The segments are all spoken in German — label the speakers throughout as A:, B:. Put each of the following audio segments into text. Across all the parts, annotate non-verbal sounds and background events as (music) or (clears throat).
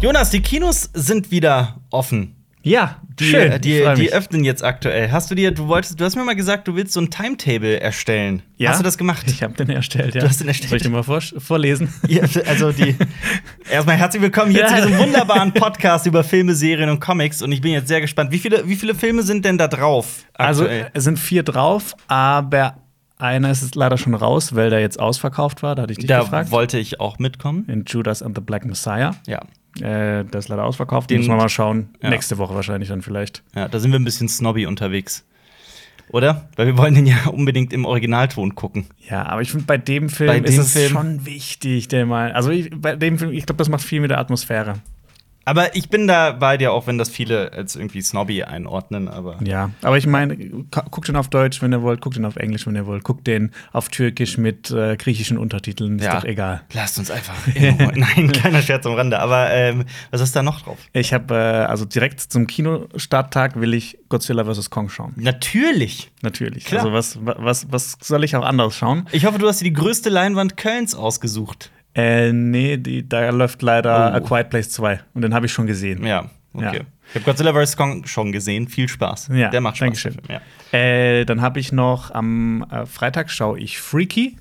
A: Jonas, die Kinos sind wieder offen.
B: Ja,
A: Die,
B: schön.
A: äh,
B: ich
A: die,
B: freu
A: die
B: mich.
A: öffnen jetzt aktuell. Hast du dir, du wolltest, du hast mir mal gesagt, du willst so ein Timetable erstellen.
B: Ja?
A: Hast du das gemacht?
B: Ich habe den erstellt, ja.
A: Du hast den erstellt.
B: Soll ich den mal vor, vorlesen?
A: (laughs) Ja, also die. Erstmal herzlich willkommen hier
B: Ja.
A: zu diesem wunderbaren Podcast über Filme, Serien und Comics. Und ich bin jetzt sehr gespannt. Wie viele, wie viele Filme sind denn da drauf?
B: (laughs) Also
A: aktuell?
B: es sind vier drauf, aber einer ist jetzt leider schon raus, weil der jetzt ausverkauft war. Da hatte ich dich
A: da
B: gefragt.
A: wollte ich auch mitkommen.
B: In Judas and the Black Messiah.
A: Ja.
B: Äh, der ist leider ausverkauft.
A: Den-
B: Den müssen wir mal schauen.
A: Ja.
B: Nächste Woche wahrscheinlich dann vielleicht.
A: ja, da sind wir ein bisschen snobby unterwegs. Oder? Weil wir wollen den ja unbedingt im Originalton gucken.
B: Ja, aber ich finde, bei dem Film
A: Bei
B: ist
A: dem
B: es
A: Film-
B: schon wichtig, der mal. Also ich, bei dem Film, ich glaube, das macht viel mit der Atmosphäre.
A: Aber ich bin da bei dir, auch wenn das viele als irgendwie snobby einordnen. Aber
B: Ja, aber ich meine, gu- guckt den auf Deutsch, wenn ihr wollt, guckt den auf Englisch, wenn ihr wollt, guckt den auf Türkisch mit äh, griechischen Untertiteln, ist
A: Ja.
B: doch egal.
A: lasst uns
B: (laughs)
A: einfach. in Ruhe. Nein, kleiner Scherz am Rande. Aber ähm, was ist da noch drauf?
B: Ich habe, äh, also direkt zum Kinostarttag will ich Godzilla vs. Kong schauen.
A: Natürlich.
B: Natürlich.
A: Klar.
B: Also was, wa- was, was soll ich auch anderes schauen?
A: Ich hoffe, du hast dir die größte Leinwand Kölns ausgesucht.
B: Äh, nee, die, da läuft leider
A: Oh.
B: A Quiet Place 2 und den habe ich schon gesehen.
A: Ja, okay.
B: Ja.
A: Ich habe Godzilla vs. Kong schon gesehen. Viel Spaß.
B: Ja,
A: Der macht Spaß.
B: Dankeschön.
A: der Film, Ja.
B: Äh, dann habe ich noch am äh, Freitag schaue ich Freaky.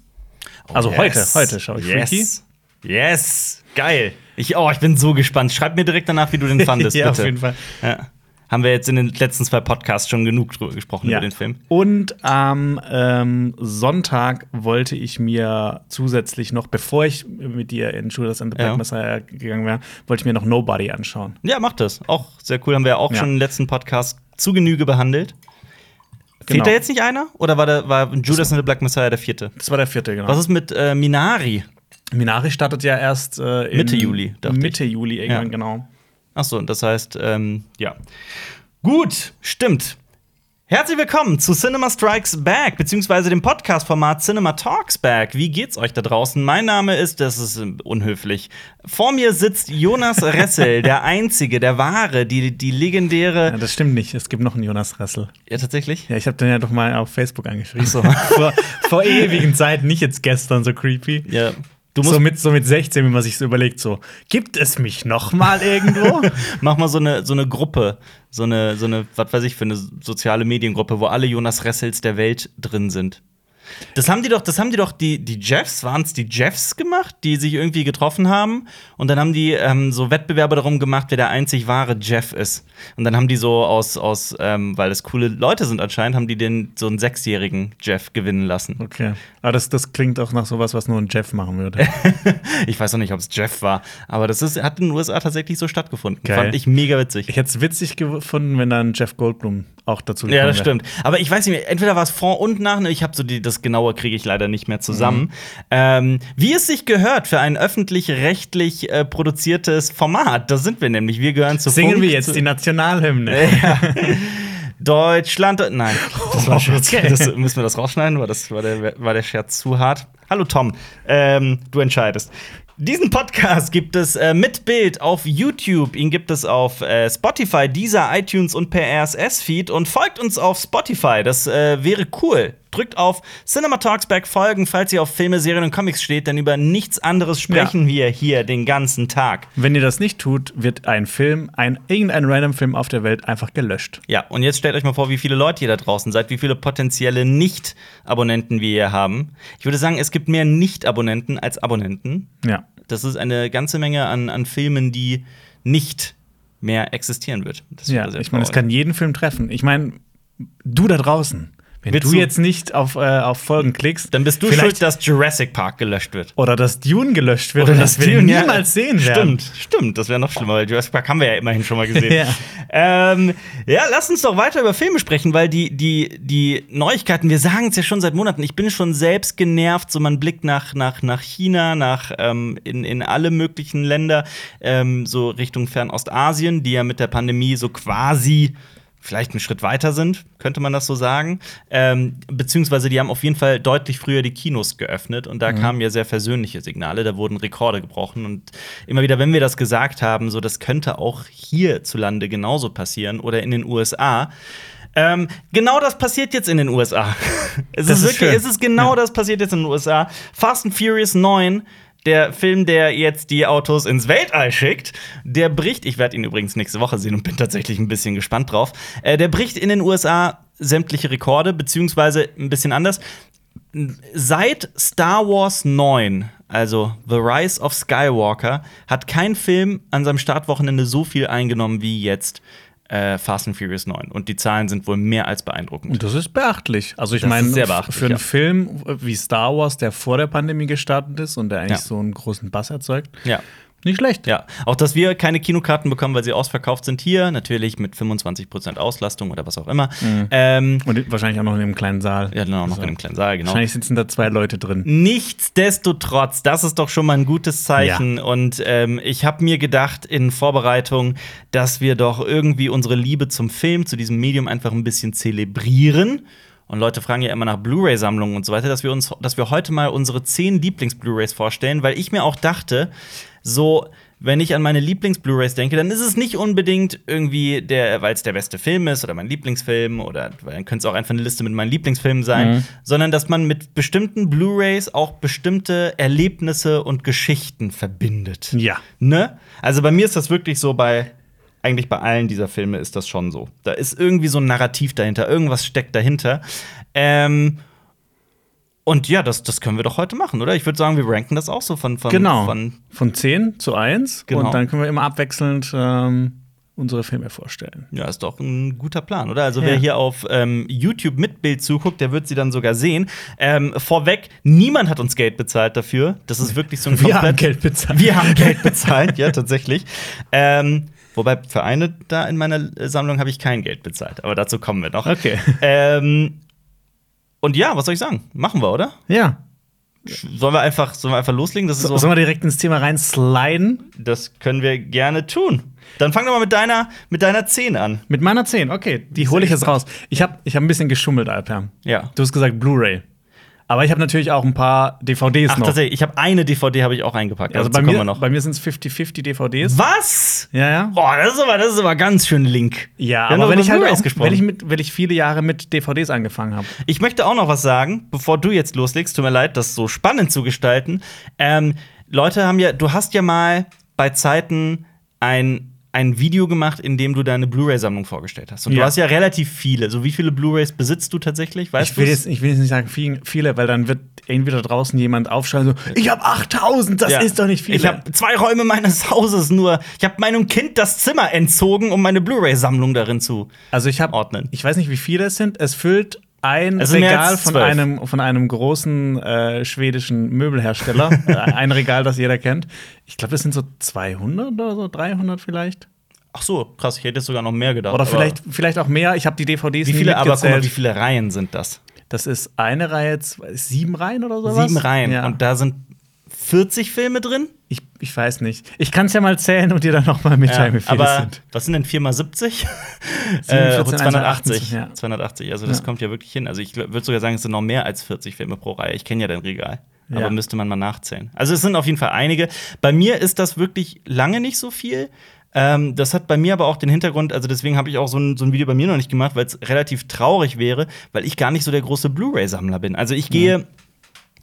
B: Also heute, heute schaue ich Freaky.
A: Oh, yes. Yes, geil. Ich, oh, ich bin so gespannt. Schreib mir direkt danach, wie du den
B: (laughs)
A: fandest,
B: ja,
A: bitte.
B: auf jeden Fall.
A: Ja. Haben wir jetzt in den letzten zwei Podcasts schon genug drüber gesprochen
B: Ja.
A: über den Film?
B: Und am ähm, Sonntag wollte ich mir zusätzlich noch, bevor ich mit dir in Judas and the Black
A: Ja.
B: Messiah gegangen wäre, wollte ich mir noch Nobody anschauen.
A: Ja, macht das. Auch sehr cool. Haben wir auch
B: Ja.
A: schon im letzten Podcast zu Genüge behandelt. Fehlt
B: Genau.
A: da jetzt nicht einer? Oder war, der, war Judas and the Black Messiah der vierte?
B: Das war der vierte, genau.
A: Was ist mit äh, Minari?
B: Minari startet ja erst äh, im-
A: Mitte Juli, dachte ich.
B: Mitte Juli irgendwann,
A: Ja.
B: genau.
A: Achso, das heißt, ähm, ja. Gut, stimmt. Herzlich willkommen zu Cinema Strikes Back, beziehungsweise dem Podcast-Format Cinema Talks Back. Wie geht's euch da draußen? Mein Name ist, das ist äh, unhöflich. Vor mir sitzt Jonas Ressel, der einzige, der wahre, die, die
B: Ja,
A: legendäre.
B: das stimmt nicht. Es gibt noch einen Jonas Ressel.
A: Ja, tatsächlich?
B: Ja, ich habe den ja doch mal auf Facebook angeschrieben.
A: so.
B: (laughs) vor, vor ewigen Zeiten, nicht jetzt gestern, so creepy.
A: Ja. Du musst,
B: so, mit, so mit 16, wenn man sich so überlegt, so, gibt es mich noch mal irgendwo?
A: mach mal so eine, so eine Gruppe, so eine, so eine, was weiß ich, für eine soziale Mediengruppe, wo alle Jonas Ressels der Welt drin sind. Das haben die doch, das haben die doch, die, die Jeffs, waren es die Jeffs gemacht, die sich irgendwie getroffen haben. Und dann haben die ähm, so Wettbewerbe darum gemacht, wer der einzig wahre Jeff ist. Und dann haben die so aus, aus ähm, weil das coole Leute sind anscheinend, haben die den so einen sechsjährigen Jeff gewinnen lassen.
B: Okay. Aber das, das klingt auch nach sowas, was nur ein Jeff machen würde.
A: Ich weiß noch nicht, ob es Jeff war, aber das ist, hat in den USA tatsächlich so stattgefunden.
B: Geil.
A: Fand ich mega witzig.
B: Ich hätte es witzig gefunden, wenn dann Jeff Goldblum auch dazu
A: Ja,
B: gekommen
A: das
B: wär.
A: stimmt. Aber ich weiß nicht mehr, entweder war es vor und nach, ne, ich habe so die, das genaue kriege ich leider nicht mehr
B: Mhm.
A: zusammen. Ähm, wie es sich gehört für ein öffentlich-rechtlich äh, produziertes Format, da sind wir nämlich. Wir gehören zu
B: Singen
A: Funk,
B: wir jetzt
A: zu
B: die Nationalhymne.
A: Deutschland. Nein, das war ein Scherz.
B: Okay.
A: Das, müssen wir das rausschneiden? War, das, war, der, war der Scherz zu hart? Hallo Tom, ähm, du entscheidest. Diesen Podcast gibt es äh, mit Bild auf YouTube, ihn gibt es auf äh, Spotify, Deezer, iTunes und per RSS-Feed und folgt uns auf Spotify, das äh, wäre cool. Drückt auf Cinema Talks Back folgen, falls ihr auf Filme, Serien und Comics steht, denn über nichts anderes sprechen wir hier den ganzen Tag.
B: Wenn ihr das nicht tut, wird ein Film, ein, irgendein random Film auf der Welt einfach gelöscht.
A: Ja, und jetzt stellt euch mal vor, wie viele Leute ihr da draußen seid, wie viele potenzielle Nicht-Abonnenten wir hier haben. Ich würde sagen, es gibt mehr Nicht-Abonnenten als Abonnenten.
B: Ja.
A: Das ist eine ganze Menge an, an Filmen, die nicht mehr existieren wird. Das wäre
B: Ja,
A: sehr
B: ich meine, es
A: traurig.
B: kann jeden Film treffen. Ich meine, du da draußen, wenn
A: Willst
B: du
A: du-
B: jetzt nicht auf, äh, auf Folgen klickst,
A: Dann bist du
B: vielleicht
A: schuld, dass Jurassic Park gelöscht wird.
B: oder dass Dune gelöscht wird und dass wir ihn
A: Dune, ja.
B: niemals sehen werden.
A: Stimmt, stimmt, das wäre noch schlimmer, weil Jurassic Park haben wir ja immerhin schon mal gesehen.
B: (laughs) Ja.
A: Ähm, ja, lass uns doch weiter über Filme sprechen, weil die, die, die Neuigkeiten, wir sagen es ja schon seit Monaten, ich bin schon selbst genervt, so man blickt nach, nach, nach China, nach ähm, in, in alle möglichen Länder, ähm, so Richtung Fernostasien, die ja mit der Pandemie so quasi vielleicht einen Schritt weiter sind, könnte man das so sagen. Ähm, beziehungsweise die haben auf jeden Fall deutlich früher die Kinos geöffnet und da kamen ja sehr versöhnliche Signale, da wurden Rekorde gebrochen und immer wieder, wenn wir das gesagt haben, so das könnte auch hierzulande genauso passieren oder in den USA. Ähm, genau das passiert jetzt in den USA. (laughs) es,
B: Das
A: ist
B: ist
A: wirklich,
B: schön.
A: es ist genau das passiert jetzt in den USA. Fast and Furious 9 Der Film, der jetzt die Autos ins Weltall schickt, der bricht, ich werde ihn übrigens nächste Woche sehen und bin tatsächlich ein bisschen gespannt drauf, äh, der bricht in den USA sämtliche Rekorde, beziehungsweise ein bisschen anders. Seit Star Wars 9, also The Rise of Skywalker, hat kein Film an seinem Startwochenende so viel eingenommen wie jetzt äh, Fast and Furious 9. Und die Zahlen sind wohl mehr als beeindruckend.
B: Und das ist beachtlich. Also ich
A: Das
B: meine,
A: ist sehr beachtlich,
B: für einen
A: ja.
B: Film wie Star Wars, der vor der Pandemie gestartet ist und der eigentlich
A: Ja.
B: so einen großen Bass erzeugt,
A: Ja.
B: nicht schlecht.
A: Ja, auch dass wir keine Kinokarten bekommen, weil sie ausverkauft sind hier, natürlich mit 25% Auslastung oder was auch immer. Ähm,
B: Und wahrscheinlich auch noch in dem kleinen Saal.
A: ja, dann auch noch
B: Also,
A: in dem kleinen Saal, genau.
B: Wahrscheinlich sitzen da zwei Leute drin.
A: Nichtsdestotrotz, das ist doch schon mal ein gutes Zeichen. Und ähm, ich habe mir gedacht in Vorbereitung, dass wir doch irgendwie unsere Liebe zum Film, zu diesem Medium einfach ein bisschen zelebrieren. Und Leute fragen ja immer nach Blu-ray-Sammlungen und so weiter, dass wir uns, dass wir heute mal unsere zehn Lieblings-Blu-rays vorstellen, weil ich mir auch dachte, so wenn ich an meine Lieblings-Blu-rays denke, dann ist es nicht unbedingt irgendwie der, weil es der beste Film ist oder mein Lieblingsfilm oder weil dann könnte es auch einfach eine Liste mit meinen Lieblingsfilmen sein,
B: Mhm.
A: sondern dass man mit bestimmten Blu-rays auch bestimmte Erlebnisse und Geschichten verbindet.
B: Ja.
A: Ne? Also bei mir ist das wirklich so bei eigentlich bei allen dieser Filme ist das schon so. Da ist irgendwie so ein Narrativ dahinter, irgendwas steckt dahinter. Ähm, und ja, das, das können wir doch heute machen, oder? Ich würde sagen, wir ranken das auch so von, von,
B: Genau.
A: von
B: Von 10 zu 1.
A: Genau.
B: Und dann können wir immer abwechselnd ähm, unsere Filme vorstellen.
A: Ja, ist doch ein guter Plan, oder? Also, wer
B: Ja.
A: hier auf ähm, YouTube mit Bild zuguckt, der wird sie dann sogar sehen. Ähm, vorweg, niemand hat uns Geld bezahlt dafür. Das ist wirklich
B: (laughs)
A: so ein komplett-
B: bezahlt.
A: Wir haben Geld bezahlt, ja, tatsächlich. Ähm, wobei, für eine da in meiner äh, Sammlung habe ich kein Geld bezahlt. Aber dazu kommen wir noch.
B: Okay.
A: Ähm, und ja, was soll ich sagen? Machen wir, oder?
B: Ja.
A: Sollen wir einfach, sollen wir einfach loslegen? Das, ist so,
B: Sollen wir direkt ins Thema reinsliden?
A: das können wir gerne tun. Dann fang doch mal mit deiner, mit deiner 10 an.
B: Mit meiner 10, okay, die hole ich jetzt raus. Ich habe ich hab ein bisschen geschummelt, Alper.
A: Ja.
B: Du hast gesagt Blu-ray. Aber ich habe natürlich auch ein paar DVDs
A: Ach,
B: noch.
A: tatsächlich, ich habe eine DVD habe ich auch eingepackt.
B: Also
A: dazu
B: bei
A: kommen
B: mir,
A: wir noch.
B: bei mir sind es 50-50 DVDs.
A: Was?
B: Ja, ja.
A: Boah, das ist aber, das ist aber ganz schön link. Wir
B: Ja,
A: haben
B: aber
A: über
B: wenn ich halt
A: Blu-rays
B: auch,
A: gesprochen.
B: weil ich, mit, weil ich viele Jahre mit DVDs angefangen habe.
A: Ich möchte auch noch was sagen, bevor du jetzt loslegst. Tut mir leid, das so spannend zu gestalten. Ähm, Leute haben ja, du hast ja mal bei Zeiten ein ein Video gemacht, in dem du deine Blu-ray-Sammlung vorgestellt hast. Und du
B: Ja.
A: hast ja relativ viele. So wie viele Blu-rays besitzt du tatsächlich? Weißt
B: Ich will,
A: du's?
B: jetzt, ich will jetzt nicht sagen viel- viele, weil dann wird entweder draußen jemand aufschreien so, ich habe 8000, das
A: Ja.
B: ist doch nicht viel.
A: Ich habe zwei Räume meines Hauses nur. Ich habe meinem Kind das Zimmer entzogen, um meine Blu-ray-Sammlung darin zu.
B: also ich habe,
A: ordnen.
B: ich weiß nicht, wie viele es sind. Es füllt ein
A: Es sind mehr
B: Regal
A: als
B: von
A: zwölf.
B: einem, von einem großen äh, schwedischen Möbelhersteller.
A: (laughs)
B: Äh, ein Regal, das jeder kennt. Ich glaube, es sind so 200 oder so, 300 vielleicht.
A: Ach so, krass, ich hätte jetzt sogar noch mehr gedacht.
B: Oder
A: aber
B: vielleicht, vielleicht auch mehr. Ich habe die DVDs
A: Wie
B: nie
A: viele, aber guck mal,
B: mitgezählt.
A: wie viele Reihen sind das?
B: Das ist eine Reihe, zwei, sieben Reihen oder sowas?
A: Sieben Reihen.
B: Ja.
A: Und da sind 40 Filme drin?
B: ich, ich weiß nicht. Ich kann es ja mal zählen und dir dann noch mal mitteilen, wie viele es
A: aber
B: sind.
A: was sind denn 4 mal 70? (laughs) äh,
B: 47,
A: 280.
B: ja.
A: 280, also das
B: Ja.
A: kommt ja wirklich hin. Also ich würde sogar sagen, es sind noch mehr als 40 Filme pro Reihe. Ich kenne ja dein Regal.
B: Ja.
A: Aber müsste man mal nachzählen. Also es sind auf jeden Fall einige. Bei mir ist das wirklich lange nicht so viel. Ähm, das hat bei mir aber auch den Hintergrund, also deswegen habe ich auch so ein, so ein Video bei mir noch nicht gemacht, weil es relativ traurig wäre, weil ich gar nicht so der große Blu-ray-Sammler bin. Also ich gehe
B: Mhm.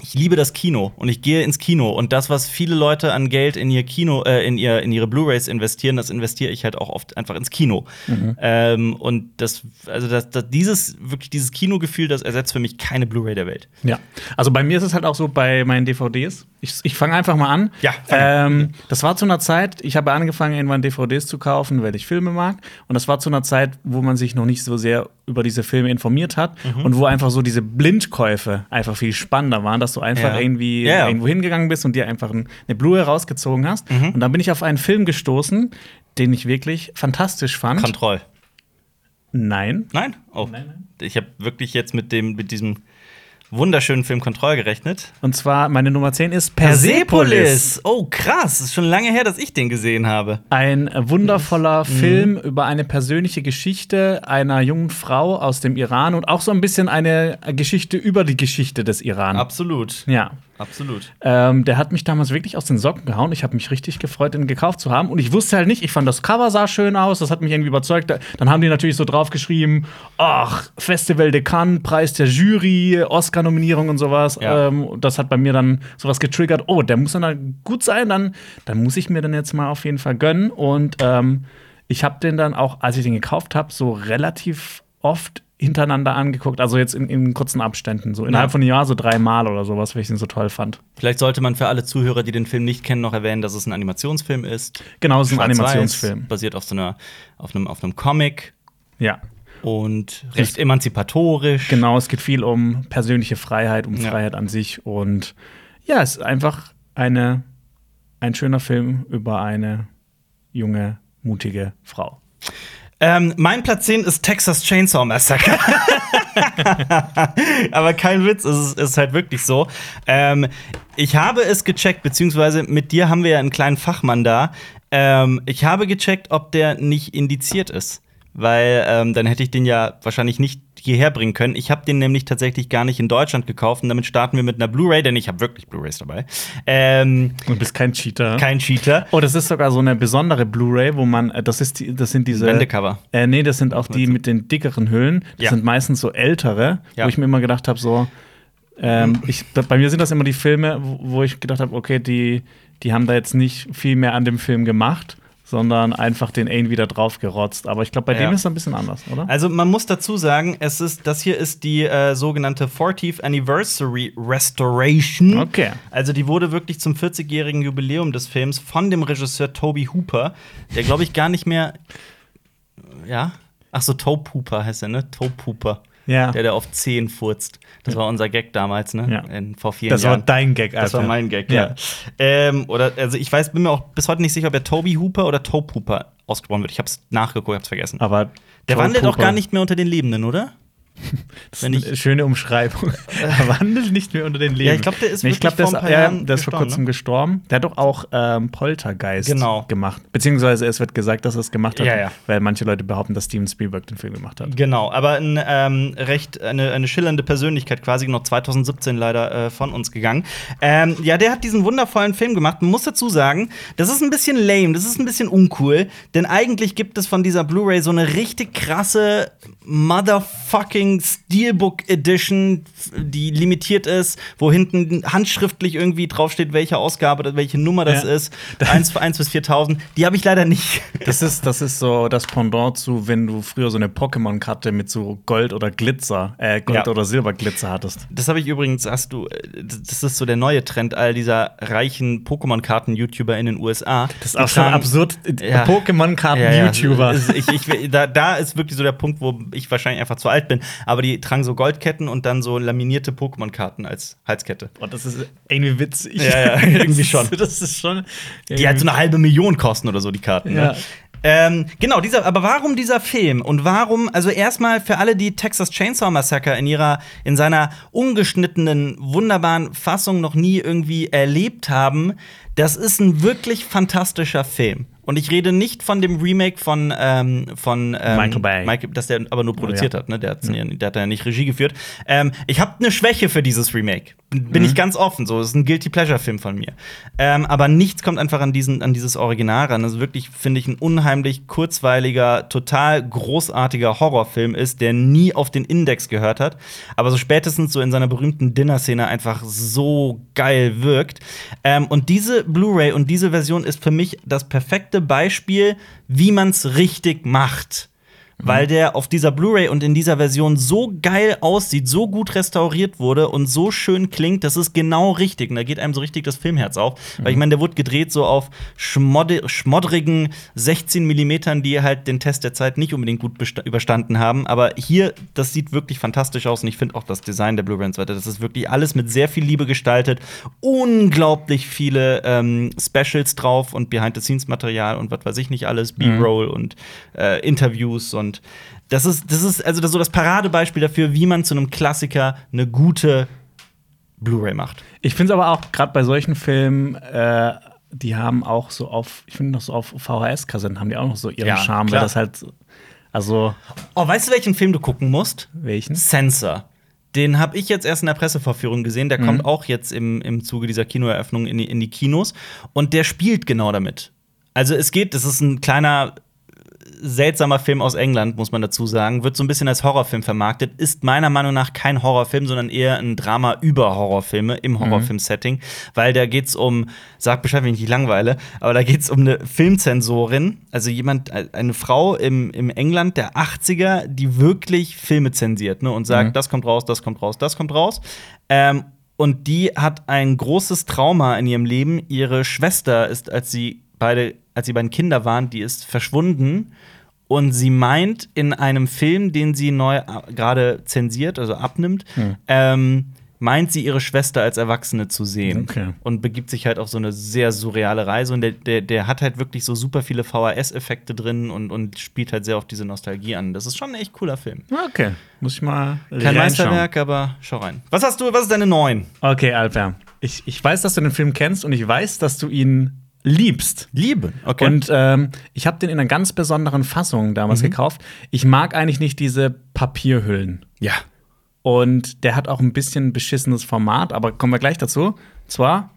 A: ich liebe das Kino und ich gehe ins Kino und das, was viele Leute an Geld in ihr Kino, äh, in ihr in ihre Blu-rays investieren, das investiere ich halt auch oft einfach ins Kino.
B: Mhm.
A: Ähm, und das, also das, das, dieses wirklich dieses Kinogefühl, das ersetzt für mich keine Blu-ray der Welt.
B: Ja, also bei mir ist es halt auch so bei meinen DVDs. Ich, ich fange einfach mal an.
A: Ja, fang
B: ähm, das war zu einer Zeit, ich habe angefangen, irgendwann DVDs zu kaufen, weil ich Filme mag. Und das war zu einer Zeit, wo man sich noch nicht so sehr über diese Filme informiert hat
A: Mhm.
B: und wo einfach so diese Blindkäufe einfach viel spannender waren, dass du einfach
A: Ja.
B: irgendwie
A: Ja, ja.
B: irgendwo hingegangen bist und dir einfach ein, eine Blu-ray rausgezogen hast.
A: Mhm.
B: Und dann bin ich auf einen Film gestoßen, den ich wirklich fantastisch fand.
A: Kontroll.
B: Nein.
A: Nein? Oh.
B: Nein, nein.
A: Ich habe wirklich jetzt mit dem mit diesem wunderschönen Film Kontroll gerechnet.
B: Und zwar meine Nummer 10 ist Persepolis.
A: Oh krass, ist schon lange her, dass ich den gesehen habe.
B: Ein wundervoller Film über eine persönliche Geschichte einer jungen Frau aus dem Iran und auch so ein bisschen eine Geschichte über die Geschichte des Iran.
A: Absolut.
B: ja.
A: Absolut.
B: Ähm, der hat mich damals wirklich aus den Socken gehauen. Ich habe mich richtig gefreut, den gekauft zu haben. Und ich wusste halt nicht, ich fand das Cover sah schön aus, das hat mich irgendwie überzeugt. Da- Dann haben die natürlich so draufgeschrieben: Ach, Festival de Cannes, Preis der Jury, Oscar-Nominierung und sowas.
A: Ja.
B: Ähm, und das hat bei mir dann sowas getriggert. Oh, der muss dann halt gut sein, dann, dann muss ich mir den jetzt mal auf jeden Fall gönnen. Und ähm, ich habe den dann auch, als ich den gekauft habe, so relativ oft hintereinander angeguckt. Also jetzt in, in kurzen Abständen, so innerhalb
A: Ja.
B: von einem Jahr so dreimal oder sowas, weil ich den so toll fand.
A: Vielleicht sollte man für alle Zuhörer, die den Film nicht kennen, noch erwähnen, dass es ein Animationsfilm ist.
B: Genau, es ist ein
A: Schwarz-Weiß,
B: Animationsfilm.
A: Basiert auf, so einer, auf, einem, auf einem Comic
B: Ja,
A: und recht emanzipatorisch.
B: genau. Es geht viel um persönliche Freiheit, um
A: Ja.
B: Freiheit an sich. Und ja, es ist einfach eine, ein schöner Film über eine junge, mutige Frau.
A: Ähm, mein Platz 10 ist Texas Chainsaw Massacre. (laughs) Aber kein Witz, es ist, es ist halt wirklich so. Ähm, ich habe es gecheckt, beziehungsweise mit dir haben wir ja einen kleinen Fachmann da. Ähm, ich habe gecheckt, ob der nicht indiziert ist. Weil ähm, dann hätte ich den ja wahrscheinlich nicht hierher bringen können. Ich habe den nämlich tatsächlich gar nicht in Deutschland gekauft und damit starten wir mit einer Blu-ray, denn ich habe wirklich Blu-rays dabei. Ähm,
B: Du bist kein Cheater.
A: kein Cheater.
B: oh, das ist sogar so eine besondere Blu-ray, wo man, äh, das, ist die, das sind diese.
A: Wendecover.
B: Äh, nee, das sind auch die mit den dickeren Hüllen. Das
A: Ja.
B: sind meistens so ältere,
A: Ja. Hm.
B: wo ich mir immer gedacht habe, so, ähm, ich, bei mir sind das immer die Filme, wo wo ich gedacht habe, okay, die, die haben da jetzt nicht viel mehr an dem Film gemacht, sondern einfach den irgendwie da drauf gerotzt. Aber ich glaube, bei
A: Ja.
B: dem ist es ein bisschen anders, oder?
A: Also man muss dazu sagen, es ist, das hier ist die äh, sogenannte 40th Anniversary Restoration.
B: Okay.
A: Also die wurde wirklich zum 40-jährigen Jubiläum des Films von dem Regisseur Toby Hooper, der glaube ich gar nicht mehr, ja, ach so Tobe Hooper heißt er, ne? Tobe Hooper.
B: Ja.
A: Der, der auf 10 furzt. Das war unser Gag damals, ne?
B: Ja.
A: In, vor vielen
B: Das war
A: Jahren.
B: dein Gag, Alter.
A: Das war mein Gag, ja. Ähm, oder, also ich weiß, bin mir auch bis heute nicht sicher, ob er Toby Hooper oder Tobe Hooper ausgesprochen wird. Ich hab's nachgeguckt, hab's vergessen.
B: Aber
A: Der
B: Toll
A: wandelt auch
B: Poker,
A: gar nicht mehr unter den Lebenden, oder?
B: Das ist
A: wenn
B: eine schöne (laughs) Umschreibung. er wandelt nicht mehr unter den Leben.
A: Ja, ich glaub, der ist
B: Nee, ich
A: wirklich
B: glaub, der
A: vor ein paar
B: ja,
A: Jahren
B: der ist vor
A: gestorben,
B: kurzem gestorben. ne? Der hat doch auch ähm, Poltergeist
A: Genau.
B: gemacht. Beziehungsweise es wird gesagt, dass er es gemacht hat,
A: Ja, ja.
B: weil manche Leute behaupten, dass Steven Spielberg den Film gemacht hat.
A: Genau, aber ein ähm, recht eine, eine schillernde Persönlichkeit quasi noch 2017 leider äh, von uns gegangen. Ähm, ja, der hat diesen wundervollen Film gemacht. Man muss dazu sagen, das ist ein bisschen lame, das ist ein bisschen uncool, denn eigentlich gibt es von dieser Blu-ray so eine richtig krasse motherfucking Steelbook Edition, die limitiert ist, wo hinten handschriftlich irgendwie draufsteht, welche Ausgabe, welche Nummer das
B: Ja.
A: ist. 1, 1 bis 4000. Die habe ich leider nicht.
B: Das ist, das ist so das Pendant zu, wenn du früher so eine Pokémon-Karte mit so Gold oder Glitzer, äh, Gold
A: Ja.
B: oder Silberglitzer hattest.
A: Das habe ich übrigens, hast du, äh, das ist so der neue Trend all dieser reichen Pokémon-Karten-YouTuber in den USA.
B: Das ist auch schon absurd. äh,
A: Ja.
B: Pokémon-Karten-YouTuber.
A: Ja, ja. Ich, ich, da, da ist wirklich so der Punkt, wo ich wahrscheinlich einfach zu alt bin. Aber die tragen so Goldketten und dann so laminierte Pokémon-Karten als Halskette.
B: Und das ist irgendwie witzig.
A: Ja, ja,
B: (laughs)
A: irgendwie schon.
B: Das ist schon.
A: Die halt so eine halbe Million kosten oder so, die Karten.
B: Ja.
A: Ne? Ähm, genau, dieser, aber warum dieser Film und warum, also erstmal für alle, die Texas Chainsaw Massacre in ihrer, in seiner ungeschnittenen, wunderbaren Fassung noch nie irgendwie erlebt haben, das ist ein wirklich fantastischer Film. Und ich rede nicht von dem Remake von, ähm, von ähm,
B: Michael Bay.
A: Michael, dass der aber nur produziert
B: ja.
A: hat, ne? Der, hat's ja. der hat ja nicht Regie geführt. Ähm, ich habe eine Schwäche für dieses Remake. Bin ich ganz offen. So, es ist ein Guilty Pleasure-Film von mir. Ähm, aber nichts kommt einfach an, diesen, an dieses Original ran. Das ist wirklich, finde ich, ein unheimlich kurzweiliger, total großartiger Horrorfilm ist, der nie auf den Index gehört hat, aber so spätestens so in seiner berühmten Dinner-Szene einfach so geil wirkt. Ähm, und diese Blu-ray und diese Version ist für mich das perfekte Beispiel, wie man es richtig macht weil der auf dieser Blu-ray und in dieser Version so geil aussieht, so gut restauriert wurde und so schön klingt, das ist genau richtig. Und da geht einem so richtig das Filmherz auf. Weil ich meine, der wurde gedreht so auf schmodde- schmoddrigen 16 Millimetern, die halt den Test der Zeit nicht unbedingt gut besta- überstanden haben. Aber hier, das sieht wirklich fantastisch aus und ich finde auch das Design der Blu-ray und so weiter, das ist wirklich alles mit sehr viel Liebe gestaltet. Unglaublich viele ähm, Specials drauf und Behind-the-Scenes-Material und was weiß ich nicht alles, B-Roll und äh, Interviews und das ist, das ist also das, so das Paradebeispiel dafür, wie man zu einem Klassiker eine gute Blu-ray macht.
B: Ich finde es aber auch gerade bei solchen Filmen, äh, die haben auch so auf, ich finde noch so auf VHS-Kassetten haben die auch noch so ihren
A: Ja,
B: Charme,
A: klar.
B: weil das halt, also
A: Oh, weißt du, welchen Film du gucken musst?
B: welchen?
A: Sensor. Den habe ich jetzt erst in der Pressevorführung gesehen. Der kommt auch jetzt im, im Zuge dieser Kinoeröffnung in die, in die Kinos. Und der spielt genau damit. Also es geht, das ist ein kleiner seltsamer Film aus England, muss man dazu sagen. Wird so ein bisschen als Horrorfilm vermarktet. Ist meiner Meinung nach kein Horrorfilm, sondern eher ein Drama über Horrorfilme im Horrorfilm-Setting. Weil da geht's um, sag Bescheid, wenn ich dich langweile, aber da geht's um eine Filmzensorin, also jemand, eine Frau im, im England der 80er, die wirklich Filme zensiert ne, und sagt, das kommt raus, das kommt raus, das kommt raus. Ähm, und die hat ein großes Trauma in ihrem Leben. Ihre Schwester ist, als sie beide, als sie beiden Kinder waren, die ist verschwunden. Und sie meint in einem Film, den sie neu a- gerade zensiert, also abnimmt,
B: Hm.
A: ähm, meint sie ihre Schwester als Erwachsene zu sehen
B: Okay.
A: und begibt sich halt auf so eine sehr surreale Reise. Und der, der, der hat halt wirklich so super viele VHS-Effekte drin und, und spielt halt sehr auf diese Nostalgie an. Das ist schon ein echt cooler Film.
B: Okay, muss ich mal
A: Kein
B: reinschauen.
A: Meisterwerk, aber schau rein. Was hast du, was ist deine neun?
B: Okay, Alper. Ich, ich weiß, dass du den Film kennst und ich weiß, dass du ihn liebst.
A: Liebe. Okay.
B: Und ähm, ich habe den in einer ganz besonderen Fassung damals gekauft. Ich mag eigentlich nicht diese Papierhüllen.
A: ja.
B: Und der hat auch ein bisschen beschissenes Format, aber kommen wir gleich dazu. Und Zwar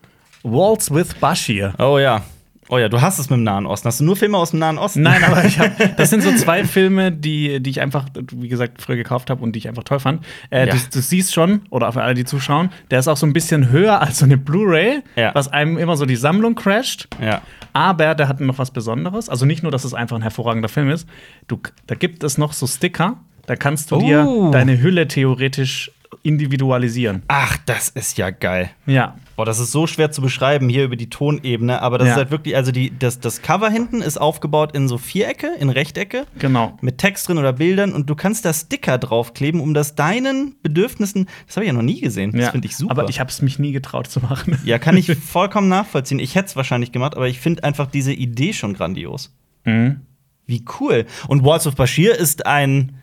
B: Waltz with Bashir.
A: Oh ja. Oh ja, du hast es mit dem Nahen Osten. Hast du nur Filme aus dem Nahen Osten? (laughs)
B: Nein, aber ich hab, das sind so zwei Filme, die, die ich einfach, wie gesagt, früher gekauft habe und die ich einfach toll fand. Äh,
A: Ja.
B: du, du siehst schon, oder für alle, die zuschauen, der ist auch so ein bisschen höher als so eine Blu-ray,
A: Ja.
B: was einem immer so die Sammlung crasht.
A: Ja.
B: Aber der hat noch was Besonderes. Also nicht nur, dass es einfach ein hervorragender Film ist. Du, da gibt es noch so Sticker, da kannst du dir
A: Oh.
B: deine Hülle theoretisch individualisieren.
A: Ach, das ist ja geil.
B: Ja.
A: Boah, das ist so schwer zu beschreiben hier über die Tonebene, aber das
B: Ja.
A: ist halt wirklich, also die, das, das Cover hinten ist aufgebaut in so Vierecke, in Rechtecke,
B: Genau.
A: mit Text drin oder Bildern und du kannst da Sticker draufkleben, um das deinen Bedürfnissen. Das habe ich ja noch nie gesehen. Das
B: Ja.
A: finde ich super.
B: Aber ich habe es mich nie getraut zu machen.
A: ja, kann
B: (laughs)
A: ich vollkommen nachvollziehen. Ich hätte es wahrscheinlich gemacht, aber ich finde einfach diese Idee schon grandios.
B: Mhm.
A: Wie cool. Und Walls of Bashir ist ein,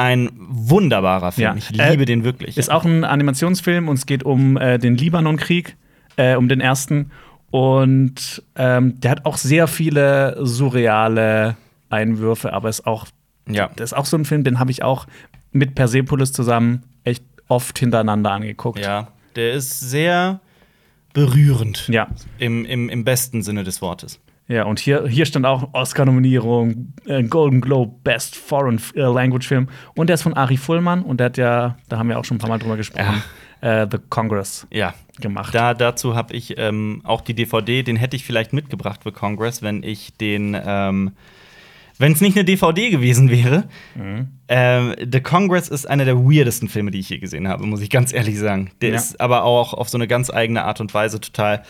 A: ein wunderbarer Film.
B: Ja.
A: Ich
B: Äh,
A: liebe den wirklich.
B: Ist auch ein Animationsfilm und es geht um äh, den Libanon-Krieg, äh, um den ersten. Und ähm, der hat auch sehr viele surreale Einwürfe, aber ist auch,
A: ja.
B: das ist auch so ein Film, den habe ich auch mit Persepolis zusammen echt oft hintereinander angeguckt.
A: ja, der ist sehr berührend.
B: Ja,
A: Im, im, Im besten Sinne des Wortes.
B: ja und hier, hier stand auch Oscar-Nominierung, äh, Golden Globe, Best Foreign äh, Language Film. Und der ist von Ari Fullmann und der hat ja, da haben wir auch schon ein paar Mal drüber gesprochen, äh, The Congress
A: Ja.
B: gemacht.
A: Da, dazu habe ich ähm, auch die DVD, den hätte ich vielleicht mitgebracht für Congress, wenn ich den, ähm, wenn es nicht eine DVD gewesen wäre. Ähm, The Congress ist einer der weirdesten Filme, die ich je gesehen habe, muss ich ganz ehrlich sagen. Der
B: Ja.
A: ist aber auch auf so eine ganz eigene Art und Weise total,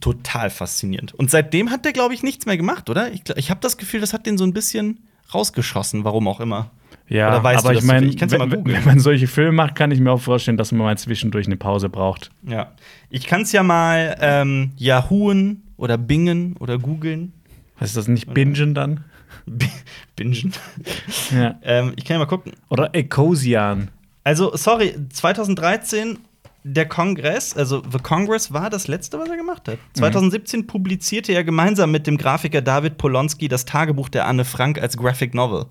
A: total faszinierend. Und seitdem hat der, glaube ich, nichts mehr gemacht, oder? Ich, gl- ich habe das Gefühl, das hat den so ein bisschen rausgeschossen, warum auch immer.
B: Ja,
A: Oder weißt du
B: aber
A: das
B: ich meine,
A: zufällig? Ich kann's ja mal
B: wenn,
A: googeln.
B: wenn man solche Filme macht, kann ich mir auch vorstellen, dass man mal zwischendurch eine Pause braucht.
A: Ja. Ich kann es ja mal ähm, Yahooen oder Bingen oder googeln.
B: Heißt das nicht Bingen dann?
A: B- (laughs) Bingen.
B: Ja.
A: Ähm, ich kann ja mal gucken.
B: Oder Ecosian.
A: Also, sorry, 2013 der Kongress, also The Congress war das letzte, was er gemacht hat. 2017 publizierte er gemeinsam mit dem Grafiker David Polonsky das Tagebuch der Anne Frank als Graphic Novel.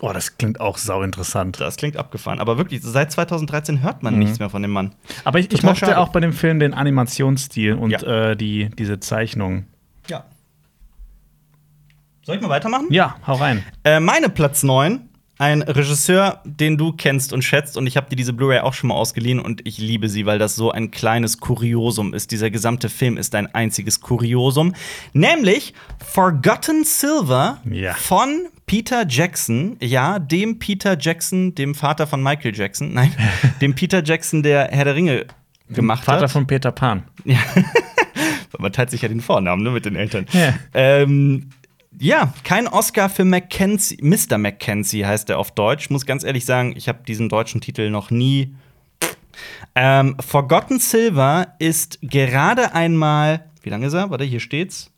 B: Oh, das klingt auch sau interessant.
A: Das klingt abgefahren, aber wirklich, seit 2013 hört man nichts mehr von dem Mann.
B: Aber ich, ich
A: Total
B: mochte
A: schade.
B: auch bei dem Film den Animationsstil und
A: Ja.
B: äh, die, diese Zeichnung.
A: Ja. Soll ich mal weitermachen?
B: Ja, hau rein.
A: Äh, meine Platz 9, ein Regisseur, den du kennst und schätzt, und ich habe dir diese Blu-ray auch schon mal ausgeliehen und ich liebe sie, weil das so ein kleines Kuriosum ist. Dieser gesamte Film ist ein einziges Kuriosum, nämlich Forgotten Silver
B: Ja.
A: von Peter Jackson, ja, dem Peter Jackson, dem Vater von Michael Jackson,
B: (laughs)
A: nein, dem Peter Jackson, der Herr der Ringe gemacht hat.
B: Vater von Peter Pan.
A: Man teilt sich ja den Vornamen ne, mit den Eltern.
B: Ja.
A: Ähm, ja, kein Oscar für Mackenzie. Mr. Mackenzie heißt er auf Deutsch. Ich muss ganz ehrlich sagen, ich habe diesen deutschen Titel noch nie. Ähm, Forgotten Silver ist gerade einmal. Wie lange ist er? Warte, hier steht's.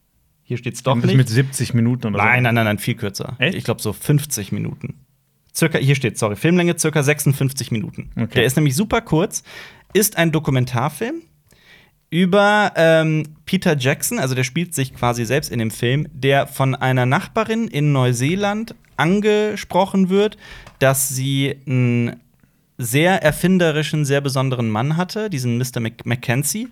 A: Hier steht's doch
B: Mit,
A: nicht.
B: mit 70 Minuten oder
A: Nein, nein, nein, nein, viel kürzer.
B: Echt?
A: Ich glaube so 50 Minuten. Circa, hier steht, sorry, Filmlänge circa 56 Minuten.
B: Okay.
A: Der ist nämlich super kurz, ist ein Dokumentarfilm über ähm, Peter Jackson, also der spielt sich quasi selbst in dem Film, der von einer Nachbarin in Neuseeland angesprochen wird, dass sie ein sehr erfinderischen, sehr besonderen Mann hatte, diesen Mr. Mac Mackenzie.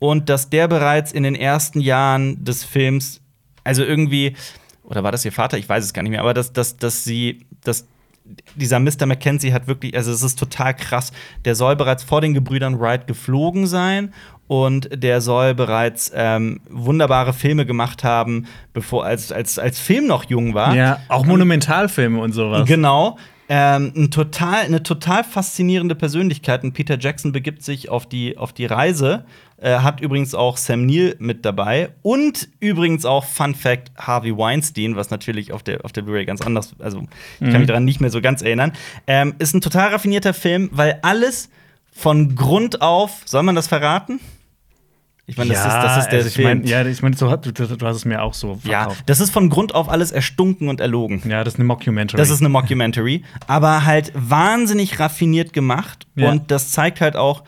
A: Und dass der bereits in den ersten Jahren des Films, also irgendwie, oder war das ihr Vater? Ich weiß es gar nicht mehr, aber dass, dass, dass sie, dass dieser Mr. Mackenzie hat wirklich, also es ist total krass, der soll bereits vor den Gebrüdern Wright geflogen sein und der soll bereits ähm, wunderbare Filme gemacht haben, bevor als, als, als Film noch jung war.
B: Ja, auch Monumentalfilme und sowas.
A: Genau. Ähm, ein total, eine total faszinierende Persönlichkeit. Und Peter Jackson begibt sich auf die, auf die Reise. Äh, hat übrigens auch Sam Neill mit dabei. Und übrigens auch, Fun Fact, Harvey Weinstein, was natürlich auf der, auf der Blu-ray ganz anders, also ich kann
B: Mhm.
A: mich daran nicht mehr so ganz erinnern. Ähm, ist ein total raffinierter Film, weil alles von Grund auf, soll man das verraten? Ich meine, das, ist, das ist der
B: also ich
A: Film.
B: Mein, ja, ich meine, so hat- du, du, du hast es mir auch so
A: ja,
B: verkauft.
A: das ist von Grund auf alles erstunken und erlogen.
B: Ja, das ist eine Mockumentary.
A: Das ist eine Mockumentary, aber halt wahnsinnig raffiniert gemacht.
B: Ja.
A: Und das zeigt halt auch,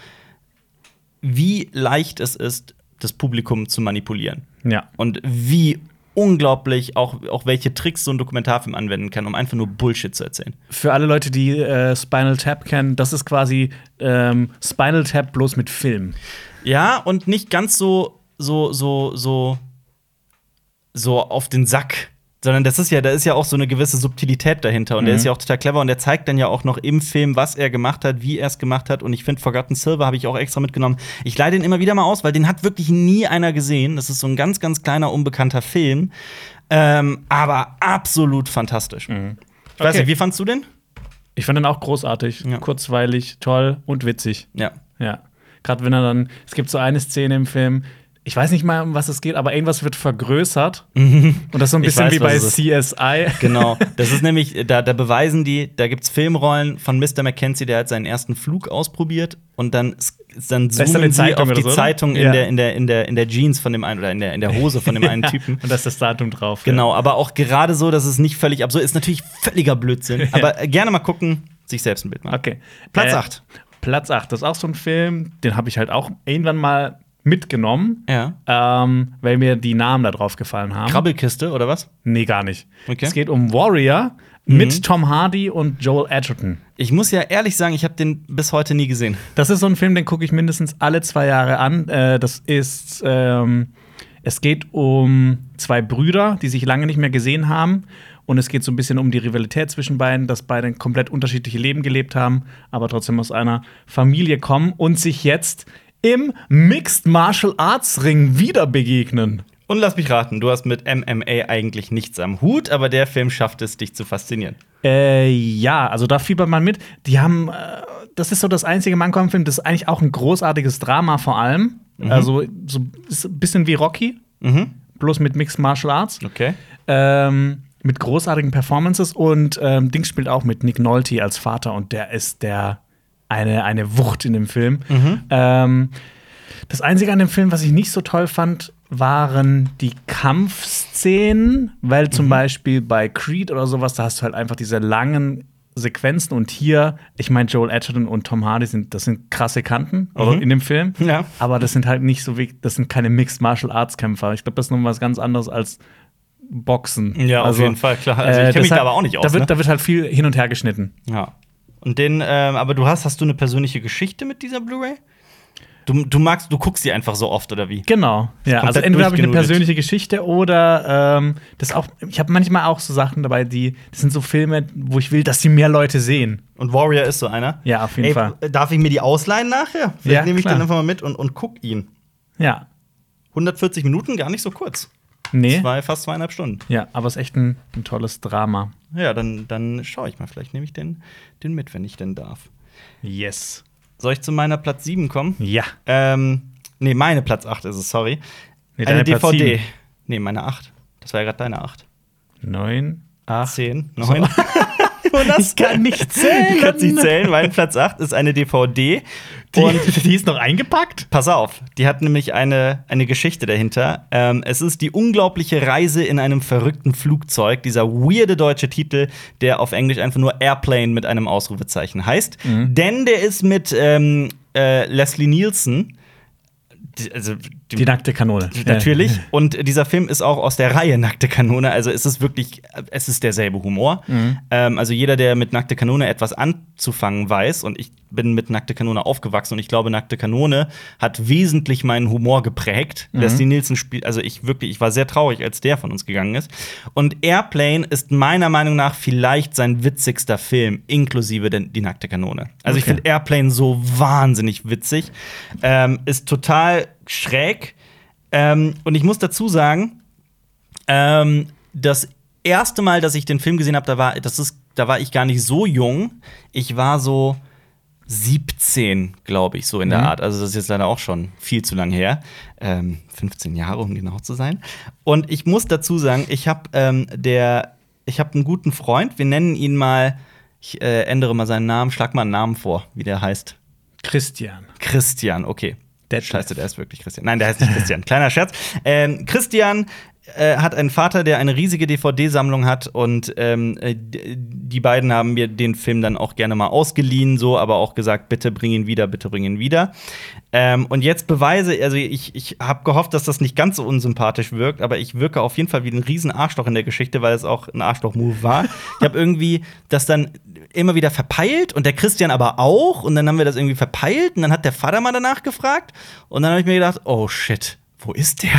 A: wie leicht es ist, das Publikum zu manipulieren.
B: ja.
A: Und wie unglaublich auch, auch welche Tricks so ein Dokumentarfilm anwenden kann, um einfach nur Bullshit zu erzählen.
B: Für alle Leute, die äh, Spinal Tap kennen, das ist quasi ähm, Spinal Tap bloß mit Film.
A: Ja, und nicht ganz so, so, so, so, so auf den Sack. Sondern das ist ja, da ist ja auch so eine gewisse Subtilität dahinter und der ist ja auch total clever und der zeigt dann ja auch noch im Film, was er gemacht hat, wie er es gemacht hat. Und ich finde, Forgotten Silver habe ich auch extra mitgenommen. Ich leih den immer wieder mal aus, weil den hat wirklich nie einer gesehen. Das ist so ein ganz, ganz kleiner, unbekannter Film. Ähm, aber absolut fantastisch. Ich weiß
B: Okay.
A: nicht, wie fandst du den?
B: Ich fand den auch großartig,
A: Ja.
B: kurzweilig, toll und witzig.
A: Ja.
B: Ja. Gerade wenn er dann, es gibt so eine Szene im Film, ich weiß nicht mal, um was es geht, aber irgendwas wird vergrößert. Und das ist so ein
A: Mhm. Ich
B: bisschen
A: weiß,
B: wie bei
A: was es ist.
B: CSI.
A: (laughs) Genau. Das ist nämlich, da, da beweisen die, da gibt's Filmrollen von Mr. Mackenzie, der hat seinen ersten Flug ausprobiert und dann, s- dann
B: ist dann
A: zoomen
B: eine
A: sie auf
B: Zeitung
A: die
B: oder so, oder?
A: Zeitung in,
B: Ja.
A: der, in, der, in, der, in der Jeans von dem einen oder in der, in der Hose von dem
B: (laughs)
A: einen Typen.
B: Und da ist das Datum drauf. ja.
A: Genau, aber auch gerade so, dass es nicht völlig absurd ist. Natürlich völliger
B: (laughs)
A: Blödsinn. Aber äh, gerne mal gucken, sich selbst ein Bild machen.
B: Okay.
A: Platz
B: Äh,
A: acht.
B: Platz 8, das ist auch so ein Film, den habe ich halt auch irgendwann mal mitgenommen,
A: Ja.
B: ähm, weil mir die Namen da drauf gefallen haben.
A: Krabbelkiste oder was?
B: nee, gar nicht.
A: Okay.
B: Es geht um Warrior mit Tom Hardy und Joel Edgerton.
A: Ich muss ja ehrlich sagen, ich habe den bis heute nie gesehen.
B: Das ist so ein Film, den gucke ich mindestens alle zwei Jahre an. Äh, das ist, ähm, es geht um zwei Brüder, die sich lange nicht mehr gesehen haben. Und es geht so ein bisschen um die Rivalität zwischen beiden, dass beide komplett unterschiedliche Leben gelebt haben, aber trotzdem aus einer Familie kommen und sich jetzt im Mixed Martial Arts Ring wieder begegnen.
A: Und lass mich raten, du hast mit MMA eigentlich nichts am Hut, aber der Film schafft es, dich zu faszinieren.
B: Äh, ja, also da fiebert man mit. Die haben, äh, das ist so das einzige Mankom-Film, das ist eigentlich auch ein großartiges Drama vor allem. Also so ist ein bisschen wie Rocky,
A: Mhm.
B: bloß mit Mixed Martial Arts.
A: Okay.
B: Ähm, mit großartigen Performances und ähm, Dings spielt auch mit Nick Nolte als Vater und der ist der eine, eine Wucht in dem Film. Ähm, das Einzige an dem Film, was ich nicht so toll fand, waren die Kampfszenen, weil zum Beispiel bei Creed oder sowas, da hast du halt einfach diese langen Sequenzen und hier, ich meine, Joel Edgerton und Tom Hardy sind, das sind krasse Kanten also in dem Film.
A: Ja.
B: Aber das sind halt nicht so wie, das sind keine Mixed Martial Arts Kämpfer. Ich glaube, das ist noch was ganz anderes als Boxen.
A: Ja, auf jeden Fall, klar. Also, ich
B: äh,
A: kenn mich da
B: deshalb-
A: aber auch nicht aus,
B: Da wird,
A: ne?
B: da wird halt viel hin und her geschnitten.
A: Ja. Und den, ähm, aber du hast, hast du eine persönliche Geschichte mit dieser Blu-ray? Du, du magst, du guckst sie einfach so oft oder wie?
B: Genau. Ja, also
A: komplett
B: entweder habe ich eine
A: durchgenudelt.
B: persönliche Geschichte oder ähm, das auch. Ich habe manchmal auch so Sachen dabei, die das sind so Filme, wo ich will, dass sie mehr Leute sehen.
A: Und Warrior ist so einer.
B: Ja, auf jeden
A: Ey, äh,
B: Fall.
A: Darf ich mir die ausleihen nachher? Vielleicht
B: Ja,
A: nehme ich
B: klar.
A: den einfach mal mit und, und guck ihn.
B: Ja.
A: 140 Minuten, gar nicht so kurz.
B: Nee.
A: Zwei, fast zweieinhalb Stunden.
B: Ja, aber es ist echt ein, ein tolles Drama.
A: Ja, dann, dann schaue ich mal. Vielleicht nehme ich den, den mit, wenn ich denn darf.
B: Yes.
A: Soll ich zu meiner Platz 7 kommen?
B: Ja.
A: Ähm, nee, meine Platz 8 ist es, sorry.
B: Nee,
A: Eine
B: deine Platz
A: DVD.
B: sieben.
A: Nee, meine 8. Das war ja gerade deine 8.
B: Neun, acht.
A: 10, (laughs) 9. Jonas kann (laughs) nicht zählen. Ich kann nicht zählen. Mein Platz 8 ist eine DVD. Und (laughs)
B: die, die ist noch eingepackt?
A: pass auf, die hat nämlich eine, eine Geschichte dahinter. Ähm, es ist die unglaubliche Reise in einem verrückten Flugzeug. Dieser weirde deutsche Titel, der auf Englisch einfach nur Airplane mit einem Mhm. Ausrufezeichen heißt. Denn der ist mit ähm, äh, Leslie Nielsen also, die,
B: Die nackte Kanone.
A: Natürlich. Und dieser Film ist auch aus der Reihe Nackte Kanone. Also es ist wirklich, es ist derselbe Humor. Ähm, also jeder, der mit Nackte Kanone etwas anzufangen weiß, und ich bin mit Nackte Kanone aufgewachsen und ich glaube, Nackte Kanone hat wesentlich meinen Humor geprägt. Dass die Nielsen spielt, also ich wirklich, ich war sehr traurig, als der von uns gegangen ist. Und Airplane ist meiner Meinung nach vielleicht sein witzigster Film, inklusive den, die Nackte Kanone. Also ich
B: Okay.
A: finde Airplane so wahnsinnig witzig. Ähm, ist total schräg. Ähm, und ich muss dazu sagen, ähm, das erste Mal, dass ich den Film gesehen habe, da war, das ist, da war ich gar nicht so jung. Ich war so 17, glaube ich, so in der
B: Mhm.
A: Art. Also das ist jetzt leider auch schon viel zu lang her. Ähm, 15 Jahre, um genau zu sein. Und ich muss dazu sagen, ich habe ähm, der, ich habe einen guten Freund. Wir nennen ihn mal, ich äh, ändere mal seinen Namen, schlag mal einen Namen vor, wie der heißt.
B: Christian.
A: Christian, okay.
B: Detlef.
A: Scheiße, der ist wirklich Christian. Nein, der heißt nicht Christian. Kleiner Scherz. Ähm, Christian äh, hat einen Vater, der eine riesige DVD-Sammlung hat und ähm, äh, d- die beiden haben mir den Film dann auch gerne mal ausgeliehen, so, aber auch gesagt, bitte bring ihn wieder, bitte bring ihn wieder. Ähm, und jetzt beweise, also ich, ich habe gehofft, dass das nicht ganz so unsympathisch wirkt, aber ich wirke auf jeden Fall wie ein riesen Arschloch in der Geschichte, weil es auch ein Arschloch-Move war. ich habe irgendwie das dann immer wieder verpeilt und der Christian aber auch und dann haben wir das irgendwie verpeilt und dann hat der Vater mal danach gefragt und dann habe ich mir gedacht, oh shit, wo ist der?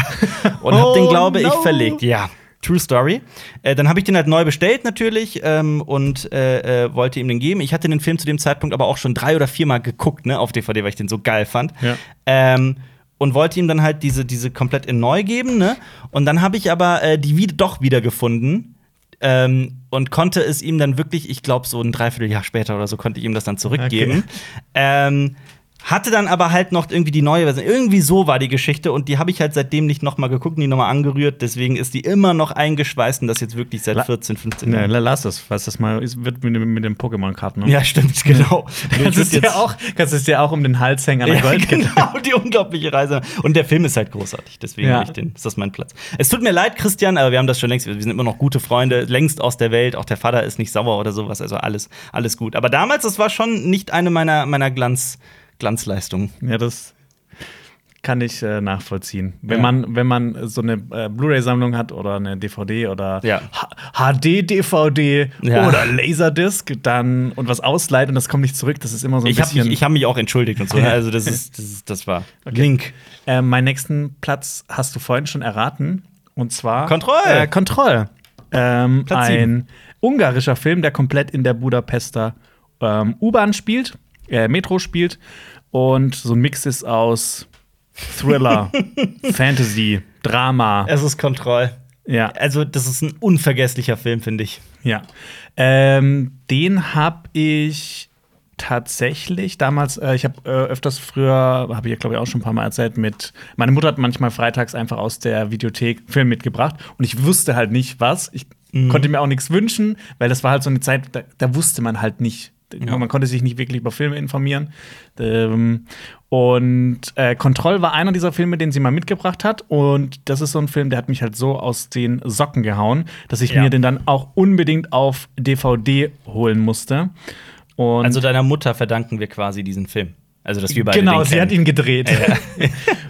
A: Und habe den,
B: Oh,
A: glaube ich,
B: no.
A: verlegt. Ja. True Story. Äh, dann habe ich den halt neu bestellt natürlich ähm, und äh, äh, wollte ihm den geben. Ich hatte den Film zu dem Zeitpunkt aber auch schon drei oder viermal geguckt, ne, auf DVD, weil ich den so geil fand.
B: Ja.
A: Ähm, und wollte ihm dann halt diese, diese komplett in neu geben, ne? Und dann habe ich aber äh, die wie doch wiedergefunden. Ähm, und konnte es ihm dann wirklich, ich glaube, so ein Dreivierteljahr später oder so, konnte ich ihm das dann zurückgeben.
B: Okay.
A: Ähm, hatte dann aber halt noch irgendwie die neue Version. Irgendwie so war die Geschichte und die habe ich halt seitdem nicht noch mal geguckt, nie noch mal angerührt. Deswegen ist die immer noch eingeschweißt und das jetzt wirklich seit
B: La-
A: 14, 15
B: Ne,
A: Jahren.
B: la- lass das, was das mal ist, wird mit, dem- mit den Pokémon-Karten. Ne?
A: Ja, stimmt, genau.
B: Kannst es dir auch, kannst es dir auch um den Hals hängen an
A: (laughs)
B: der
A: ja,
B: Goldkette.
A: genau, die unglaubliche Reise. Und der Film ist halt großartig, deswegen
B: Ja.
A: hab ich den, ist das mein Platz. Es tut mir leid, Christian, aber wir haben das schon längst, wir sind immer noch gute Freunde, längst aus der Welt, auch der Vater ist nicht sauer oder sowas, also alles, alles gut. Aber damals, das war schon nicht eine meiner, meiner Glanz, Glanzleistungen.
B: Ja, das kann ich äh, nachvollziehen. Wenn,
A: Ja.
B: man, wenn man so eine äh, Blu-ray-Sammlung hat oder eine DVD oder
A: Ja.
B: HD-DVD
A: Ja.
B: oder Laserdisc dann und was ausleiht und das kommt nicht zurück, das ist immer so ein
A: Ich habe mich,
B: bisschen.
A: ich hab mich auch entschuldigt und so. ne? Also, das ist, das, ist, das war Link.
B: äh, meinen nächsten Platz hast du vorhin schon erraten und zwar
A: Kontroll!
B: Äh, Kontroll. Ähm,
A: Platz sieben.
B: ein ungarischer Film, der komplett in der Budapester ähm, U-Bahn spielt, äh, Metro spielt und so ein Mix ist aus
A: (laughs)
B: Thriller, Fantasy, Drama.
A: Es ist Kontroll.
B: Ja,
A: Also, das ist ein unvergesslicher Film, finde ich.
B: ja. Ähm, den habe ich tatsächlich damals, äh, ich habe äh, öfters früher, habe ich ja glaube ich auch schon ein paar Mal erzählt, mit, meine Mutter hat manchmal freitags einfach aus der Videothek Film mitgebracht und ich wusste halt nicht was. Ich konnte mir auch nichts wünschen, weil das war halt so eine Zeit, da, da wusste man halt nicht. Man konnte sich nicht wirklich über Filme informieren. Ähm, und äh, Kontroll war einer dieser Filme, den sie mal mitgebracht hat. Und das ist so ein Film, der hat mich halt so aus den Socken gehauen, dass ich
A: Ja.
B: mir den dann auch unbedingt auf DVD holen musste. Und
A: Also, deiner Mutter verdanken wir quasi diesen Film. Also, dass wir beide
B: Genau,
A: den
B: sie
A: kennen.
B: hat ihn gedreht. (laughs)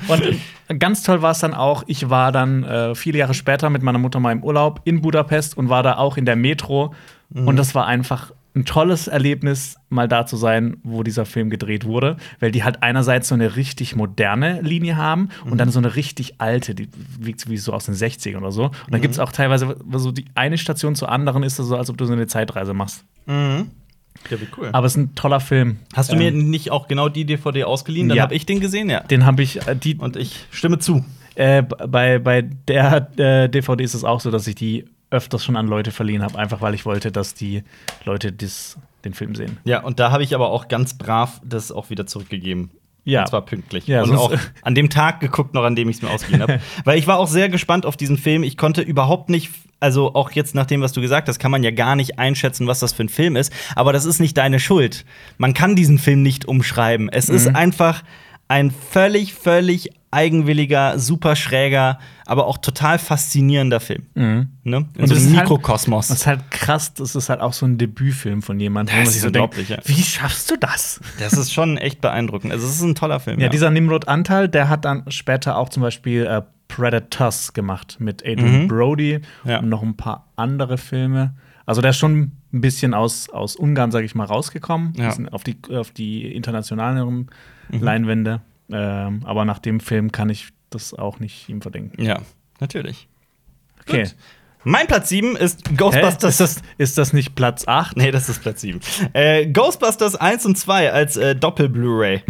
B: und äh, ganz toll war es dann auch, ich war dann äh, viele Jahre später mit meiner Mutter mal im Urlaub in Budapest und war da auch in der Metro.
A: Mhm.
B: Und das war einfach ein tolles Erlebnis, mal da zu sein, wo dieser Film gedreht wurde, weil die halt einerseits so eine richtig moderne Linie haben
A: Mhm.
B: und dann so eine richtig alte, die wiegt wie so aus den 60ern oder so. Und dann
A: Mhm.
B: gibt's gibt es auch teilweise so die eine Station zur anderen ist das so, als ob du so eine Zeitreise machst.
A: Ja, wie cool.
B: Aber es ist ein toller Film.
A: Hast du mir nicht auch genau die DVD ausgeliehen? Dann
B: ja.
A: habe ich den gesehen, ja.
B: Den habe ich, äh, die,
A: Und ich stimme zu.
B: Äh, b- bei, bei der äh, DVD ist es auch so, dass ich die öfters schon an Leute verliehen habe, einfach weil ich wollte, dass die Leute dies, den Film sehen.
A: Ja, und da habe ich aber auch ganz brav das auch wieder zurückgegeben.
B: Ja.
A: Und zwar pünktlich.
B: Ja,
A: und
B: sonst-
A: auch an dem Tag geguckt, noch an dem ich es mir ausgeliehen
B: (laughs)
A: habe. Weil ich war auch sehr gespannt auf diesen Film. Ich konnte überhaupt nicht, also auch jetzt nach dem, was du gesagt hast, kann man ja gar nicht einschätzen, was das für ein Film ist. Aber das ist nicht deine
B: Mhm.
A: Schuld. Man kann diesen Film nicht umschreiben. Es ist einfach ein völlig, völlig eigenwilliger, super schräger, aber auch total faszinierender Film.
B: Mhm.
A: Ne? In
B: Und
A: so
B: das
A: einem
B: ist halt-
A: Mikrokosmos.
B: (laughs) Das ist halt krass, das ist halt auch so ein Debütfilm von
A: Das
B: jemandem, wo man
A: ist
B: sich so denkt,
A: unglaublich, ja.
B: wie schaffst du das?
A: das ist schon echt beeindruckend. Also, es ist ein toller Film.
B: Ja, dieser Nimrod-Anteil, der hat dann später auch zum Beispiel äh, Predators gemacht mit Adrian
A: Mhm.
B: Brody
A: Ja.
B: und noch ein paar andere Filme. Also der ist schon ein bisschen aus, aus Ungarn, sage ich mal, rausgekommen.
A: Ja. Mhm.
B: Bisschen Auf, die, auf die internationaleren Leinwände. Ähm, aber nach dem Film kann ich das auch nicht ihm verdenken.
A: ja, natürlich.
B: Okay.
A: Gut. Mein Platz 7 ist
B: Hä?
A: Ghostbusters.
B: Ist, das, ist das nicht Platz 8?
A: Nee, das ist Platz 7. Äh, Ghostbusters 1 und 2 als äh, Doppel-Blu-ray.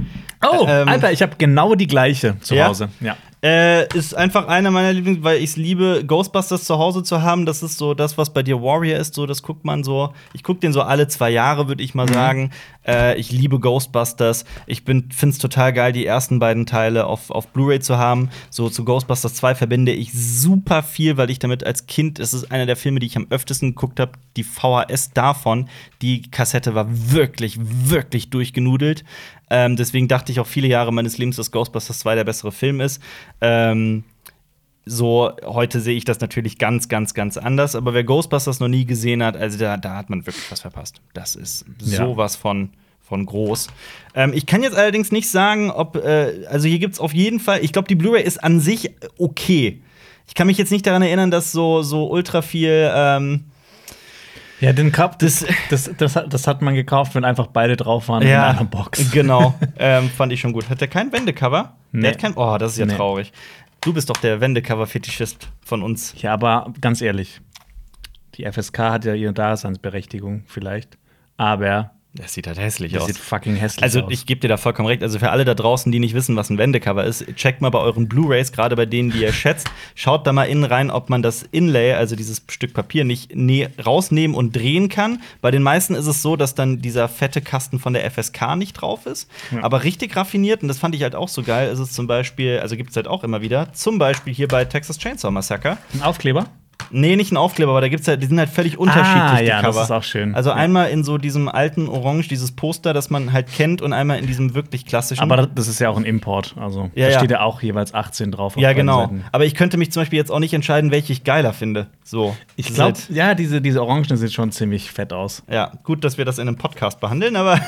B: Oh,
A: Ähm,
B: Alter, ich habe genau die gleiche zu
A: Ja?
B: Hause. Ja.
A: Äh, ist einfach einer meiner Lieblings, weil ich es liebe, Ghostbusters zu Hause zu haben. Das ist so das, was bei dir Warrior ist. So, das guckt man so. Ich gucke den so alle zwei Jahre, würde ich mal sagen. Äh, ich liebe Ghostbusters. Ich bin, find's total geil, die ersten beiden Teile auf, auf Blu-ray zu haben. So zu Ghostbusters 2 verbinde ich super viel, weil ich damit als Kind, es ist einer der Filme, die ich am öftesten geguckt habe, die VHS davon. Die Kassette war wirklich, wirklich durchgenudelt. Ähm, deswegen dachte ich auch viele Jahre meines Lebens, dass Ghostbusters 2 der bessere Film ist. Ähm, so, heute sehe ich das natürlich ganz, ganz, ganz anders. Aber wer Ghostbusters noch nie gesehen hat, also da, da hat man wirklich was verpasst. Das ist
B: Ja.
A: sowas von, von groß. Ähm, ich kann jetzt allerdings nicht sagen, ob, äh, also hier gibt es auf jeden Fall, ich glaube, die Blu-ray ist an sich okay. Ich kann mich jetzt nicht daran erinnern, dass so, so ultra viel. Ähm,
B: Ja, den Cup, das, das, das, hat- das hat man gekauft, wenn einfach beide drauf waren in einer Box. (laughs)
A: Genau, ähm, fand ich schon gut. Hat der kein Wendecover?
B: Nee.
A: Der hat kein. Oh, das ist ja
B: Nee.
A: traurig. Du bist doch der Wendecover-Fetischist von uns.
B: Ja, aber ganz ehrlich, die FSK hat ja ihre Daseinsberechtigung vielleicht, aber
A: Das sieht halt hässlich
B: das sieht fucking hässlich
A: Also
B: aus.
A: ich gebe dir da vollkommen recht. Also für alle da draußen, die nicht wissen, was ein Wendecover ist, checkt mal bei euren Blu-rays, gerade bei denen, die ihr schätzt, schaut da mal innen rein, ob man das Inlay, also dieses Stück Papier, nicht nä- rausnehmen und drehen kann. Bei den meisten ist es so, dass dann dieser fette Kasten von der FSK nicht drauf ist. Aber richtig raffiniert, und das fand ich halt auch so geil, ist es zum Beispiel, also gibt es halt auch immer wieder, zum Beispiel hier bei Texas Chainsaw Massacre.
B: Ein Aufkleber?
A: Nee, nicht ein Aufkleber, aber da gibt's halt, die sind halt völlig unterschiedlich.
B: Ah,
A: die
B: ja, das
A: Cover.
B: ist auch schön.
A: Also
B: Ja.
A: einmal in so diesem alten Orange, dieses Poster, das man halt kennt, und einmal in diesem wirklich klassischen.
B: Aber das ist ja auch ein Import, also
A: Ja,
B: da
A: ja.
B: steht ja auch jeweils 18 drauf. auf
A: ja,
B: beiden
A: genau.
B: Seiten.
A: Aber ich könnte mich zum Beispiel jetzt auch nicht entscheiden, welche ich geiler finde. So.
B: Ich
A: Das
B: glaube,
A: ist
B: ja, diese, diese Orangen sieht schon ziemlich fett aus.
A: Halt, ja, gut, dass wir das in einem Podcast behandeln, aber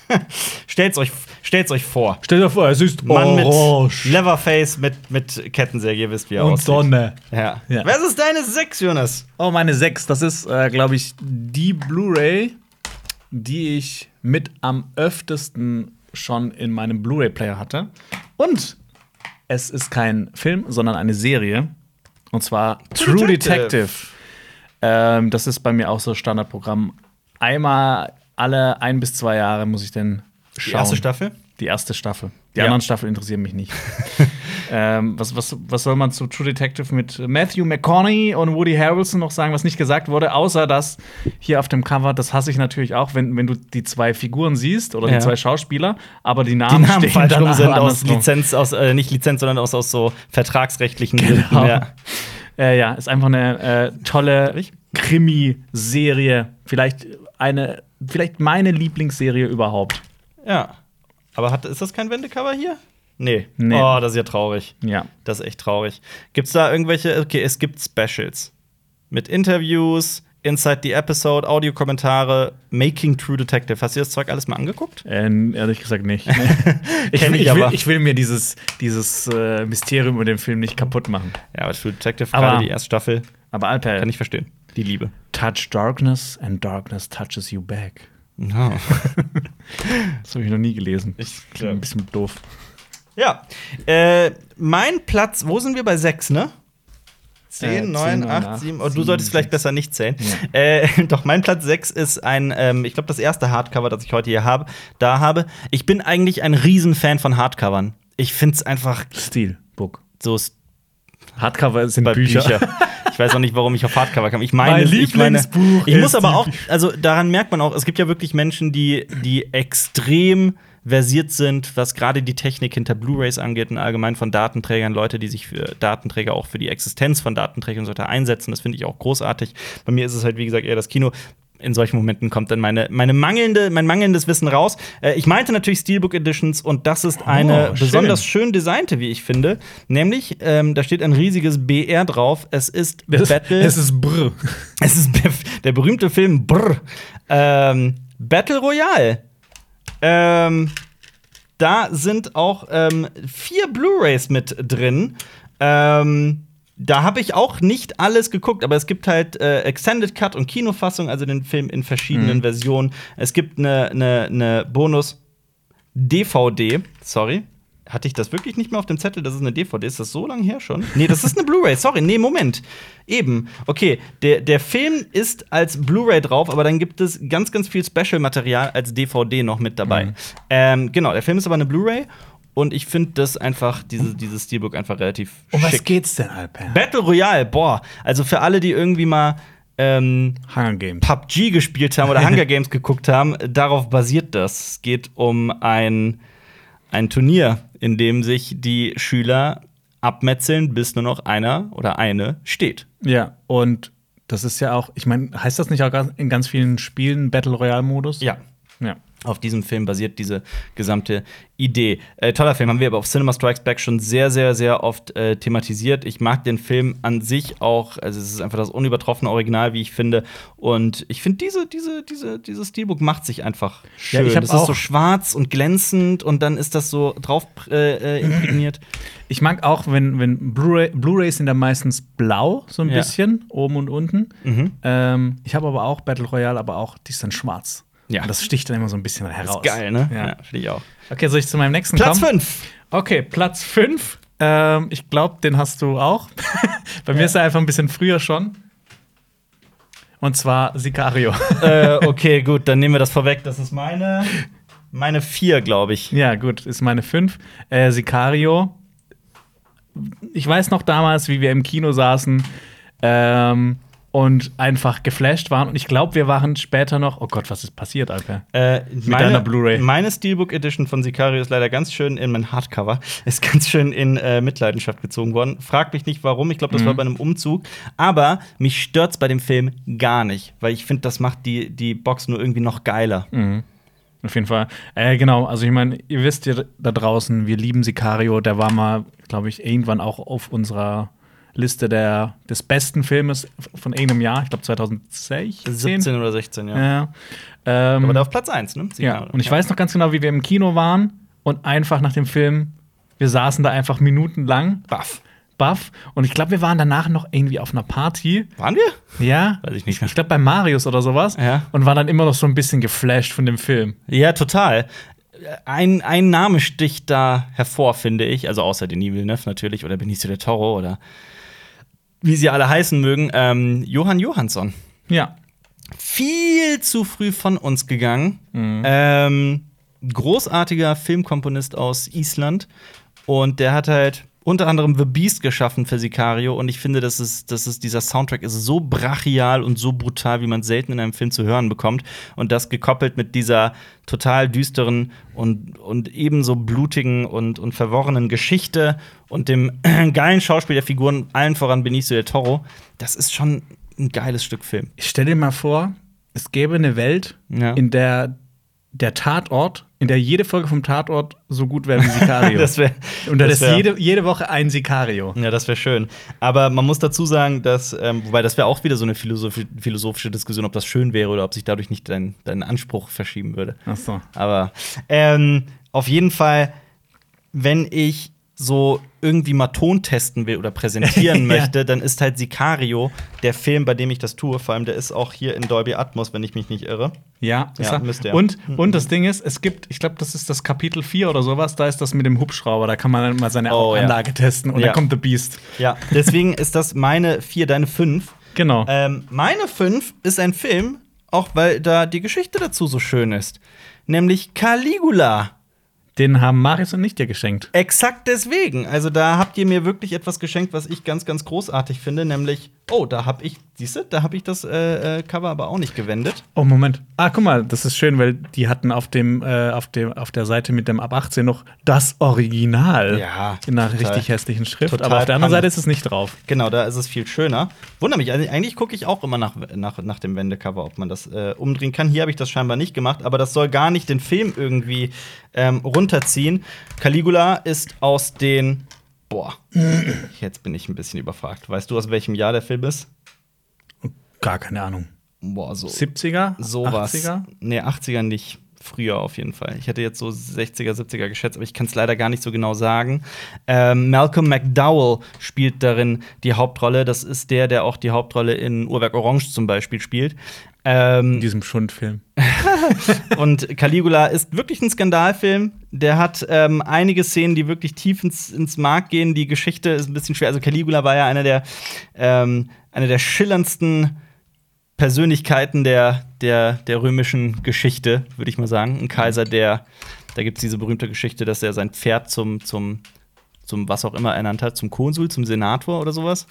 A: (laughs) stellt's, euch, stellt's euch vor.
B: Stell dir vor, es ist
A: Mann mit Leverface mit, mit Kettensäge, ihr wisst, wie er
B: und
A: aussieht.
B: Sonne.
A: Ja.
B: Ja.
A: Was ist deine Sechs, Jonas?
B: Oh, meine 6, das ist, äh, glaube ich, die Blu-ray, die ich mit am öftesten schon in meinem Blu-ray-Player hatte. Und es ist kein Film, sondern eine Serie. Und zwar True
A: Detective.
B: Detective. Ähm, das ist bei mir auch so Standardprogramm. Einmal alle ein bis zwei Jahre muss ich denn
A: Die
B: schauen.
A: erste Staffel?
B: Die erste Staffel. Die
A: Ja.
B: anderen Staffeln interessieren
A: (laughs)
B: mich nicht. ähm, was, was, was soll man zu True Detective mit Matthew McConaughey und Woody Harrelson noch sagen, was nicht gesagt wurde, außer dass hier auf dem Cover, das hasse ich natürlich auch, wenn, wenn du die zwei Figuren siehst oder
A: Ja.
B: die zwei Schauspieler, aber die
A: die
B: Namen,
A: Namen
B: stehen
A: falsch
B: dann
A: rum sind aus
B: andersrum.
A: Lizenz, aus, äh, nicht Lizenz, sondern aus, aus so vertragsrechtlichen Gründen.
B: Genau.
A: Ja.
B: (laughs) Äh, ja, ist einfach eine äh, tolle Krimi-Serie. Vielleicht eine, vielleicht meine Lieblingsserie überhaupt.
A: ja. Aber hat, ist das kein Wendecover hier? Nee.
B: Nee.
A: Oh, das ist ja traurig.
B: Ja.
A: Das ist echt traurig. Gibt's da irgendwelche? Okay, es gibt Specials. Mit Interviews, Inside the Episode, Audiokommentare, Making True Detective. Hast du dir das Zeug alles mal angeguckt?
B: Ähm, ehrlich
A: (laughs)
B: gesagt nicht. ich,
A: Kenn
B: will,
A: ich
B: ich, will,
A: aber.
B: ich will mir dieses, dieses äh, Mysterium über den Film nicht kaputt machen.
A: Ja, aber True Detective,
B: Aber-
A: gerade die erste Staffel,
B: Aber Alper,
A: kann ich verstehen. Die Liebe.
B: touch darkness and darkness touches you back.
A: No.
B: Das habe ich noch nie gelesen.
A: Ich-
B: Klingt ein bisschen doof.
A: Ja. Äh, mein Platz, wo sind wir bei sechs, ne?
B: Äh,
A: 10,
B: zehn,
A: 9,
B: neun,
A: 8,
B: acht,
A: 7. Oh, du
B: sieben,
A: solltest vielleicht
B: sechs.
A: besser nicht zählen. Äh, (laughs) doch, mein Platz 6 ist ein, ähm, ich glaube, das erste Hardcover, das ich heute hier habe, da habe. Ich bin eigentlich ein Riesenfan von Hardcovern. Ich finde es einfach
B: Steelbook.
A: so
B: Hardcover sind
A: bei
B: Bücher.
A: Bücher. Ich weiß auch nicht, warum ich auf Hardcover kam. Ich meine,
B: Mein
A: ich meine,
B: Lieblingsbuch
A: ich muss
B: ist
A: aber
B: die-
A: auch, also daran merkt man auch, es gibt ja wirklich Menschen, die, die extrem versiert sind, was gerade die Technik hinter Blu-rays angeht und allgemein von Datenträgern, Leute, die sich für Datenträger auch für die Existenz von Datenträgern und so weiter einsetzen. Das finde ich auch großartig. Bei mir ist es halt, wie gesagt, eher das Kino. in solchen Momenten kommt dann meine, meine mangelnde, mein mangelndes Wissen raus. Äh, ich meinte natürlich Steelbook Editions und das ist eine
B: Oh, schön.
A: besonders schön designte, wie ich finde. Nämlich, ähm, da steht ein riesiges BR drauf. Es ist
B: (laughs) Das,
A: Battle.
B: es ist brr.
A: Es ist bef- der berühmte Film Brr. Ähm, Battle Royale. Ähm, da sind auch ähm, vier Blu-rays mit drin. Ähm, da habe ich auch nicht alles geguckt, aber es gibt halt äh, Extended Cut und Kinofassung, also den Film in
B: Mhm.
A: verschiedenen Versionen. Es gibt eine ne, ne Bonus DVD, sorry. Hatte ich das wirklich nicht mehr auf dem Zettel, dass es eine DVD ist? Ist das so lange her schon? Nee, das ist eine Blu-ray, sorry. Nee, Moment. Eben. Okay, der, der Film ist als Blu-ray drauf, aber dann gibt es ganz, ganz viel Special-Material als DVD noch mit dabei.
B: Mhm.
A: Ähm, genau, der Film ist aber eine Blu-ray und ich finde das einfach, diese, dieses Steelbook einfach relativ
B: Mhm. Um was
A: schick.
B: geht's denn, Alper?
A: Battle Royale, boah. Also für alle, die irgendwie mal ähm,
B: Hunger Games.
A: PUBG gespielt haben oder Hunger Games geguckt haben, darauf basiert das. Es geht um ein, ein Turnier, in dem sich die Schüler abmetzeln, bis nur noch einer oder eine steht.
B: Ja, und das ist ja auch, ich meine, heißt das nicht auch ganz- in ganz vielen Spielen Battle Royale-Modus?
A: Ja.
B: ja.
A: Auf diesem Film basiert diese gesamte Idee. Äh, toller Film, haben wir aber auf Cinema Strikes Back schon sehr, sehr, sehr oft äh, thematisiert. Ich mag den Film an sich auch. Also, es ist einfach das unübertroffene Original, wie ich finde. Und ich finde, diese, diese, diese, dieses Steelbook macht sich einfach
B: Ja,
A: schön.
B: ich hab
A: das ist so
B: auch-
A: schwarz und glänzend und dann ist das so drauf äh, äh,
B: (clears throat)
A: imprägniert.
B: Ich mag auch, wenn, wenn Blu-ray- Blu-rays sind ja meistens blau, so ein
A: Ja.
B: bisschen, oben und unten.
A: Mhm.
B: Ähm, ich habe aber auch Battle Royale, aber auch, die ist dann schwarz.
A: Ja.
B: Und das sticht dann immer so ein bisschen heraus.
A: Ist geil, ne?
B: Ja.
A: finde ich auch.
B: Okay, soll ich zu meinem nächsten
A: Platz
B: kommen?
A: 5.
B: Okay, Platz 5. Ähm, ich glaube, den hast du auch. (laughs) Bei mir ist er einfach ein bisschen früher schon. Und zwar Sicario.
A: äh, okay, gut, dann nehmen wir das vorweg. Das ist meine, meine 4, glaube ich.
B: Ja, gut, ist meine 5. Äh, Sicario. Ich weiß noch damals, wie wir im Kino saßen ähm, und einfach geflasht waren. Und ich glaube, wir waren später noch. Oh Gott, was ist passiert, Alper?
A: Äh,
B: deiner Blu-ray.
A: Meine Steelbook Edition von Sicario ist leider ganz schön in mein Hardcover. (laughs) Ist ganz schön in äh, Mitleidenschaft gezogen worden. Frag mich nicht warum. Ich glaube, das war
B: Mhm.
A: bei einem Umzug. Aber mich stört's bei dem Film gar nicht, weil ich finde, das macht die, die Box nur irgendwie noch geiler.
B: Mhm. Auf jeden Fall. Äh, genau, also ich meine, ihr wisst ja da draußen, wir lieben Sicario. Der war mal, glaube ich, irgendwann auch auf unserer Liste der, des besten Filmes von irgendeinem Jahr. Ich glaube, 2016.
A: 17 oder 16, ja.
B: Ja. Ähm,
A: Aber da auf Platz 1, ne?
B: Ja, und ich weiß noch ganz genau, wie wir im Kino waren und einfach nach dem Film, wir saßen da einfach minutenlang,
A: Buff.
B: baff. Und ich glaube, wir waren danach noch irgendwie auf einer Party.
A: Waren wir?
B: Ja.
A: Weiß ich nicht mehr.
B: Ich glaube, bei Marius oder sowas.
A: Ja.
B: Und waren dann immer noch so ein bisschen geflasht von dem Film.
A: Ja, total. Ein, ein Name sticht da hervor, finde ich. Also außer Denis Villeneuve natürlich oder Benicio del Toro oder wie sie alle heißen mögen. Ähm, Johann Johansson.
B: Ja.
A: Viel zu früh von uns gegangen. Ähm, großartiger Filmkomponist aus Island. Und der hat halt unter anderem The Beast geschaffen für Sicario. Und ich finde, das ist, das ist, dieser Soundtrack ist so brachial und so brutal, wie man es selten in einem Film zu hören bekommt. Und das gekoppelt mit dieser total düsteren und, und ebenso blutigen und, und verworrenen Geschichte und dem (clears throat) geilen Schauspiel der Figuren, allen voran Benicio del Toro. Das ist schon ein geiles Stück Film.
B: Ich stell dir mal vor, es gäbe eine Welt,
A: Ja.
B: in der der Tatort, in der jede Folge vom Tatort so gut wäre wie (laughs) Sicario.
A: Das wär-
B: und da
A: das
B: ist
A: wär-
B: jede, jede Woche ein Sicario.
A: Ja, das wäre schön. Aber man muss dazu sagen, dass, ähm, wobei das wäre auch wieder so eine philosophi philosophische Diskussion, ob das schön wäre oder ob sich dadurch nicht dein, dein Anspruch verschieben würde.
B: Ach so.
A: Aber ähm, auf jeden Fall, wenn ich so irgendwie mal Ton testen will oder präsentieren
B: Ja.
A: möchte, dann ist halt Sicario der Film, bei dem ich das tue. Vor allem, der ist auch hier in Dolby Atmos, wenn ich mich nicht irre.
B: Ja,
A: Ja,
B: das hat-
A: müsst ihr. Mhm.
B: Und, und das Ding ist, es gibt, ich glaube, das ist das Kapitel 4 oder sowas, da ist das mit dem Hubschrauber, da kann man dann mal seine
A: Oh, ja.
B: Anlage testen und
A: Ja.
B: dann kommt The Beast.
A: Ja, deswegen ist das meine vier, deine fünf.
B: Genau.
A: Ähm, meine 5 ist ein Film, auch weil da die Geschichte dazu so schön ist. Nämlich Caligula.
B: Den haben Marius und ich dir geschenkt.
A: Exakt deswegen. Also da habt ihr mir wirklich etwas geschenkt, was ich ganz, ganz großartig finde, nämlich, oh, da hab ich, siehst du, da hab ich das äh, äh, Cover aber auch nicht gewendet.
B: Oh, Moment. Ah, guck mal, das ist schön, weil die hatten auf, dem, äh, auf, dem, auf der Seite mit dem Ab 18 noch das Original.
A: Ja,
B: In einer
A: total.
B: richtig hässlichen Schrift.
A: Total
B: aber auf der anderen
A: Panne.
B: Seite ist es nicht drauf.
A: Genau, da ist es viel schöner. Wunder mich, also eigentlich gucke ich auch immer nach, nach, nach dem Wendecover, ob man das äh, umdrehen kann. Hier habe ich das scheinbar nicht gemacht, aber das soll gar nicht den Film irgendwie ähm, runterziehen. Caligula ist aus den. Boah, jetzt bin ich ein bisschen überfragt. Weißt du, aus welchem Jahr der Film ist?
B: Gar keine Ahnung.
A: Boah, so.
B: 70er?
A: Sowas.
B: 80er?
A: Nee, 80er nicht. Früher auf jeden Fall. Ich hätte jetzt so 60er, 70er geschätzt, aber ich kann es leider gar nicht so genau sagen. Ähm, Malcolm McDowell spielt darin die Hauptrolle. Das ist der, der auch die Hauptrolle in Uhrwerk Orange zum Beispiel spielt. Ähm,
B: In diesem Schundfilm.
A: und Caligula ist wirklich ein Skandalfilm. Der hat ähm, einige Szenen, die wirklich tief ins, ins Mark gehen. Die Geschichte ist ein bisschen schwer. Also Caligula war ja einer der, ähm, einer der schillerndsten Persönlichkeiten der, der, der römischen Geschichte, würde ich mal sagen. Ein Kaiser, der, da gibt es diese berühmte Geschichte, dass er sein Pferd zum, zum, zum was auch immer ernannt hat, zum Konsul, zum Senator oder sowas.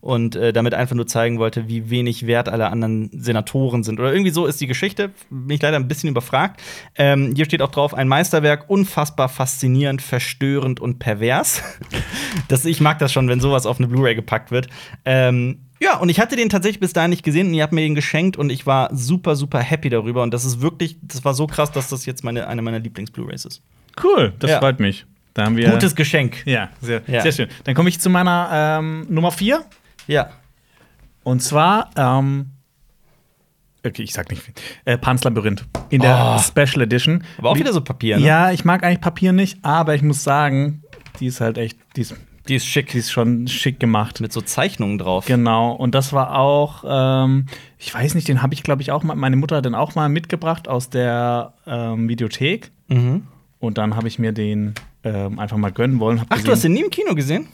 A: Und äh, damit einfach nur zeigen wollte, wie wenig wert alle anderen Senatoren sind. Oder irgendwie so ist die Geschichte. Bin ich leider ein bisschen überfragt. Ähm, hier steht auch drauf: ein Meisterwerk, unfassbar faszinierend, verstörend und pervers. (laughs) das, ich mag das schon, wenn sowas auf eine Blu-ray gepackt wird. Ähm, ja, und ich hatte den tatsächlich bis dahin nicht gesehen und ihr habt mir den geschenkt und ich war super, super happy darüber. Und das ist wirklich, das war so krass, dass das jetzt meine, eine meiner Lieblings-Blu-Rays ist.
B: Cool, das
A: Ja.
B: freut mich. Da haben wir.
A: Gutes Geschenk.
B: Ja, sehr,
A: Ja.
B: sehr schön. Dann komme ich zu meiner ähm, Nummer 4.
A: Ja.
B: Und zwar, ähm, okay, ich sag nicht viel. Äh, Pans Labyrinth in
A: Oh.
B: der Special Edition.
A: Aber auch wieder so Papier, ne?
B: Ja, ich mag eigentlich Papier nicht, aber ich muss sagen, die ist halt echt, die ist,
A: Die ist schick.
B: die ist schon schick gemacht.
A: Mit so Zeichnungen drauf.
B: Genau, und das war auch, ähm, ich weiß nicht, den habe ich, glaube ich, auch mal, meine Mutter hat den auch mal mitgebracht aus der ähm, Videothek.
A: Mhm.
B: Und dann habe ich mir den ähm, einfach mal gönnen wollen. Hab
A: Ach, du
B: gesehen-
A: hast den nie im Kino gesehen?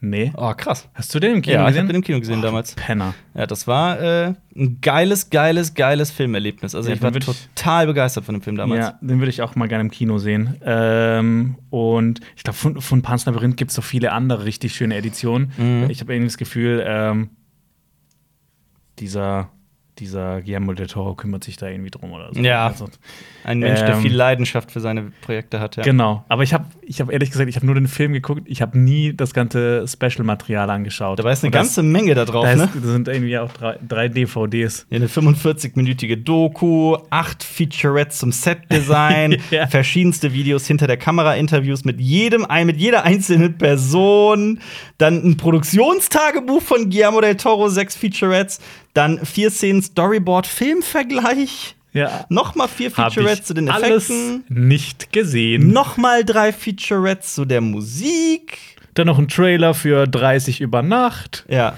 B: Nee.
A: Oh, krass.
B: Hast du den im Kino
A: Ja, ich
B: gesehen?
A: hab den im Kino gesehen damals.
B: Penner.
A: Ja, das war äh, ein geiles, geiles, geiles Filmerlebnis. Also
B: Ja,
A: ich war
B: den würd ich-
A: total begeistert von dem Film damals.
B: Ja, den würde ich auch mal gerne im Kino sehen. Ähm, und ich glaube, von, von Pans Labyrinth gibt es so viele andere richtig schöne Editionen.
A: Mhm.
B: Ich habe irgendwie das Gefühl, ähm, dieser, dieser Guillermo del Toro kümmert sich da irgendwie drum oder so.
A: Ja.
B: Also,
A: Ein Mensch, der
B: Ähm.
A: viel Leidenschaft für seine Projekte hat. Ja.
B: Genau. Aber ich habe ich hab ehrlich gesagt, ich habe nur den Film geguckt. Ich habe nie das ganze Special-Material angeschaut.
A: Dabei ist eine
B: Und
A: ganze Menge da drauf,
B: Da, ist,
A: ne?
B: da sind irgendwie auch drei, drei DVDs.
A: Ja, eine 45-minütige Doku, acht Featurettes zum Setdesign,
B: (laughs) Ja.
A: verschiedenste Videos hinter der Kamera, Interviews mit jedem, ein- mit jeder einzelnen Person, dann ein Produktionstagebuch von Guillermo del Toro, sechs Featurettes, dann vier Szenen Storyboard-Filmvergleich,
B: Ja.
A: nochmal vier
B: Hab
A: Featurettes zu den
B: alles
A: Effekten,
B: nicht gesehen.
A: nochmal drei Featurettes zu der Musik.
B: Dann noch ein Trailer für 30 über Nacht.
A: Ja.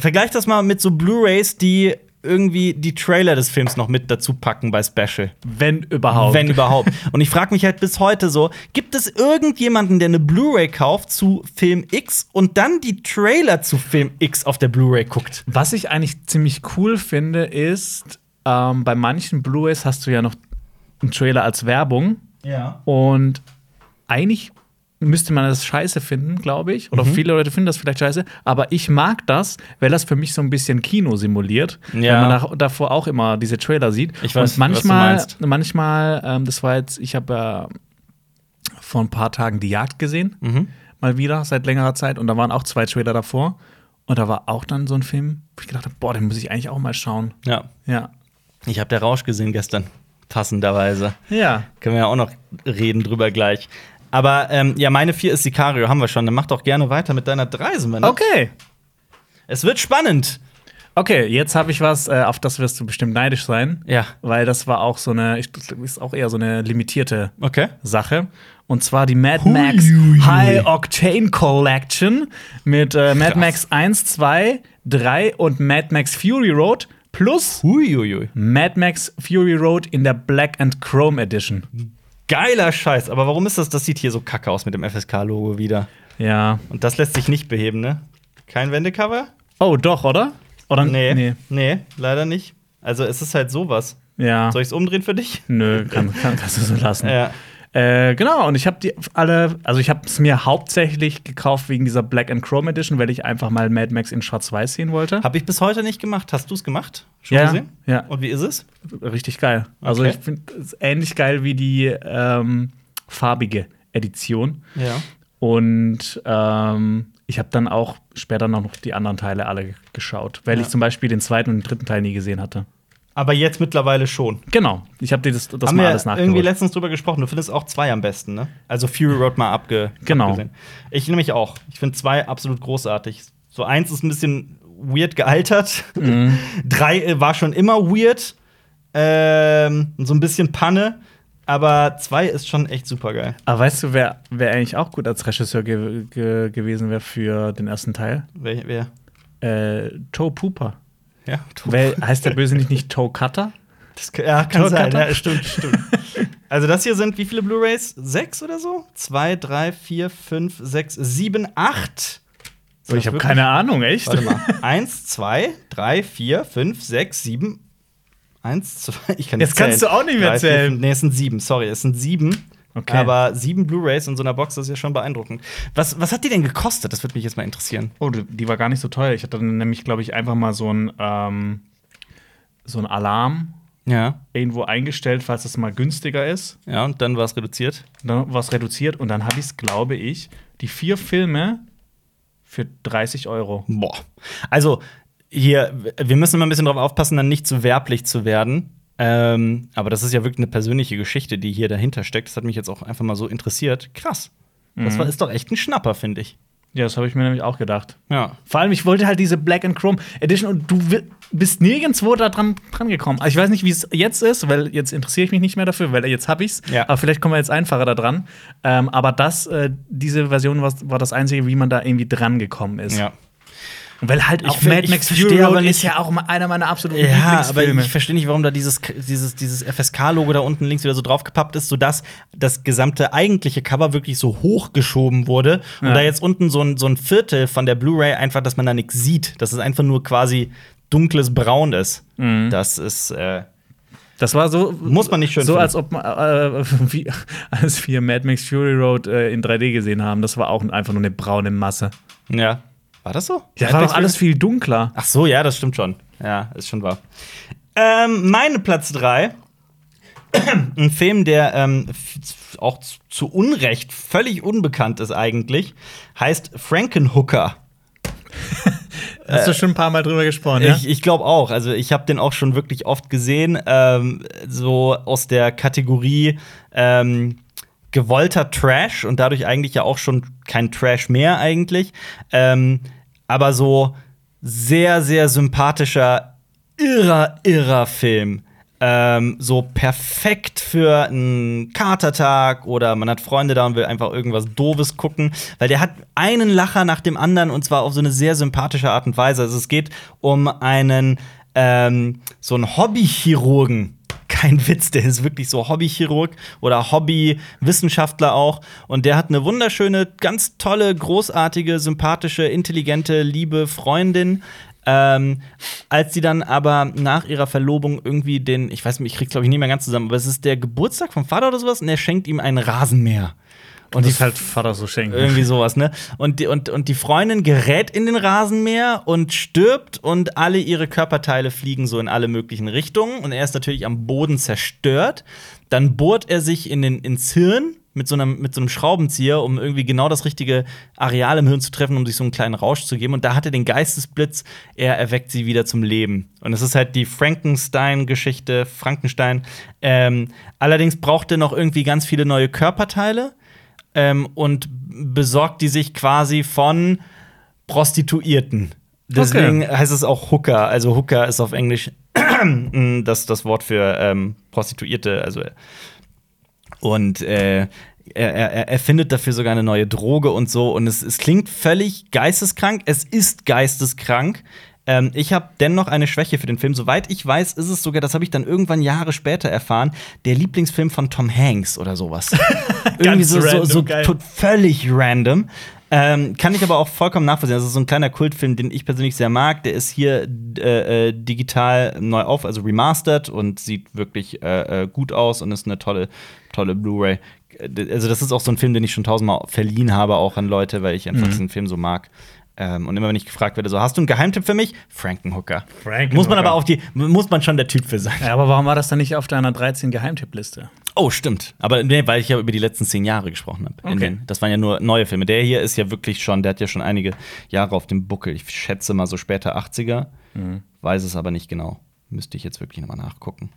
A: Vergleich das mal mit so Blu-rays, die irgendwie die Trailer des Films noch mit dazu packen bei Special.
B: Wenn überhaupt.
A: Wenn überhaupt. Und ich frage mich halt bis heute so: gibt es irgendjemanden, der eine Blu-ray kauft zu Film X und dann die Trailer zu Film X auf der Blu-ray guckt?
B: Was ich eigentlich ziemlich cool finde, ist, ähm, bei manchen Blu-rays hast du ja noch einen Trailer als Werbung.
A: Ja.
B: Und eigentlich müsste man das scheiße finden, glaube ich.
A: Mhm.
B: Oder viele Leute finden das vielleicht scheiße. Aber ich mag das, weil das für mich so ein bisschen Kino simuliert.
A: Ja.
B: Weil man nach, davor auch immer diese Trailer sieht.
A: Ich weiß,
B: Und manchmal,
A: was du
B: manchmal, ähm, das war jetzt, ich habe äh, vor ein paar Tagen die Jagd gesehen.
A: Mhm.
B: Mal wieder, seit längerer Zeit. Und da waren auch zwei Trailer davor. Und da war auch dann so ein Film, wo ich gedacht habe, boah, den muss ich eigentlich auch mal schauen.
A: Ja.
B: Ja.
A: Ich habe der Rausch gesehen gestern. Passenderweise.
B: Ja.
A: Können wir ja auch noch reden drüber gleich. Aber ähm, ja, meine vier ist Sicario, haben wir schon. Dann mach doch gerne weiter mit deiner drei, sind wir, ne?
B: Okay.
A: Es wird spannend.
B: Okay, jetzt habe ich was, äh, auf das wirst du bestimmt neidisch sein.
A: Ja.
B: Weil das war auch so eine, ich glaube, ist auch eher so eine limitierte
A: Okay.
B: Sache. Und zwar die Mad
A: Hui,
B: Max
A: hui, hui.
B: High Octane Collection mit äh, Mad
A: Krass.
B: Max 1, 2, 3 und Mad Max Fury Road plus
A: Huiuiui.
B: Mad Max Fury Road in der Black and Chrome Edition.
A: Geiler Scheiß. Aber warum ist das? Das sieht hier so kacke aus mit dem FSK-Logo wieder.
B: Ja.
A: Und das lässt sich nicht beheben, ne? Kein Wendecover?
B: Oh, doch, oder? Oder?
A: Nee. Nee, leider nicht. Also es ist halt sowas.
B: Ja.
A: Soll ich es umdrehen für dich?
B: Nö, kann, kann, kannst du so lassen.
A: Ja.
B: Äh, genau, und ich habe die alle, also ich habe es mir hauptsächlich gekauft wegen dieser Black and Chrome Edition, weil ich einfach mal Mad Max in Schwarz-Weiß sehen wollte.
A: Habe ich bis heute nicht gemacht. Hast du es gemacht? Schon
B: Ja,
A: gesehen?
B: ja.
A: Und wie ist es?
B: Richtig geil. Also
A: Okay.
B: ich finde es ähnlich geil wie die ähm, farbige Edition.
A: Ja.
B: Und ähm, ich habe dann auch später noch die anderen Teile alle geschaut, weil
A: Ja.
B: ich zum Beispiel den zweiten und den dritten Teil nie gesehen hatte.
A: Aber jetzt mittlerweile schon.
B: Genau, ich habe dir das, das
A: Haben
B: mal
A: wir
B: alles
A: irgendwie
B: nachgeholt.
A: letztens drüber gesprochen. Du findest auch zwei am besten, ne? Also Fury Road mal abge
B: Genau.
A: abgesehen. Ich nämlich auch. Ich finde zwei absolut großartig. So eins ist ein bisschen weird gealtert.
B: Mhm.
A: (laughs) Drei äh, war schon immer weird. Ähm, so ein bisschen Panne. Aber zwei ist schon echt super geil.
B: Aber weißt du, wer, wer eigentlich auch gut als Regisseur ge ge gewesen wäre für den ersten Teil?
A: Wer, wer?
B: Äh, Toe Pooper.
A: Ja,
B: Weil, heißt der Böse nicht, nicht Toe Cutter?
A: das, ja, kann
B: Tor
A: sein.
B: Cutter?
A: Ja, stimmt,
B: (laughs)
A: stimmt. also, das hier sind wie viele Blu-Rays? Sechs oder so? Zwei, drei, vier, fünf, sechs, sieben, acht. Sind
B: Oh, ich
A: das
B: habe
A: wirklich
B: keine Ahnung, echt?
A: Warte mal. Eins, zwei, drei, vier, fünf, sechs, sieben. Eins, zwei. Ich kann nicht
B: Jetzt kannst
A: zählen.
B: du auch nicht mehr
A: Drei, vier,
B: zählen.
A: fünf- nee, es sind sieben. Sorry, es sind sieben.
B: Okay.
A: Aber sieben Blu-Rays in so einer Box das ist ja schon beeindruckend. Was, was hat die denn gekostet? Das würde mich jetzt mal interessieren.
B: (laughs) Oh, die- die war gar nicht so teuer. Ich hatte dann nämlich, glaube ich, einfach mal so einen ähm, so einen Alarm
A: Ja.
B: irgendwo eingestellt, falls es mal günstiger ist.
A: Ja, und dann war es reduziert.
B: Und Dann war es reduziert und dann habe ich es, glaube ich, die vier Filme für 30 Euro.
A: Boah. Also, hier, wir müssen immer ein bisschen drauf aufpassen, dann nicht zu werblich zu werden. Ähm, aber das ist ja wirklich eine persönliche Geschichte, die hier dahinter steckt. Das hat mich jetzt auch einfach mal so interessiert. Krass. Das war, ist doch echt ein Schnapper, finde ich.
B: Ja, das habe ich mir nämlich auch gedacht.
A: Ja.
B: Vor allem, ich wollte halt diese Black and Chrome Edition und du wi- bist nirgendwo da dran, dran gekommen. Also ich weiß nicht, wie es jetzt ist, weil jetzt interessiere ich mich nicht mehr dafür, weil jetzt habe ich's.
A: Ja.
B: Aber vielleicht kommen wir jetzt einfacher da dran. Ähm, aber das, äh, diese Version war, war das einzige, wie man da irgendwie dran gekommen ist.
A: Ja.
B: Und weil halt auch
A: ver-
B: Mad
A: ich
B: Max
A: verstehe
B: Fury
A: aber
B: Road
A: nicht-
B: ist ja auch mal einer meiner absoluten
A: Ja, aber
B: Lieblingsfilme.
A: ich verstehe nicht, warum da dieses, dieses, dieses FSK-Logo da unten links wieder so draufgepappt ist, sodass das gesamte eigentliche Cover wirklich so hochgeschoben wurde. Und
B: Ja.
A: da jetzt unten so ein, so ein Viertel von der Blu-ray einfach, dass man da nichts sieht, dass es einfach nur quasi dunkles Braun ist.
B: Mhm.
A: Das ist, äh,
B: das war so
A: muss man nicht schön
B: so
A: finden.
B: als ob man, äh, (laughs) wie, als wir Mad Max Fury Road äh, in 3D gesehen haben, das war auch einfach nur eine braune Masse.
A: ja. War das so?
B: Ja, war doch alles viel dunkler.
A: Ach so, ja, das stimmt schon. Ja, ist schon wahr. Ähm, meine Platz 3. (clears throat) Ein Film, der ähm, f- auch zu- zu Unrecht völlig unbekannt ist eigentlich, heißt Frankenhooker.
B: Hast du schon ein paar Mal drüber gesprochen,
A: Ich, ich glaube auch. Also ich habe den auch schon wirklich oft gesehen. Ähm, so aus der Kategorie ähm, gewollter Trash und dadurch eigentlich ja auch schon kein Trash mehr eigentlich. Ähm, aber so sehr, sehr sympathischer, irrer, irrer Film. Ähm, so perfekt für einen Katertag oder man hat Freunde da und will einfach irgendwas Doofes gucken, weil der hat einen Lacher nach dem anderen und zwar auf so eine sehr sympathische Art und Weise. Also es geht um einen ähm, so einen Hobbychirurgen. Kein Witz, der ist wirklich so Hobbychirurg oder Hobbywissenschaftler auch. Und der hat eine wunderschöne, ganz tolle, großartige, sympathische, intelligente, liebe Freundin. Ähm, als sie dann aber nach ihrer Verlobung irgendwie den, ich weiß nicht, ich krieg's glaube ich nicht mehr ganz zusammen, aber es ist der Geburtstag vom Vater oder sowas und er schenkt ihm einen Rasenmäher.
B: Und das ist halt Vater so schenken.
A: (laughs) Irgendwie sowas, ne? Und die, und, und die Freundin gerät in den Rasenmäher und stirbt und alle ihre Körperteile fliegen so in alle möglichen Richtungen und er ist natürlich am Boden zerstört. Dann bohrt er sich in den, ins Hirn mit so, einem, mit so einem Schraubenzieher, um irgendwie genau das richtige Areal im Hirn zu treffen, um sich so einen kleinen Rausch zu geben. Und da hat er den Geistesblitz, er erweckt sie wieder zum Leben. Und es ist halt die Frankenstein-Geschichte, Frankenstein. Ähm, allerdings braucht er noch irgendwie ganz viele neue Körperteile ähm, und besorgt die sich quasi von Prostituierten. Deswegen heißt es auch Hooker. Also Hooker ist auf Englisch (clears throat) das, das Wort für ähm, Prostituierte. Also und äh, er, er, er findet dafür sogar eine neue Droge und so. Und es, es klingt völlig geisteskrank. Es ist geisteskrank. Ähm, ich habe dennoch eine Schwäche für den Film. Soweit ich weiß, ist es sogar, das habe ich dann irgendwann Jahre später erfahren, der Lieblingsfilm von Tom Hanks oder sowas. Irgendwie so, so, so
B: random, geil.
A: to- völlig random. Ähm, kann ich aber auch vollkommen nachvollziehen. Das ist so ein kleiner Kultfilm, den ich persönlich sehr mag. Der ist hier äh, äh, digital neu auf, also remastered und sieht wirklich äh, äh, gut aus und ist eine tolle, tolle Blu-ray. Also, das ist auch so ein Film, den ich schon tausendmal verliehen habe, auch an Leute, weil ich einfach diesen Film so mag. Ähm, und immer wenn ich gefragt werde, so hast du einen Geheimtipp für mich? Frankenhooker.
C: Frankenhooker.
A: Muss man aber auch die, muss man schon der Typ für sein.
B: Ja, aber warum war das dann nicht auf deiner 13 Geheimtippliste?
A: Oh, stimmt. Aber nee, weil ich ja über die letzten zehn Jahre gesprochen habe. In
B: Okay.
A: den- Das waren ja nur neue Filme. Der hier ist ja wirklich schon, der hat ja schon einige Jahre auf dem Buckel. Ich schätze mal so später 80er. Weiß es aber nicht genau. Müsste ich jetzt wirklich nochmal nachgucken,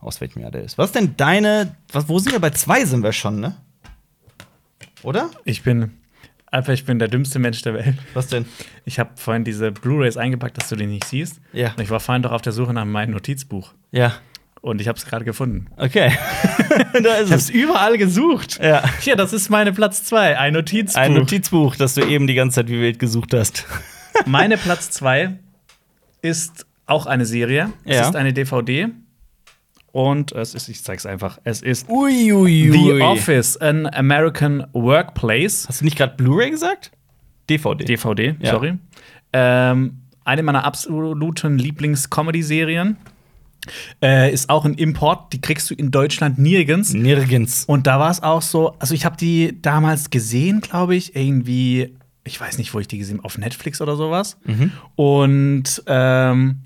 A: aus welchem Jahr der ist. Was ist denn deine, was, wo sind wir? Bei zwei sind wir schon, ne? Oder?
B: Ich bin einfach, ich bin der dümmste Mensch der Welt.
A: Was denn?
B: Ich habe vorhin diese Blu-rays eingepackt, dass du die nicht siehst.
A: Ja.
B: Und ich war vorhin doch auf der Suche nach meinem Notizbuch
A: Ja,
B: und ich habe es gerade gefunden.
A: okay. (laughs) da ist
B: Ich habe es überall gesucht.
A: Ja.
B: Hier, das ist meine Platz 2, ein Notizbuch.
A: Ein Notizbuch, das du eben die ganze Zeit wie wild gesucht hast.
B: Meine Platz 2 ist auch eine Serie.
A: Ja.
B: Es ist eine DVD. Und es ist, ich zeig's einfach, es ist
A: Uiuiui.
B: The Office, an American Workplace.
A: Hast du nicht gerade Blu-ray gesagt? DVD.
B: DVD,
A: Ja.
B: sorry. Ähm, eine meiner absoluten Lieblings-Comedy-Serien. Äh, ist auch ein Import, die kriegst du in Deutschland nirgends.
A: Nirgends.
B: Und da war es auch so, also ich habe die damals gesehen, glaube ich, irgendwie, ich weiß nicht, wo ich die gesehen habe, auf Netflix oder sowas. Und ähm,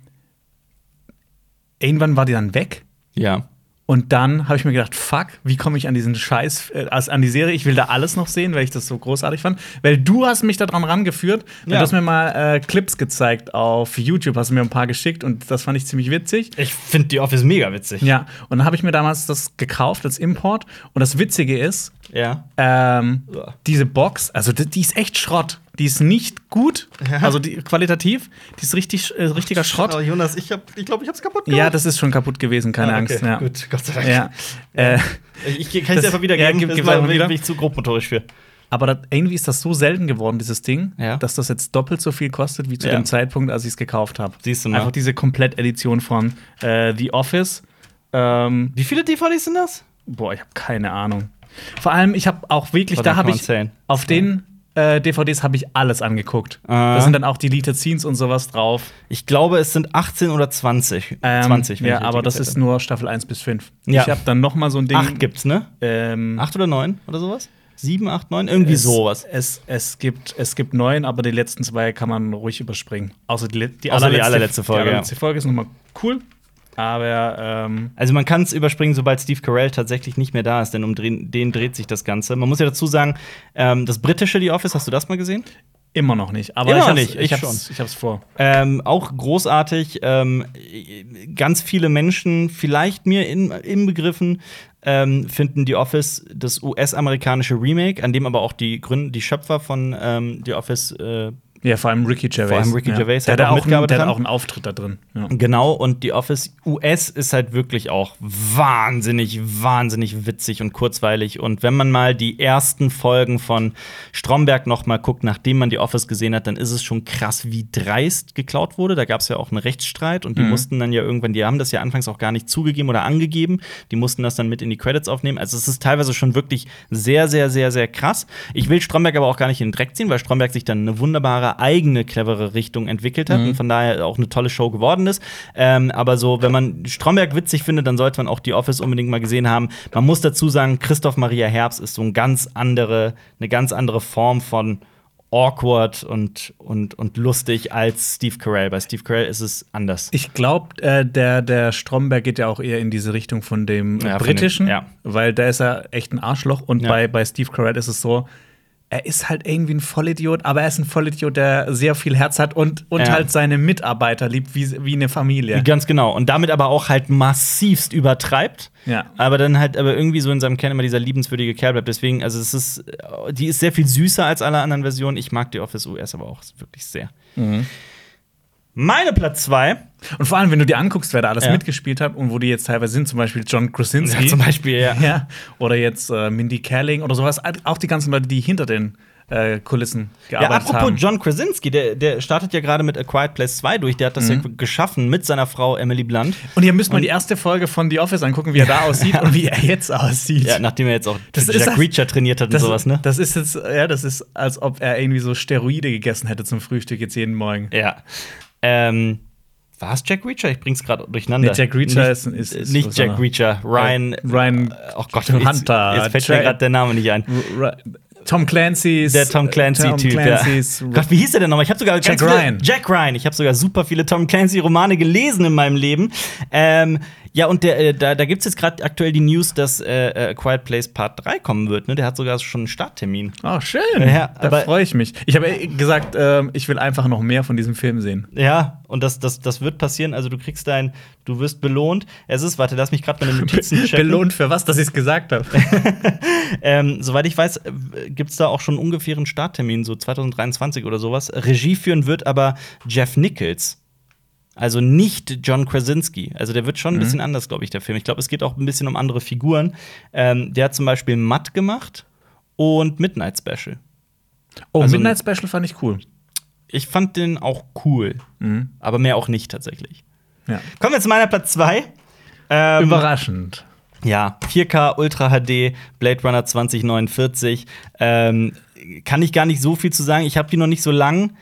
B: irgendwann war die dann weg.
A: Ja.
B: Und dann habe ich mir gedacht, fuck, wie komme ich an diesen Scheiß, äh, also an die Serie? Ich will da alles noch sehen, weil ich das so großartig fand. Weil du hast mich da dran rangeführt.
A: Ja.
B: Du hast mir mal äh, Clips gezeigt auf YouTube, hast mir ein paar geschickt und das fand ich ziemlich witzig.
A: Ich finde die Office mega witzig.
B: Ja, und dann habe ich mir damals das gekauft als Import. Und das Witzige ist,
A: Ja.
B: ähm,
A: Ja.
B: diese Box, also die, die ist echt Schrott. Die ist nicht gut, also die, qualitativ. Die ist richtig, äh, richtiger Schrott.
A: Genau, Jonas, ich glaube, ich, glaub, ich hab's kaputt Ah,
B: Ja, das ist schon kaputt gewesen, keine Angst. Ja.
A: Gut, Gott sei Dank.
B: Ja. Äh,
A: Ich, ich kann es
B: Das-
A: einfach wiedergeben.
B: Ja, gib-
A: Das
B: gib's
A: war-
B: einfach wieder.
A: Bin ich zu grobmotorisch für.
B: aber das, irgendwie ist das so selten geworden, dieses Ding,
A: Ja.
B: dass das jetzt doppelt so viel kostet wie zu
A: Ja.
B: dem Zeitpunkt, als ich es gekauft habe.
A: Siehst du mal.
B: Einfach diese Komplettedition von äh, The Office. Ähm,
A: Wie viele DVDs sind das?
B: boah, ich habe keine Ahnung. Vor allem, ich habe auch wirklich, da habe ich Auf den äh, DVDs habe ich alles angeguckt.
A: Ah.
B: Da sind dann auch Deleted Scenes und sowas drauf.
A: Ich glaube, es sind 18 oder 20.
B: Ähm,
A: 20,
B: Ja,
A: richtig
B: aber das
A: gezählt
B: ist
A: habe.
B: nur Staffel 1 bis 5.
A: Ja.
B: Ich habe dann noch mal so ein Ding.
A: Acht gibt's, ne?
B: ähm,
A: Acht oder neun oder sowas? Sieben, acht, neun? Irgendwie
B: es,
A: sowas.
B: Es, es, gibt, es gibt neun, aber die letzten zwei kann man ruhig überspringen. Außer die, le- die,
A: Außer die
B: allerletzte,
A: allerletzte Folge,
B: Die allerletzte Folge ist nochmal cool. Aber ähm,
A: Also man kann es überspringen, sobald Steve Carell tatsächlich nicht mehr da ist, denn um dre- den dreht sich das Ganze. Man muss ja dazu sagen, ähm, das britische The Office, hast du das mal gesehen?
B: immer noch nicht. Aber
A: Immer
B: ich
A: noch
B: hab's,
A: nicht, ich
B: Ich hab's, ich hab's vor.
A: Ähm, auch großartig. Ähm, ganz viele Menschen, vielleicht mir in, inbegriffen, ähm, finden The Office das US-amerikanische Remake, an dem aber auch die Gründ die Schöpfer von ähm, The Office äh,
B: Ja, vor allem Ricky Gervais.
A: allem Ricky
B: ja.
A: Gervais
B: der
A: hat
B: hat,
A: auch
B: auch einen,
A: mitgearbeitet
B: der hat
A: dran.
B: auch einen Auftritt da drin. Ja.
A: Genau, und die Office US ist halt wirklich auch wahnsinnig, wahnsinnig witzig und kurzweilig. Und wenn man mal die ersten Folgen von Stromberg noch mal guckt, nachdem man die Office gesehen hat, dann ist es schon krass, wie dreist geklaut wurde. Da gab es ja auch einen Rechtsstreit und die mussten dann ja irgendwann, die haben das ja anfangs auch gar nicht zugegeben oder angegeben. Die mussten das dann mit in die Credits aufnehmen. Also es ist teilweise schon wirklich sehr, sehr, sehr, sehr krass. Ich will Stromberg aber auch gar nicht in den Dreck ziehen, weil Stromberg sich dann eine wunderbare eigene, clevere Richtung entwickelt hat und von daher auch eine tolle Show geworden ist. Ähm, aber so, wenn man Stromberg witzig findet, dann sollte man auch die Office unbedingt mal gesehen haben. Man muss dazu sagen, Christoph Maria Herbst ist so ein ganz andere, eine ganz andere Form von awkward und, und, und lustig als Steve Carell. Bei Steve Carell ist es anders.
B: Ich glaube, äh, der, der Stromberg geht ja auch eher in diese Richtung von dem äh,
A: Ja, von dem-
B: britischen,
A: ja.
B: weil da ist er echt ein Arschloch. Und
A: Ja.
B: bei, bei Steve Carell ist es so, er ist halt irgendwie ein Vollidiot, aber er ist ein Vollidiot, der sehr viel Herz hat und, und
A: Ja.
B: halt seine Mitarbeiter liebt wie, wie eine Familie.
A: Ganz genau. Und damit aber auch halt massivst übertreibt.
B: Ja.
A: Aber dann halt, aber irgendwie so in seinem Kern immer dieser liebenswürdige Kerl bleibt. Deswegen, also es ist, äh, die ist sehr viel süßer als alle anderen Versionen. Ich mag die Office US aber auch wirklich sehr.
B: Mhm.
A: Meine Platz 2,
B: Und vor allem, wenn du dir anguckst, wer da alles
A: Ja.
B: mitgespielt hat und wo die jetzt teilweise sind, zum Beispiel John Krasinski (laughs)
A: zum Beispiel, ja.
B: ja, oder jetzt äh, Mindy Kaling oder sowas, all- auch die ganzen Leute, die hinter den äh, Kulissen
A: Ja,
B: gearbeitet
A: apropos
B: haben.
A: John Krasinski, der, der startet ja gerade mit A Quiet Place 2 durch. Der hat das
B: Mhm.
A: ja geschaffen mit seiner Frau Emily Blunt.
B: Und ihr müsst mal die erste Folge von The Office angucken, wie
A: (laughs)
B: er da aussieht und wie er jetzt aussieht.
A: Ja, nachdem er jetzt auch
B: Das
A: Jack
B: ist das-
A: Reacher trainiert hat und
B: das,
A: sowas, ne?
B: das ist jetzt, ja, das ist, als ob er irgendwie so Steroide gegessen hätte zum Frühstück jetzt jeden Morgen.
A: Ja. Ähm, war es Jack Reacher? Ich bring's gerade durcheinander.
B: Nee, Jack Reacher ist-
A: nicht,
B: ist- ist
A: nicht
B: was
A: Jack
B: anderes.
A: Reacher. Ryan.
B: Äh, Ryan
A: Oh Gott, jetzt,
B: Hunter.
A: jetzt fällt mir gerade der Name nicht ein.
B: Ra- Tom Clancy's. äh,
A: Der Tom Clancy-Typ.
B: Tom
A: Ja.
B: Clancy's
A: (laughs) Gott, wie hieß der denn nochmal? Ich habe sogar
B: Jack
A: ganz viele,
B: Ryan.
A: Jack Ryan. Ich habe sogar super viele Tom Clancy-Romane gelesen in meinem Leben. Ähm, ja, und der, äh, da, da gibt's jetzt gerade aktuell die News, dass äh, äh, Quiet Place Part 3 kommen wird. Ne? Der hat sogar schon einen Starttermin.
B: Oh, schön.
A: Ja, aber-
B: da freue ich mich. Ich habe eh gesagt, ähm, ich will einfach noch mehr von diesem Film sehen.
A: Ja, und das, das, das wird passieren. Also, du kriegst dein, du wirst belohnt. Es ist, warte, lass mich gerade meine Notizen checken.
B: Belohnt für was, dass ich es
A: (laughs)
B: gesagt habe.
A: Ähm, soweit ich weiß, gibt es da auch schon ungefähr einen Starttermin, so 2023 oder sowas. Regie führen wird aber Jeff Nichols. Also nicht John Krasinski. Also der wird schon ein bisschen anders, glaube ich, der Film. Ich glaube, es geht auch ein bisschen um andere Figuren. Ähm, der hat zum Beispiel Matt gemacht und Midnight Special.
B: Oh,
A: Also-
B: Midnight Special fand ich cool.
A: Ich fand den auch cool, aber mehr auch nicht tatsächlich.
B: Ja.
A: Kommen wir zu meiner Platz 2. Ähm,
B: Überraschend.
A: Ja, 4K Ultra HD, Blade Runner 2049. Ähm, kann ich gar nicht so viel zu sagen. Ich habe die noch nicht so lang,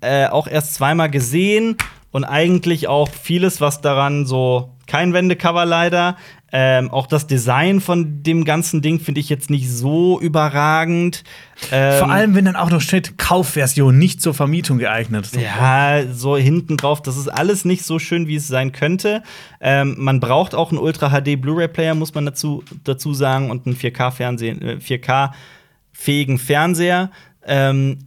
A: äh, auch erst zweimal gesehen und eigentlich auch vieles, was daran so kein Wendecover leider. Ähm, auch das Design von dem ganzen Ding finde ich jetzt nicht so überragend. Ähm,
B: Vor allem, wenn dann auch noch steht, Kaufversion nicht zur Vermietung geeignet. So,
A: Ja, so hinten drauf, das ist alles nicht so schön, wie es sein könnte. Ähm, man braucht auch einen Ultra HD Blu-ray Player, muss man dazu, dazu sagen, und einen 4K Fernsehen, äh, 4K fähigen Fernseher. Ähm,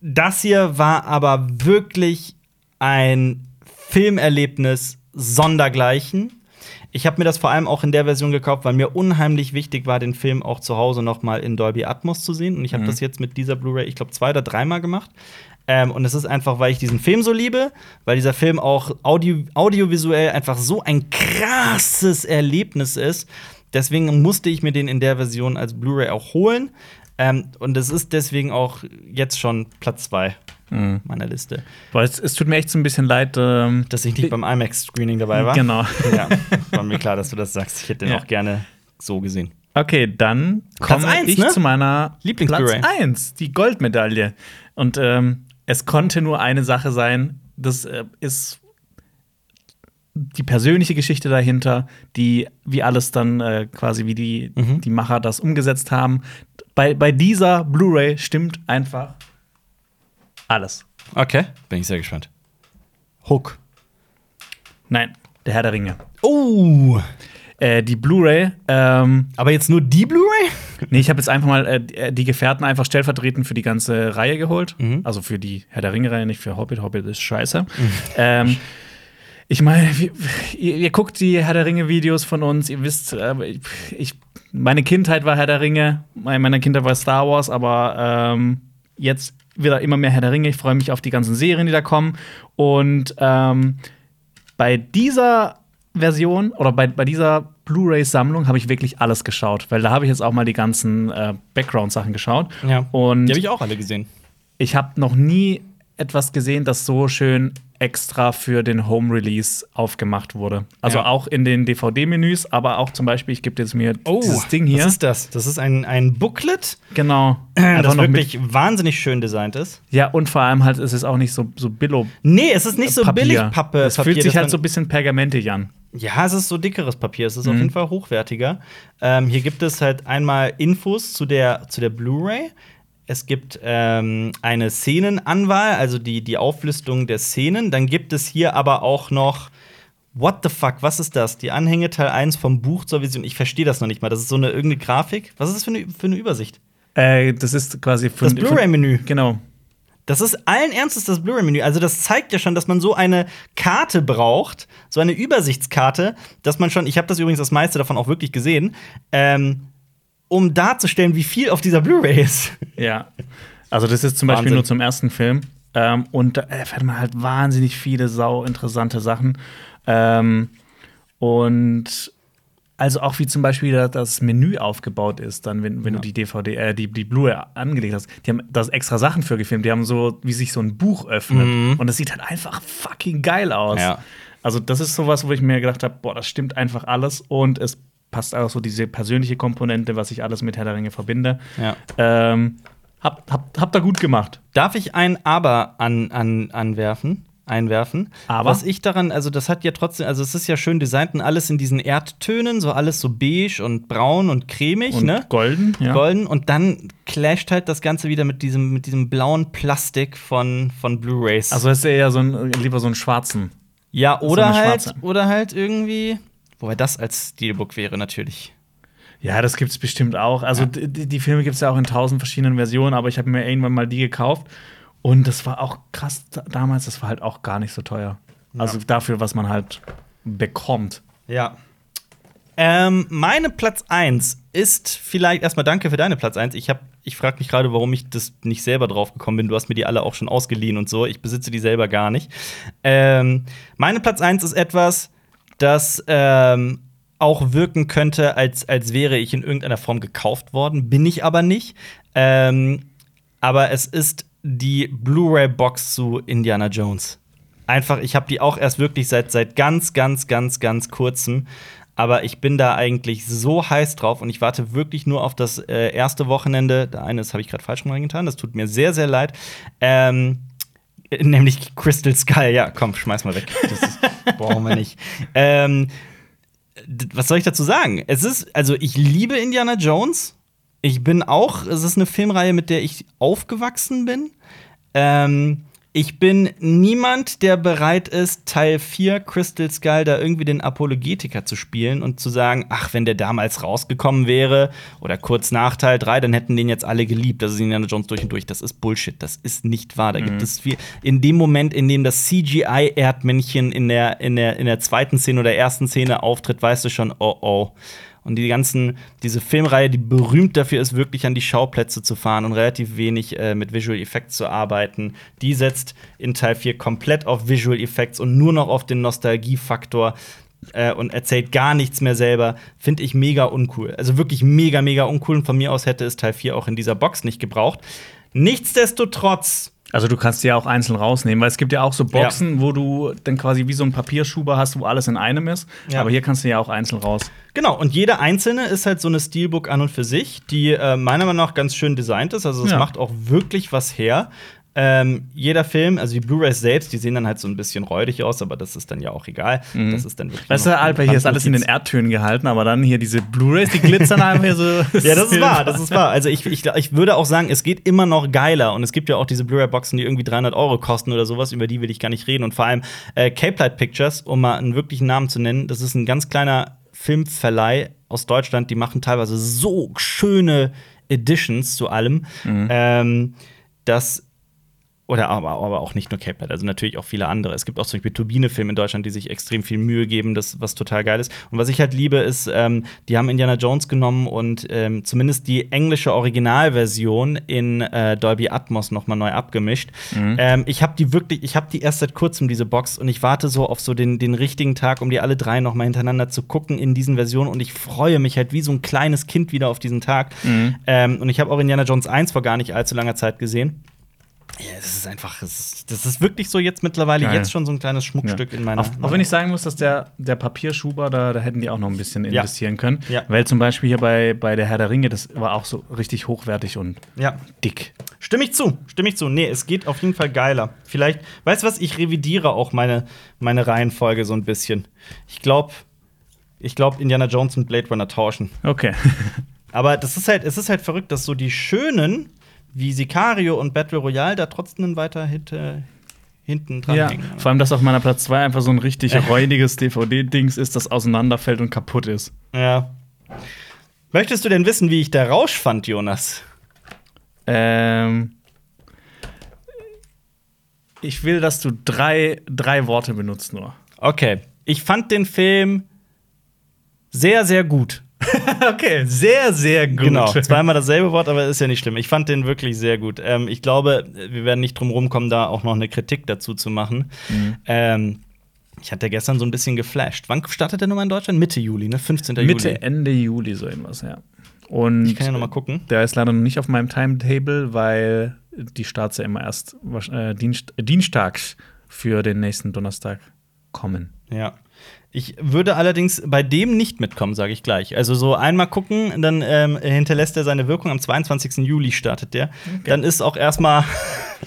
A: das hier war aber wirklich ein Filmerlebnis sondergleichen. Ich habe mir das vor allem auch in der Version gekauft, weil mir unheimlich wichtig war, den Film auch zu Hause noch mal in Dolby Atmos zu sehen. Und ich habe das jetzt mit dieser Blu-ray, ich glaube, zwei oder dreimal gemacht. Ähm, und es ist einfach, weil ich diesen Film so liebe, weil dieser Film auch audio audiovisuell einfach so ein krasses Erlebnis ist. Deswegen musste ich mir den in der Version als Blu-ray auch holen. Ähm, und es ist deswegen auch jetzt schon Platz zwei meiner Liste,
B: Weil es, es tut mir echt so ein bisschen leid. Ähm,
A: dass ich nicht beim IMAX-Screening dabei war.
B: Genau.
A: Ja, war mir klar, dass du das sagst. Ich hätte den
B: Ja.
A: auch gerne so gesehen.
B: Okay, dann
A: Platz
B: komme
A: eins,
B: ich
A: ne?
B: zu meiner
A: Lieblings-
B: Platz
A: Blu-ray.
B: 1, die Goldmedaille. Und ähm, es konnte nur eine Sache sein. Das äh, ist die persönliche Geschichte dahinter, die wie alles dann äh, quasi wie die,
A: Mhm.
B: die Macher das umgesetzt haben. Bei, bei dieser Blu-ray stimmt einfach alles.
A: Okay. Bin ich sehr gespannt. Hook.
B: Nein, der Herr der Ringe.
A: Oh!
B: Äh, die Blu-ray ähm,
A: Aber jetzt nur die Blu-ray?
B: Nee, ich habe jetzt einfach mal äh, die Gefährten einfach stellvertretend für die ganze Reihe geholt. Also für die Herr der Ringe-Reihe, nicht für Hobbit. Hobbit ist scheiße. Ähm, ich meine, wir- ihr, ihr guckt die Herr der Ringe-Videos von uns, ihr wisst, äh, ich, meine Kindheit war Herr der Ringe, meine meine Kindheit war Star Wars, aber ähm, jetzt wieder immer mehr Herr der Ringe. Ich freue mich auf die ganzen Serien, die da kommen. Und ähm, bei dieser Version oder bei, bei dieser Blu-ray-Sammlung habe ich wirklich alles geschaut, weil da habe ich jetzt auch mal die ganzen äh, Background-Sachen geschaut.
A: Ja.
B: Und
A: Die habe ich auch alle gesehen.
B: ich habe noch nie etwas gesehen, das so schön extra für den Home Release aufgemacht wurde. Also
A: Ja.
B: auch in den DVD-Menüs, aber auch zum Beispiel, ich gebe jetzt mir dieses Ding hier.
A: Was ist Oh, das? Das ist ein, ein Booklet,
B: genau.
A: (clears throat)
B: Einfach
A: das
B: noch mit-
A: wirklich wahnsinnig schön designt ist.
B: ja, und vor allem halt, es ist auch nicht so, so billo
A: Nee, es ist nicht so
B: Äh, Papier.
A: billig Pappe.
B: Es
A: Papier,
B: fühlt sich
A: dass
B: halt
A: man-
B: so ein bisschen pergamentig an.
A: Ja, es ist so dickeres Papier. Es ist
B: Mhm.
A: auf jeden Fall hochwertiger. Ähm, hier gibt es halt einmal Infos zu der, zu der Blu-ray. Es gibt ähm, eine Szenenanwahl, also die, die Auflistung der Szenen. Dann gibt es hier aber auch noch What the fuck, was ist das? Die Anhänge Teil 1 vom Buch zur Vision. Ich verstehe das noch nicht mal. Das ist so eine irgendeine Grafik. Was ist das für eine, für eine Übersicht?
B: Äh, das ist quasi für
A: Das
B: für-
A: Blu-ray-Menü.
B: Genau.
A: Das ist allen Ernstes das Blu-ray-Menü. Also das zeigt ja schon, dass man so eine Karte braucht, so eine Übersichtskarte, dass man schon, ich habe das übrigens das meiste davon auch wirklich gesehen, ähm, um darzustellen, wie viel auf dieser Blu-ray ist.
B: Ja. Also, das ist zum
A: Wahnsinn.
B: Beispiel nur zum ersten Film. Ähm, und da erfährt man halt wahnsinnig viele sau interessante Sachen. Ähm, und Also auch wie zum Beispiel da- das Menü aufgebaut ist, dann, wenn, wenn
A: Ja.
B: du die DVD, äh, die, die Blu-ray angelegt hast. Die haben da extra Sachen für gefilmt. Die haben so, wie sich so ein Buch öffnet. Und das sieht halt einfach fucking geil aus.
A: Mhm. Ja.
B: Also, das ist sowas, wo ich mir gedacht habe, boah, das stimmt einfach alles und es passt auch so diese persönliche Komponente, was ich alles mit Herr der Ringe verbinde.
A: Ja.
B: Ähm, hab, hab, hab da gut gemacht.
A: Darf ich ein Aber an, an, anwerfen? Einwerfen.
B: Aber?
A: Was ich daran, also das hat ja trotzdem, also es ist ja schön designt und alles in diesen Erdtönen, so alles so beige und braun und cremig,
B: Und
A: ne?
B: golden, ja.
A: Golden und dann clasht halt das Ganze wieder mit diesem, mit diesem blauen Plastik von, von Blu-Rays.
B: Also es ist eher so ein, lieber so einen schwarzen.
A: ja, oder
B: eine
A: halt,
B: schwarze.
A: oder halt irgendwie, wobei das als Steelbook wäre natürlich.
B: Ja, das gibt's bestimmt auch. Also
A: Ja.
B: die, die Filme gibt's ja auch in tausend verschiedenen Versionen, aber ich habe mir irgendwann mal die gekauft und das war auch krass da- damals, das war halt auch gar nicht so teuer. Also dafür, was man halt bekommt.
A: Ja. Ähm, meine Platz 1 ist vielleicht erstmal danke für deine Platz 1. Ich habe ich frage mich gerade, warum ich das nicht selber drauf gekommen bin. Du hast mir die alle auch schon ausgeliehen und so. Ich besitze die selber gar nicht. Ähm, meine Platz 1 ist etwas, das ähm, auch wirken könnte, als, als wäre ich in irgendeiner Form gekauft worden. Bin ich aber nicht. Ähm, aber es ist die Blu-ray-Box zu Indiana Jones. Einfach, ich habe die auch erst wirklich seit, seit ganz, ganz, ganz, ganz kurzem. Aber ich bin da eigentlich so heiß drauf und ich warte wirklich nur auf das äh, erste Wochenende. Da eines habe ich gerade falsch rum reingetan, das tut mir sehr, sehr leid. Ähm, äh, nämlich Crystal Sky. Ja, komm, schmeiß mal weg. Das ist, brauchen wir nicht. Ähm, d- was soll ich dazu sagen? Es ist, also ich liebe Indiana Jones. Ich bin auch, es ist eine Filmreihe, mit der ich aufgewachsen bin. Ähm, ich bin niemand, der bereit ist, Teil 4 Crystal Skull da irgendwie den Apologetiker zu spielen und zu sagen, ach, wenn der damals rausgekommen wäre oder kurz nach Teil 3, dann hätten den jetzt alle geliebt. Das ist Indiana Jones durch und durch. Das ist Bullshit. Das ist nicht wahr. Da gibt es viel. In dem Moment, in dem das CGI-Erdmännchen in der, in, der, in der zweiten Szene oder ersten Szene auftritt, weißt du schon, oh oh. Und die ganzen, diese Filmreihe, die berühmt dafür ist, wirklich an die Schauplätze zu fahren und relativ wenig äh, mit Visual Effects zu arbeiten, die setzt in Teil 4 komplett auf Visual Effects und nur noch auf den Nostalgiefaktor äh, und erzählt gar nichts mehr selber. Finde ich mega uncool. Also wirklich mega, mega uncool. Und von mir aus hätte es Teil 4 auch in dieser Box nicht gebraucht. Nichtsdestotrotz
B: Also du kannst die ja auch einzeln rausnehmen, weil es gibt ja auch so Boxen, wo du dann quasi wie so ein Papierschuber hast, wo alles in einem ist.
A: Ja.
B: Aber hier kannst du ja auch einzeln raus.
A: Genau, und jede einzelne ist halt so eine Steelbook an und für sich, die äh, meiner Meinung nach ganz schön designt ist. Also es
B: Ja.
A: macht auch wirklich was her. Ähm, jeder Film, also die Blu-rays selbst, die sehen dann halt so ein bisschen räudig aus, aber das ist dann ja auch egal. Das ist dann wirklich.
B: Mhm. Weißt
A: nur
B: du,
A: noch
B: Alper, hier ist Genau. alles in den
A: Randnotiz.
B: Erdtönen gehalten, aber dann hier diese Blu-Rays, die glitzern einfach
A: (laughs)
B: hier so.
A: Ja, das ist wahr, das ist wahr. Also ich, ich, ich würde auch sagen, es geht immer noch geiler. Und es gibt ja auch diese Blu-ray-Boxen, die irgendwie 300 Euro kosten oder sowas, über die will ich gar nicht reden. Und vor allem äh, Cape Light Pictures, um mal einen wirklichen Namen zu nennen, das ist ein ganz kleiner Filmverleih aus Deutschland. Die machen teilweise so schöne Editions zu allem. Ähm, dass oder aber, aber auch nicht nur Cape Light, also natürlich auch viele andere. Es gibt auch zum Beispiel Turbine-Filme in Deutschland, die sich extrem viel Mühe geben, das, was total geil ist. Und was ich halt liebe, ist, ähm, die haben Indiana Jones genommen und ähm, zumindest die englische Originalversion in äh, Dolby Atmos nochmal neu abgemischt. Ähm, ich habe die wirklich, ich habe die erst seit kurzem, diese Box, und ich warte so auf so den, den richtigen Tag, um die alle drei nochmal hintereinander zu gucken in diesen Versionen. Und ich freue mich halt wie so ein kleines Kind wieder auf diesen Tag. Ähm, und ich habe auch Indiana Jones 1 vor gar nicht allzu langer Zeit gesehen. Ja, das ist einfach, das ist, das ist wirklich so jetzt mittlerweile
B: Geil.
A: jetzt schon so ein kleines Schmuckstück in meiner.
B: Auch, auch wenn ich sagen muss, dass der, der Papierschuber, da, da hätten die auch noch ein bisschen
A: Ja.
B: investieren können.
A: Ja.
B: Weil zum Beispiel hier bei, bei der Herr der Ringe, das war auch so richtig hochwertig und
A: ja,
B: dick.
A: stimme ich zu, stimme ich zu. Nee, es geht auf jeden Fall geiler. Vielleicht, weißt du was, ich revidiere auch meine, meine Reihenfolge so ein bisschen. Ich glaube, ich glaube, Indiana Jones und Blade Runner tauschen.
B: Okay.
A: Aber das ist halt, es ist halt verrückt, dass so die schönen wie Sicario und Battle Royale da trotzdem weiter hit, äh, hinten dran
B: (laughs) ja.
A: hängen.
B: Vor allem, dass auf meiner Platz 2 einfach so ein richtig
A: Äh.
B: räudiges DVD-Dings ist, das auseinanderfällt und kaputt ist.
A: Ja. Möchtest du denn wissen, wie ich der Rausch fand, Jonas?
B: Ähm. Ich will, dass du drei, drei Worte
A: (laughs)
B: benutzt nur.
A: Okay. Ich fand den Film sehr, sehr gut.
B: Okay, sehr, sehr gut.
A: Genau. Zweimal dasselbe Wort, aber ist ja nicht schlimm. Ich fand den wirklich sehr gut. Ähm,
B: Mhm.
A: ich glaube, wir werden nicht drum rumkommen, da auch noch eine Kritik dazu zu machen. Ähm, Ich hatte gestern so ein bisschen geflasht. Wann startet der nochmal in Deutschland? Mitte Juli, ne? 15.
B: Mitte,
A: Juli.
B: Ende Juli so irgendwas, ja. Und
A: Ich kann ja noch mal gucken.
B: Der ist leider noch nicht auf meinem Timetable, weil die Starts ja immer erst wasch- äh, Dienst, äh, dienstags für den nächsten Donnerstag kommen.
A: Ja. Ich würde allerdings bei dem nicht mitkommen, sage ich gleich. Also so einmal gucken, dann ähm, hinterlässt er seine Wirkung. Am 22. Juli startet der. Dann ist auch erstmal,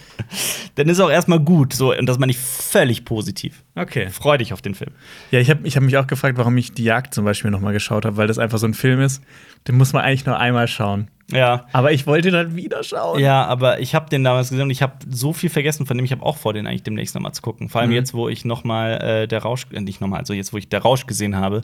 A: (laughs) dann ist auch erstmal gut. So und das meine ich völlig positiv.
B: Okay.
A: Freu dich auf den Film.
B: Ja, ich habe ich hab mich auch gefragt, warum ich Die Jagd zum Beispiel noch mal geschaut habe, weil das einfach so ein Film ist, den muss man eigentlich nur einmal schauen.
A: Ja.
B: Aber ich wollte dann wieder schauen.
A: Ja, aber ich habe den damals gesehen und ich habe so viel vergessen von dem. Ich habe auch vor, den eigentlich demnächst nochmal zu gucken. Vor allem jetzt, wo ich nochmal äh, der Rausch, äh, nicht nochmal, also jetzt, wo ich der Rausch gesehen habe.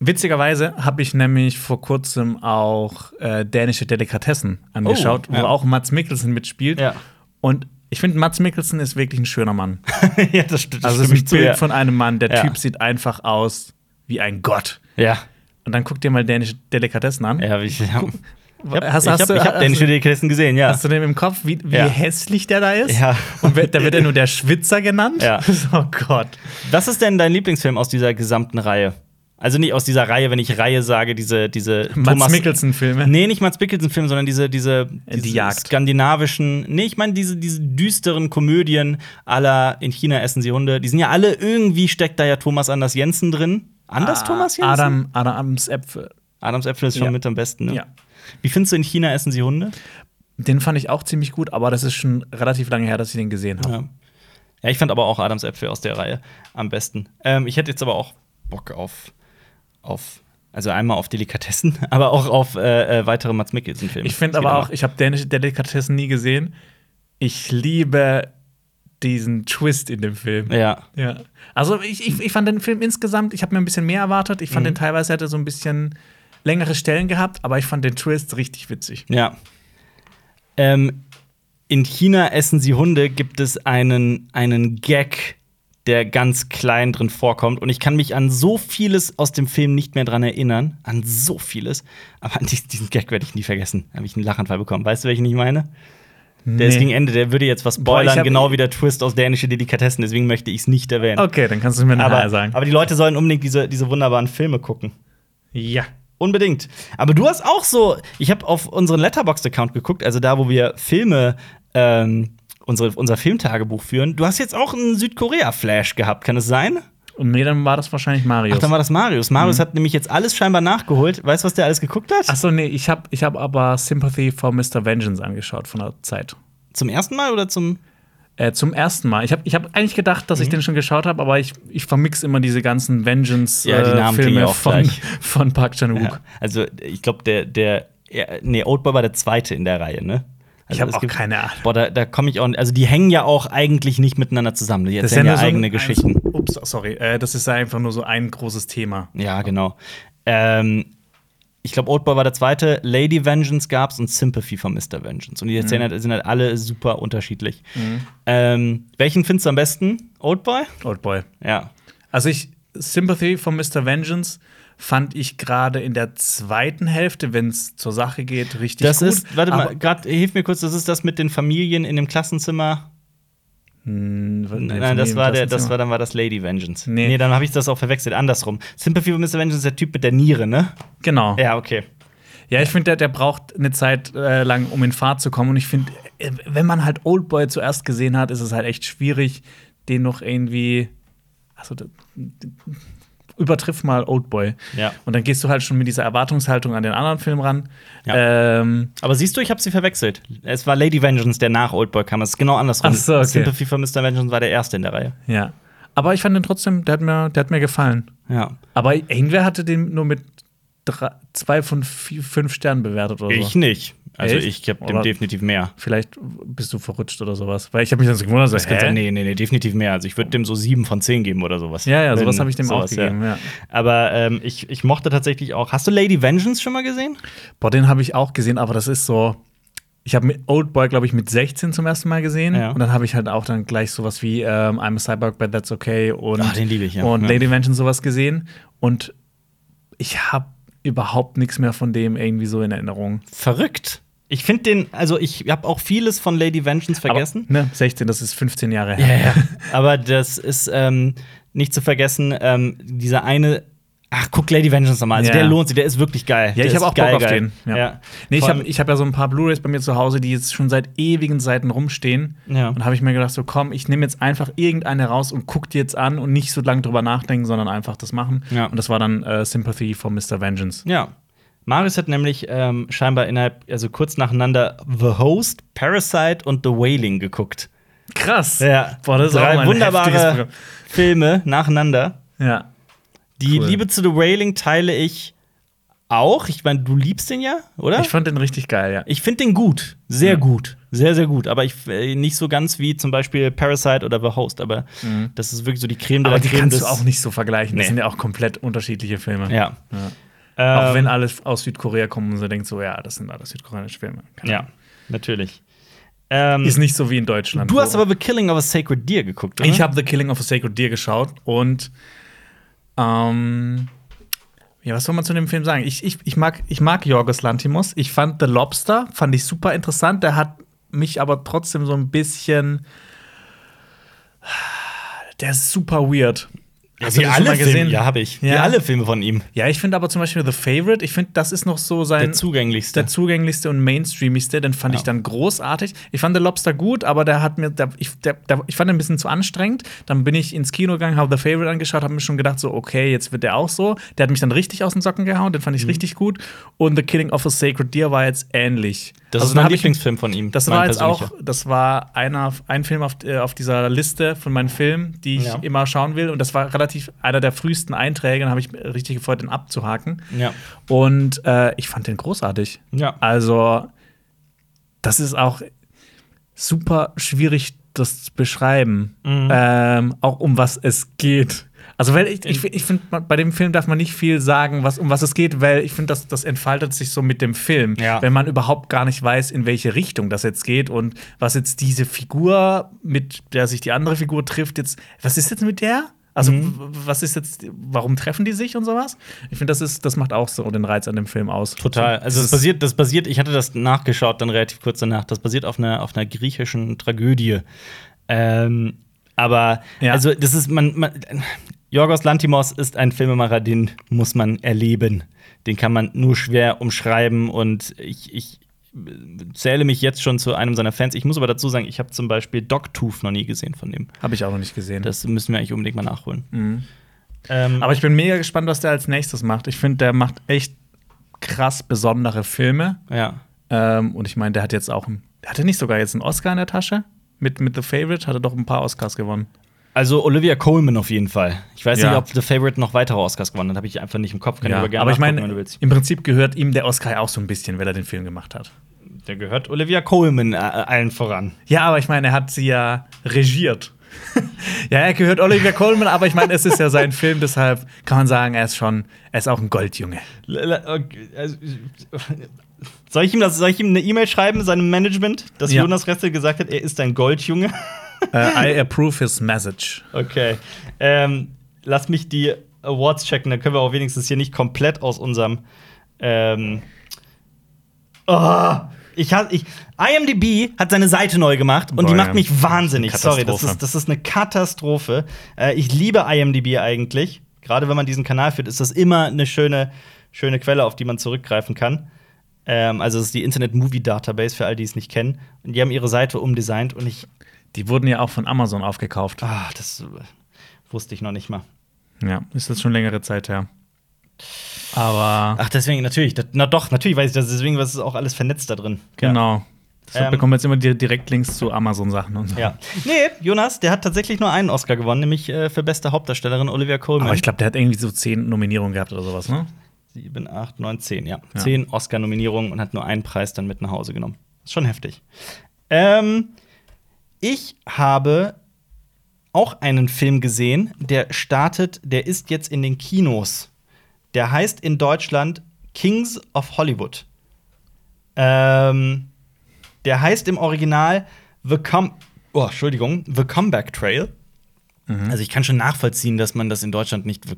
B: Witzigerweise habe ich nämlich vor kurzem auch äh, dänische Delikatessen angeschaut,
A: Oh, ja.
B: wo auch Mats Mikkelsen mitspielt.
A: Ja.
B: Und ich finde, Mats Mikkelsen ist wirklich ein schöner Mann.
A: (laughs) ja, das stimmt.
B: Also
A: das
B: es
A: stimme
B: ist
A: ich
B: ein
A: zu,
B: Bild
A: ja.
B: von einem Mann, der
A: Ja.
B: Typ sieht einfach aus wie ein Gott.
A: Ja.
B: Und dann guck dir mal dänische Delikatessen an.
A: Ja, ich, ja. Ich hab,
B: Hast-
A: ich
B: hast
A: hab,
B: du-
A: ich hab
B: hast
A: den
B: du-
A: Schüttelkissen gesehen, ja.
B: Hast du den im Kopf, wie, wie
A: Ja.
B: hässlich der da ist?
A: Ja.
B: Und wer- da wird er nur der Schwitzer genannt?
A: Ja.
B: (laughs) Oh Gott.
A: Was ist denn dein Lieblingsfilm aus dieser gesamten Reihe? Also nicht aus dieser Reihe, wenn ich Reihe sage, diese, diese
B: Mats Mikkelsen-Filme.
A: Nee, nicht Mats Mikkelsen-Film, sondern diese, diese, diese
B: Jagd.
A: skandinavischen, nee, ich meine diese, diese düsteren Komödien aller in China essen sie Hunde. Die sind ja alle irgendwie steckt da ja Thomas Anders Jensen drin. Anders Thomas Jensen?
B: Adam, Adams Äpfel.
A: Adams Äpfel ist schon
B: Ja.
A: mit am besten. Ne?
B: Ja.
A: Wie findest du in China essen sie Hunde?
B: Den fand ich auch ziemlich gut, aber das ist schon relativ lange her, dass ich den gesehen habe.
A: Ja. ja, ich fand aber auch Adams Äpfel aus der Reihe am besten. Ähm, ich hätte jetzt aber auch Bock auf, auf also einmal auf Delikatessen, (laughs) aber auch auf äh, äh, weitere Mats Mikkelsen-Filme.
B: Ich finde
A: Wieder
B: aber
A: mal.
B: auch, ich habe dänische Delikatessen nie gesehen. Ich liebe diesen Twist in dem Film.
A: Ja.
B: Ja. Also ich, ich, ich fand den Film insgesamt, ich habe mir ein bisschen mehr erwartet. Ich fand
A: Mhm.
B: den teilweise hätte so ein bisschen längere Stellen gehabt, aber ich fand den Twist richtig witzig.
A: Ja. Ähm, in China essen sie Hunde, gibt es einen, einen Gag, der ganz klein drin vorkommt. Und ich kann mich an so vieles aus dem Film nicht mehr dran erinnern. An so vieles. Aber an diesen, diesen Gag werde ich nie vergessen. Da habe ich einen Lachanfall bekommen. Weißt du, welchen ich meine? Der ist
B: Nee.
A: gegen Ende, der würde jetzt was
B: Boah, ich
A: spoilern,
B: hab-
A: genau wie der Twist aus dänische Delikatessen, deswegen möchte ich es nicht erwähnen.
B: Okay, dann kannst du mir nachher
A: aber,
B: sagen.
A: aber die Leute sollen unbedingt diese, diese wunderbaren Filme gucken.
B: Ja.
A: Unbedingt. Aber du hast auch so, ich habe auf unseren Letterboxd-Account geguckt, also da, wo wir Filme, ähm, unsere, unser Filmtagebuch führen. Du hast jetzt auch einen Südkorea-Flash gehabt, kann es sein?
B: Und nee, dann war das wahrscheinlich Marius. Mhm.
A: Ach, dann war das Marius. Marius hat nämlich jetzt alles scheinbar nachgeholt. Weißt du, was der alles geguckt hat?
B: Achso, nee, ich habe ich hab aber Sympathy for Mr. Vengeance angeschaut von der Zeit.
A: Zum ersten Mal oder zum.
B: Äh, zum ersten Mal. Ich habe ich hab eigentlich gedacht,
A: Mhm.
B: dass ich den schon geschaut habe, aber ich, ich vermix immer diese
A: Ja,
B: ganzen
A: die Namen klingen
B: Vengeance-Filme
A: ja auch
B: von,
A: gleich.
B: (laughs) von Park Chan-wook.
A: Ja. Also, ich glaube, der, der. ja, Nee, Oldboy war der zweite in der Reihe, ne?
B: Ich
A: Also,
B: habe
A: es
B: auch
A: gibt-
B: keine Ahnung.
A: Boah, da, da komme ich auch. Also, die hängen ja auch eigentlich nicht miteinander zusammen. Die
B: Das ist ja
A: erzählen
B: nur
A: ja
B: so
A: eigene
B: ein,
A: Geschichten.
B: Ups, sorry. Äh, das ist ja einfach nur so ein großes Thema.
A: Ja, genau. Ähm, ich glaube, Oldboy war der zweite. Lady Vengeance gab's und Sympathy von Mr. Vengeance. Und die erzählen
B: Mhm.
A: halt, sind halt alle super unterschiedlich. Ähm, welchen findest du am besten? Oldboy?
B: Oldboy.
A: Ja.
B: Also ich Sympathy von Mr. Vengeance fand ich gerade in der zweiten Hälfte, wenn es zur Sache geht, richtig
A: Das
B: gut.
A: ist, warte mal,
B: Aber-
A: grad, hilf mir kurz, das ist das mit den Familien in dem Klassenzimmer.
B: Hm, w- nee,
A: Nein, das
B: im
A: war der, das
B: Klassenzimmer.
A: war dann war das Lady Vengeance. Nee,
B: Nee.
A: dann habe ich das auch verwechselt, andersrum. Sympathy for Mr. Vengeance ist der Typ mit der Niere, ne?
B: Genau. Ja,
A: Ja, okay.
B: ich finde, der, der braucht eine Zeit äh, lang, um in Fahrt zu kommen. Und ich finde, äh, wenn man halt Oldboy zuerst gesehen hat, ist es halt echt schwierig, den noch irgendwie. Also, d- d- übertriff mal Oldboy.
A: Ja.
B: Und dann gehst du halt schon mit dieser Erwartungshaltung an den anderen Film ran. Ähm,
A: Aber siehst du, ich habe sie verwechselt. Es war Lady Vengeance, der nach Oldboy kam. Es ist genau andersrum.
B: Ach so, okay.
A: Sympathy for Mr. Vengeance war der erste in der Reihe.
B: ja. Aber ich fand den trotzdem, der hat mir, der hat mir gefallen.
A: Ja.
B: Aber irgendwer hatte den nur mit drei, zwei von vier, fünf Sternen bewertet oder
A: Ich
B: so.
A: nicht. Also
B: Echt?
A: ich habe dem
B: Oder-
A: definitiv mehr.
B: Vielleicht bist du verrutscht oder sowas. Weil ich habe mich dann so gewundert, so,
A: Kannst du-
B: hä?
A: Nee, nee, nee, definitiv mehr. Also ich würde dem so sieben von zehn geben oder sowas.
B: Ja, ja,
A: Wenn-
B: sowas habe ich dem auch
A: sowas,
B: gegeben. Ja.
A: Aber ähm, ich, ich mochte tatsächlich auch. Hast du Lady Vengeance schon mal gesehen?
B: Boah, den habe ich auch gesehen, aber das ist so. Ich habe Oldboy, glaube ich, mit 16 zum ersten Mal gesehen.
A: Ja.
B: Und dann habe ich halt auch dann gleich sowas wie ähm, I'm a Cyborg, but that's okay und,
A: Ah, den liebe ich, ja.
B: und
A: Ja.
B: Lady Mansion sowas gesehen. Und ich habe überhaupt nichts mehr von dem irgendwie so in Erinnerung.
A: Verrückt. Ich finde den, also ich habe auch vieles von Lady Vengeance vergessen. (laughs)
B: Aber, ne, 16, das ist 15 Jahre
A: Ja,
B: her.
A: ja. Aber das ist, ähm, nicht zu vergessen, ähm, dieser eine. Ach, guck Lady Vengeance nochmal. Also
B: Ja.
A: der lohnt sich, der ist wirklich geil.
B: Ja,
A: Der
B: ich
A: ist
B: habe auch
A: geil,
B: Bock auf
A: geil.
B: den. Ja.
A: Ja.
B: Nee, ich
A: Vor
B: habe
A: allem-
B: ich hab ja so ein paar Blu-rays bei mir zu Hause, die jetzt schon seit ewigen Seiten rumstehen.
A: Ja.
B: Und habe ich mir gedacht, so komm, ich nehme jetzt einfach irgendeine raus und guck die jetzt an und nicht so lange drüber nachdenken, sondern einfach das machen.
A: Ja.
B: Und das war dann äh, Sympathy for Mr. Vengeance.
A: Ja. Marius hat nämlich ähm, scheinbar innerhalb, also kurz nacheinander The Host, Parasite und The Wailing geguckt.
B: Krass.
A: Ja.
B: Boah, das ist
A: Drei
B: auch mal ein heftiges
A: wunderbare
B: Programm.
A: Filme nacheinander.
B: Ja.
A: Die
B: Cool.
A: Liebe zu The Wailing teile ich auch. Ich meine, du liebst den ja, oder?
B: Ich fand den richtig geil, ja.
A: Ich finde den gut, sehr
B: Ja.
A: gut, sehr, sehr gut. Aber ich äh, nicht so ganz wie zum Beispiel Parasite oder The Host, aber das ist wirklich so die Creme de la
B: Mhm. Aber die
A: Creme
B: kannst du
A: des-
B: auch nicht so vergleichen.
A: Nee.
B: Das sind ja auch komplett unterschiedliche Filme.
A: Ja.
B: Ja.
A: Ähm,
B: Auch wenn alle aus Südkorea kommen und so denkt so, ja, das sind alles südkoreanische Filme. Keine
A: Ja,
B: Ahnung.
A: natürlich. Ähm,
B: Ist nicht so wie in Deutschland.
A: du
B: wo-
A: hast aber The Killing of a Sacred Deer geguckt, oder?
B: Ich habe The Killing of a Sacred Deer geschaut und ähm, ja, was soll man zu dem Film sagen? Ich, ich, ich, mag, ich mag Jorgos Lantimos. Ich fand The Lobster, fand ich super interessant. Der hat mich aber trotzdem so ein bisschen der ist super weird. Hast du
A: wie
B: den schon
A: alle
B: mal
A: Filme,
B: gesehen?
A: ja, habe ich. Wie
B: Ja.
A: alle Filme von ihm.
B: Ja, ich finde aber zum Beispiel The Favorite, ich finde, das ist noch so sein
A: Der zugänglichste.
B: der zugänglichste und mainstreamigste, den fand
A: Ja.
B: ich dann großartig. Ich fand The Lobster gut, aber der hat mir, der, ich, der, der, ich fand ihn ein bisschen zu anstrengend. Dann bin ich ins Kino gegangen, habe The Favorite angeschaut, habe mir schon gedacht, so, okay, jetzt wird der auch so. Der hat mich dann richtig aus den Socken gehauen, den
A: Mhm.
B: fand ich richtig gut. Und The Killing of a Sacred Deer war jetzt ähnlich.
A: das
B: Also,
A: ist
B: dann
A: mein
B: hab ich-
A: Lieblingsfilm von ihm.
B: das
A: mein
B: war jetzt auch,
A: persönlicher.
B: das war einer, ein Film auf, äh, auf dieser Liste von meinen Filmen, die ich
A: Ja.
B: immer schauen will. Und das war relativ einer der frühesten Einträge. Dann habe ich mich richtig gefreut, den abzuhaken.
A: Ja.
B: Und äh, ich fand den großartig.
A: Ja.
B: Also, das ist auch super schwierig, das zu beschreiben.
A: Mhm.
B: Ähm, auch um was es geht. Also, weil ich, ich, ich finde, bei dem Film darf man nicht viel sagen, was, um was es geht, weil ich finde, das, das entfaltet sich so mit dem Film,
A: Ja.
B: wenn man überhaupt gar nicht weiß, in welche Richtung das jetzt geht und was jetzt diese Figur, mit der sich die andere Figur trifft, jetzt, was ist jetzt mit der? Also,
A: Mhm.
B: w- was ist jetzt, warum treffen die sich und sowas? Ich finde, das ist, das macht auch so den Reiz an dem Film aus.
A: Total. Also das
B: Das ist-
A: basiert, das basiert, ich hatte das nachgeschaut dann relativ kurz danach, das basiert auf einer, auf einer griechischen Tragödie. Ähm, aber
B: Ja.
A: also das ist, man, man Jorgos Lantimos ist ein Filmemacher, den muss man erleben. Den kann man nur schwer umschreiben und ich, ich zähle mich jetzt schon zu einem seiner Fans. Ich muss aber dazu sagen, ich habe zum Beispiel Dogtooth noch nie gesehen von ihm.
B: Habe ich auch noch nicht gesehen.
A: Das müssen wir eigentlich unbedingt mal nachholen. Ähm,
B: Mhm. Aber ich bin mega gespannt, was der als nächstes macht. Ich finde, der macht echt krass besondere Filme.
A: ja.
B: Ähm, und ich meine, der hat jetzt auch. einen- Hat er nicht sogar jetzt einen Oscar in der Tasche? Mit, mit The Favorite hat er doch ein paar Oscars gewonnen.
A: Also Olivia Coleman auf jeden Fall. Ich weiß
B: Ja.
A: nicht, ob The Favorite noch weitere Oscars gewonnen hat. Habe ich einfach nicht im Kopf. Kann ich aber gerne
B: aber ich
A: nachgucken,
B: meine,
A: wenn du willst.
B: im Prinzip gehört ihm der Oscar ja auch so ein bisschen, weil er den Film gemacht hat.
A: Der gehört Olivia Coleman äh, allen voran.
B: Ja, aber ich meine, er hat sie ja regiert. (laughs) ja, er gehört Oliver Coleman, aber ich meine, es ist
A: (laughs)
B: ja sein Film, deshalb kann man sagen, er ist schon, er ist auch ein Goldjunge.
A: L- l- okay, also, Soll ich ihm, das, soll ich ihm eine E-Mail schreiben, seinem Management, dass
B: Ja.
A: Jonas Ressel gesagt hat, er ist ein Goldjunge?
B: Äh, I approve his message.
A: Okay. Ähm, lass mich die Awards checken, dann können wir auch wenigstens hier nicht komplett aus unserem. Ähm, oh, ich hab, ich, IMDb hat seine Seite neu gemacht und die
B: Boah,
A: macht
B: ja.
A: mich wahnsinnig. Sorry, das
B: Katastrophe.
A: ist, das ist eine Katastrophe. Äh, ich liebe IMDb eigentlich. Gerade wenn man diesen Kanal führt, ist das immer eine schöne, schöne Quelle, auf die man zurückgreifen kann. Ähm, also, es ist die Internet Movie Database für all die es nicht kennen. Und die haben ihre Seite umdesignt und ich.
B: Die wurden ja auch von Amazon aufgekauft.
A: Ah, das äh, wusste ich noch nicht mal.
B: Ja, ist jetzt schon längere Zeit her. Aber
A: Ach, deswegen natürlich. Das, na doch, natürlich weiß ich das. Deswegen ist es auch alles vernetzt da drin.
B: genau. Deshalb
A: Ähm,
B: bekommen wir jetzt immer die Direktlinks zu Amazon-Sachen und so.
A: Ja. ja. Nee, Jonas, der hat tatsächlich nur einen Oscar gewonnen, nämlich äh, für beste Hauptdarstellerin Olivia Colman.
B: Aber ich glaube, der hat irgendwie so zehn Nominierungen gehabt oder sowas, ne?
A: Sieben, acht, neun, zehn, ja. Zehn Oscar-Nominierungen und hat nur einen Preis dann mit nach Hause genommen. Ist schon heftig. Ähm, ich habe auch einen Film gesehen, der startet, der ist jetzt in den Kinos. Der heißt in Deutschland Kings of Hollywood. Ähm, der heißt im Original The Com oh, Entschuldigung, The Comeback Trail. Also ich kann schon nachvollziehen, dass man das in Deutschland nicht The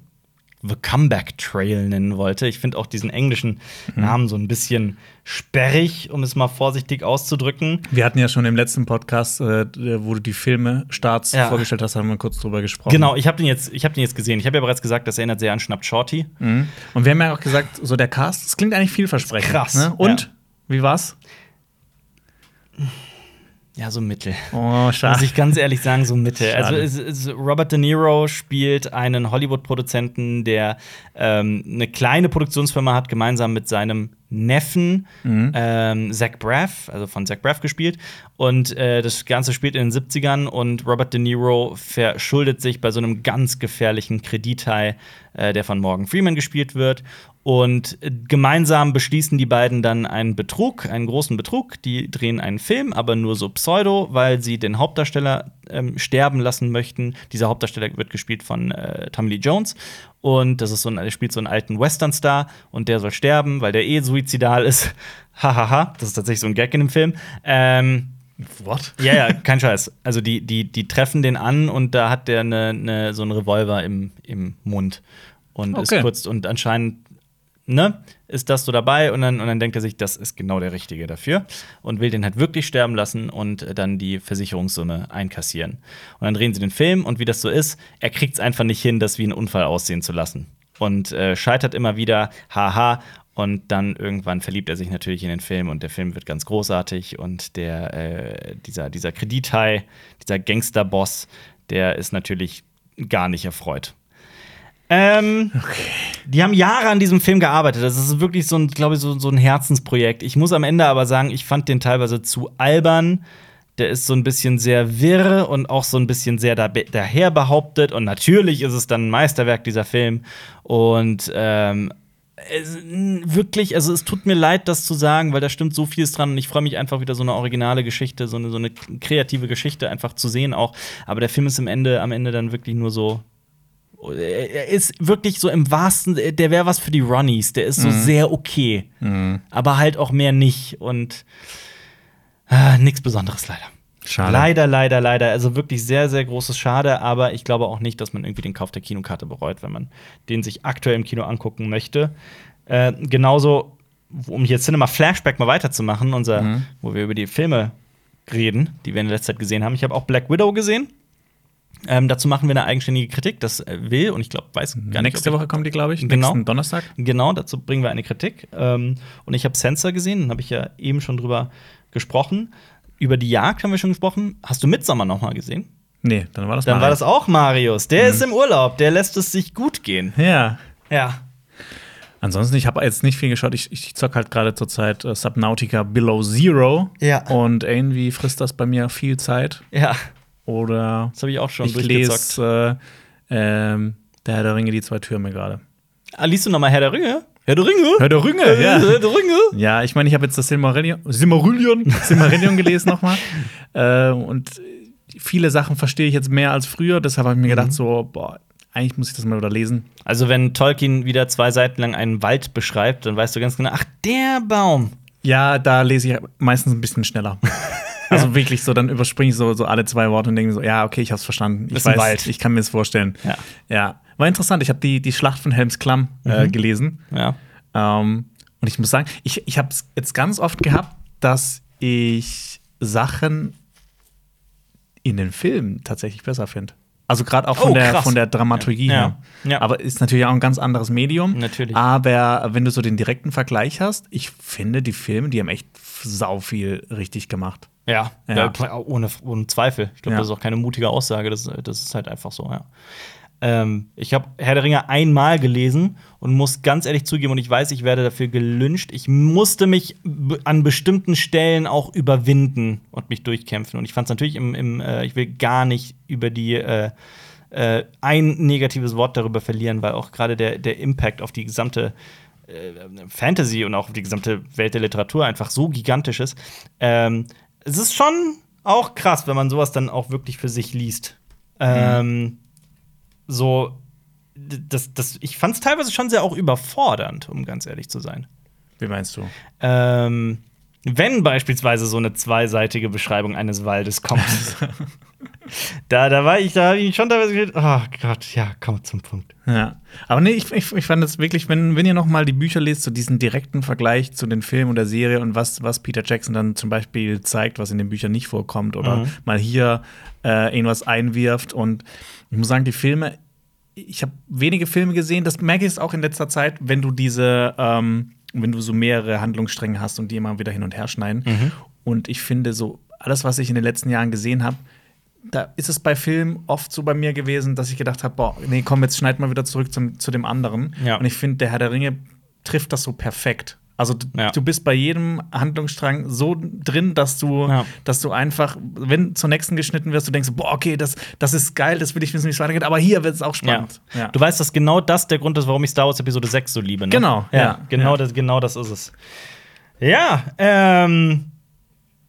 A: The Comeback Trail nennen wollte. Ich finde auch diesen englischen Namen so ein bisschen sperrig, um es mal vorsichtig auszudrücken.
B: Wir hatten ja schon im letzten Podcast, äh, wo du die Filme Starts
A: Ja.
B: vorgestellt hast, haben wir kurz drüber gesprochen.
A: Genau, ich habe den, jetzt- ich hab den jetzt gesehen. Ich habe ja bereits gesagt, das erinnert sehr an Schnapp Shorty.
B: Mhm. Und wir haben ja auch gesagt, so der Cast, es klingt eigentlich vielversprechend.
A: Krass,
B: Ne? Und
A: ja.
B: wie war's?
A: Ja, so Mittel.
B: Oh, schade.
A: Muss ich ganz ehrlich sagen, so Mitte.
B: Schade.
A: Also es, es, Robert De Niro spielt einen Hollywood-Produzenten, der ähm, eine kleine Produktionsfirma hat, gemeinsam mit seinem Neffen ähm, Zach Braff, also von Zach Braff gespielt. Und äh, das Ganze spielt in den 70ern und Robert De Niro verschuldet sich bei so einem ganz gefährlichen Kredithai, äh, der von Morgan Freeman gespielt wird. Und äh, gemeinsam beschließen die beiden dann einen Betrug, einen großen Betrug. Die drehen einen Film, aber nur so pseudo, weil sie den Hauptdarsteller ähm, sterben lassen möchten. Dieser Hauptdarsteller wird gespielt von äh, Tommy Lee Jones. Und das ist so ein, er spielt so einen alten Western-Star und der soll sterben, weil der eh suizidal ist. (laughs) Hahaha, das ist tatsächlich so ein Gag in dem Film. Ähm,
B: What?
A: ja, ja, kein Scheiß. Also die, die, die treffen den an und da hat der ne, ne, so einen Revolver im, im Mund und
B: Okay.
A: ist kurz und anscheinend ne, ist das so dabei und dann, und dann denkt er sich, das ist genau der Richtige dafür und will den halt wirklich sterben lassen und äh, dann die Versicherungssumme einkassieren. Und dann drehen sie den Film und wie das so ist, er kriegt es einfach nicht hin, das wie einen Unfall aussehen zu lassen und äh, scheitert immer wieder, haha. Und dann irgendwann verliebt er sich natürlich in den Film und der Film wird ganz großartig und der, äh, dieser, dieser Kredithai, dieser Gangsterboss, der ist natürlich gar nicht erfreut. Ähm, die haben Jahre an diesem Film gearbeitet. Das ist wirklich so ein, glaube ich, so, so ein Herzensprojekt. Ich muss am Ende aber sagen, ich fand den teilweise zu albern. Der ist so ein bisschen sehr wirr und auch so ein bisschen sehr da daher behauptet. Und natürlich ist es dann ein Meisterwerk, dieser Film. Und ähm, es, n- wirklich, also es tut mir leid, das zu sagen, weil da stimmt so vieles dran und ich freue mich einfach wieder so eine originale Geschichte, so eine, so eine kreative Geschichte einfach zu sehen auch. Aber der Film ist am Ende, am Ende dann wirklich nur so. Er er ist wirklich so im wahrsten, der wäre was für die Ronnies, der ist so sehr okay, aber halt auch mehr nicht und äh, nichts Besonderes leider.
B: Schade.
A: Leider, leider, leider. Also wirklich sehr, sehr großes Schade, aber ich glaube auch nicht, dass man irgendwie den Kauf der Kinokarte bereut, wenn man den sich aktuell im Kino angucken möchte. Äh, genauso, um hier Cinema Flashback mal weiterzumachen, unser,
B: Mhm.
A: wo wir über die Filme reden, die wir in letzter Zeit gesehen haben. Ich habe auch Black Widow gesehen. Ähm, dazu machen wir eine eigenständige Kritik. Das äh, will und ich glaube, weiß gar nicht.
B: Nächste
A: ob ich-
B: Woche kommt die, glaube ich.
A: Genau.
B: Nächsten Donnerstag.
A: Genau, dazu bringen wir eine Kritik. Ähm, und ich habe Sensor gesehen, dann habe ich ja eben schon drüber gesprochen. Über die Jagd haben wir schon gesprochen. Hast du Midsommar noch mal gesehen?
B: Nee, dann war das
A: Dann
B: mal
A: war das auch Marius. Der ist im Urlaub, der lässt es sich gut gehen.
B: Ja.
A: Ja.
B: Ansonsten, ich habe jetzt nicht viel geschaut. Ich, ich zock halt gerade zurzeit äh, Subnautica Below Zero.
A: Ja.
B: Und irgendwie frisst das bei mir viel Zeit.
A: Ja,
B: Oder
A: das habe ich auch schon
B: ich
A: durchgezockt.
B: lese äh, ähm, Der Herr der Ringe, die zwei Türme gerade.
A: Ah, liest du noch mal Herr der Ringe? Herr der Ringe? Äh,
B: Herr der Ringe, ja.
A: Herr der Ringe?
B: Ja, ich meine, ich habe jetzt das Silmarillion, Silmarillion, Silmarillion
A: (laughs)
B: gelesen nochmal. Äh, und viele Sachen verstehe ich jetzt mehr als früher. Deshalb habe ich mir
A: Mhm.
B: gedacht, so, boah, eigentlich muss ich das mal wieder lesen.
A: Also, wenn Tolkien wieder zwei Seiten lang einen Wald beschreibt, dann weißt du ganz genau, ach, der Baum.
B: Ja, da lese ich meistens ein
A: (laughs)
B: bisschen schneller. Also wirklich so, dann überspringe ich so, so alle zwei Worte und denke so, ja, okay, ich habe es verstanden. Ich
A: Ist ein Wald.
B: ich kann mir das vorstellen.
A: Ja.
B: ja. War interessant. Ich habe die, die Schlacht von Helms Klamm
A: Mhm.
B: äh, gelesen.
A: Ja.
B: Ähm, und ich muss sagen, ich, ich habe es jetzt ganz oft gehabt, dass ich Sachen in den Filmen tatsächlich besser finde. Also gerade auch von,
A: Oh,
B: der,
A: krass.
B: von der Dramaturgie
A: Ja.
B: her.
A: Ja.
B: Aber ist natürlich auch ein ganz anderes Medium.
A: Natürlich.
B: Aber wenn du so den direkten Vergleich hast, ich finde die Filme, die haben echt sau viel richtig gemacht.
A: Ja,
B: Ja.
A: da- ohne, ohne Zweifel. Ich glaube,
B: Ja.
A: das ist auch keine mutige Aussage. Das, das ist halt einfach so, ja. Ähm, ich habe Herr der Ringe einmal gelesen und muss ganz ehrlich zugeben, und ich weiß, ich werde dafür gelünscht. Ich musste mich b- an bestimmten Stellen auch überwinden und mich durchkämpfen. Und ich fand es natürlich im, im äh, ich will gar nicht über die äh, äh, ein negatives Wort darüber verlieren, weil auch gerade der, der Impact auf die gesamte Fantasy und auch die gesamte Welt der Literatur einfach so gigantisch ist. Ähm, es ist schon auch krass, wenn man sowas dann auch wirklich für sich liest. Ähm, so, d- das, das, ich fand es teilweise schon sehr auch überfordernd, um ganz ehrlich zu sein.
B: Wie meinst du?
A: Ähm, Wenn beispielsweise so eine zweiseitige Beschreibung eines Waldes kommt. da, da war ich, da habe ich schon teilweise gedacht, oh Gott, ja, komm zum Punkt.
B: Ja. Aber nee, ich, ich, ich fand es wirklich, wenn, wenn ihr noch mal die Bücher lest, so diesen direkten Vergleich zu den Filmen oder Serie und was, was Peter Jackson dann zum Beispiel zeigt, was in den Büchern nicht vorkommt oder
A: Mhm.
B: mal hier äh, irgendwas einwirft. Und ich muss sagen, die Filme, ich habe wenige Filme gesehen, das merke ich jetzt auch in letzter Zeit, wenn du diese, ähm, wenn du so mehrere Handlungsstränge hast und die immer wieder hin und her schneiden. Und ich finde so, alles, was ich in den letzten Jahren gesehen habe, da ist es bei Filmen oft so bei mir gewesen, dass ich gedacht habe, boah, nee, komm, jetzt schneid mal wieder zurück zum, zu dem anderen.
A: Ja.
B: Und ich finde, der Herr der Ringe trifft das so perfekt. Also d-
A: Ja.
B: du bist bei jedem Handlungsstrang so drin, dass du,
A: Ja.
B: dass du einfach, wenn zur nächsten geschnitten wirst, du denkst, boah, okay, das, das ist geil, das will ich wissen, wie es weitergeht, aber hier wird es auch spannend.
A: Ja.
B: Ja.
A: Du weißt, dass genau das der Grund ist, warum ich Star Wars Episode 6 so liebe. Ne?
B: Genau,
A: ja.
B: ja.
A: Genau,
B: Ja.
A: Das, genau das ist es. Ja, ähm.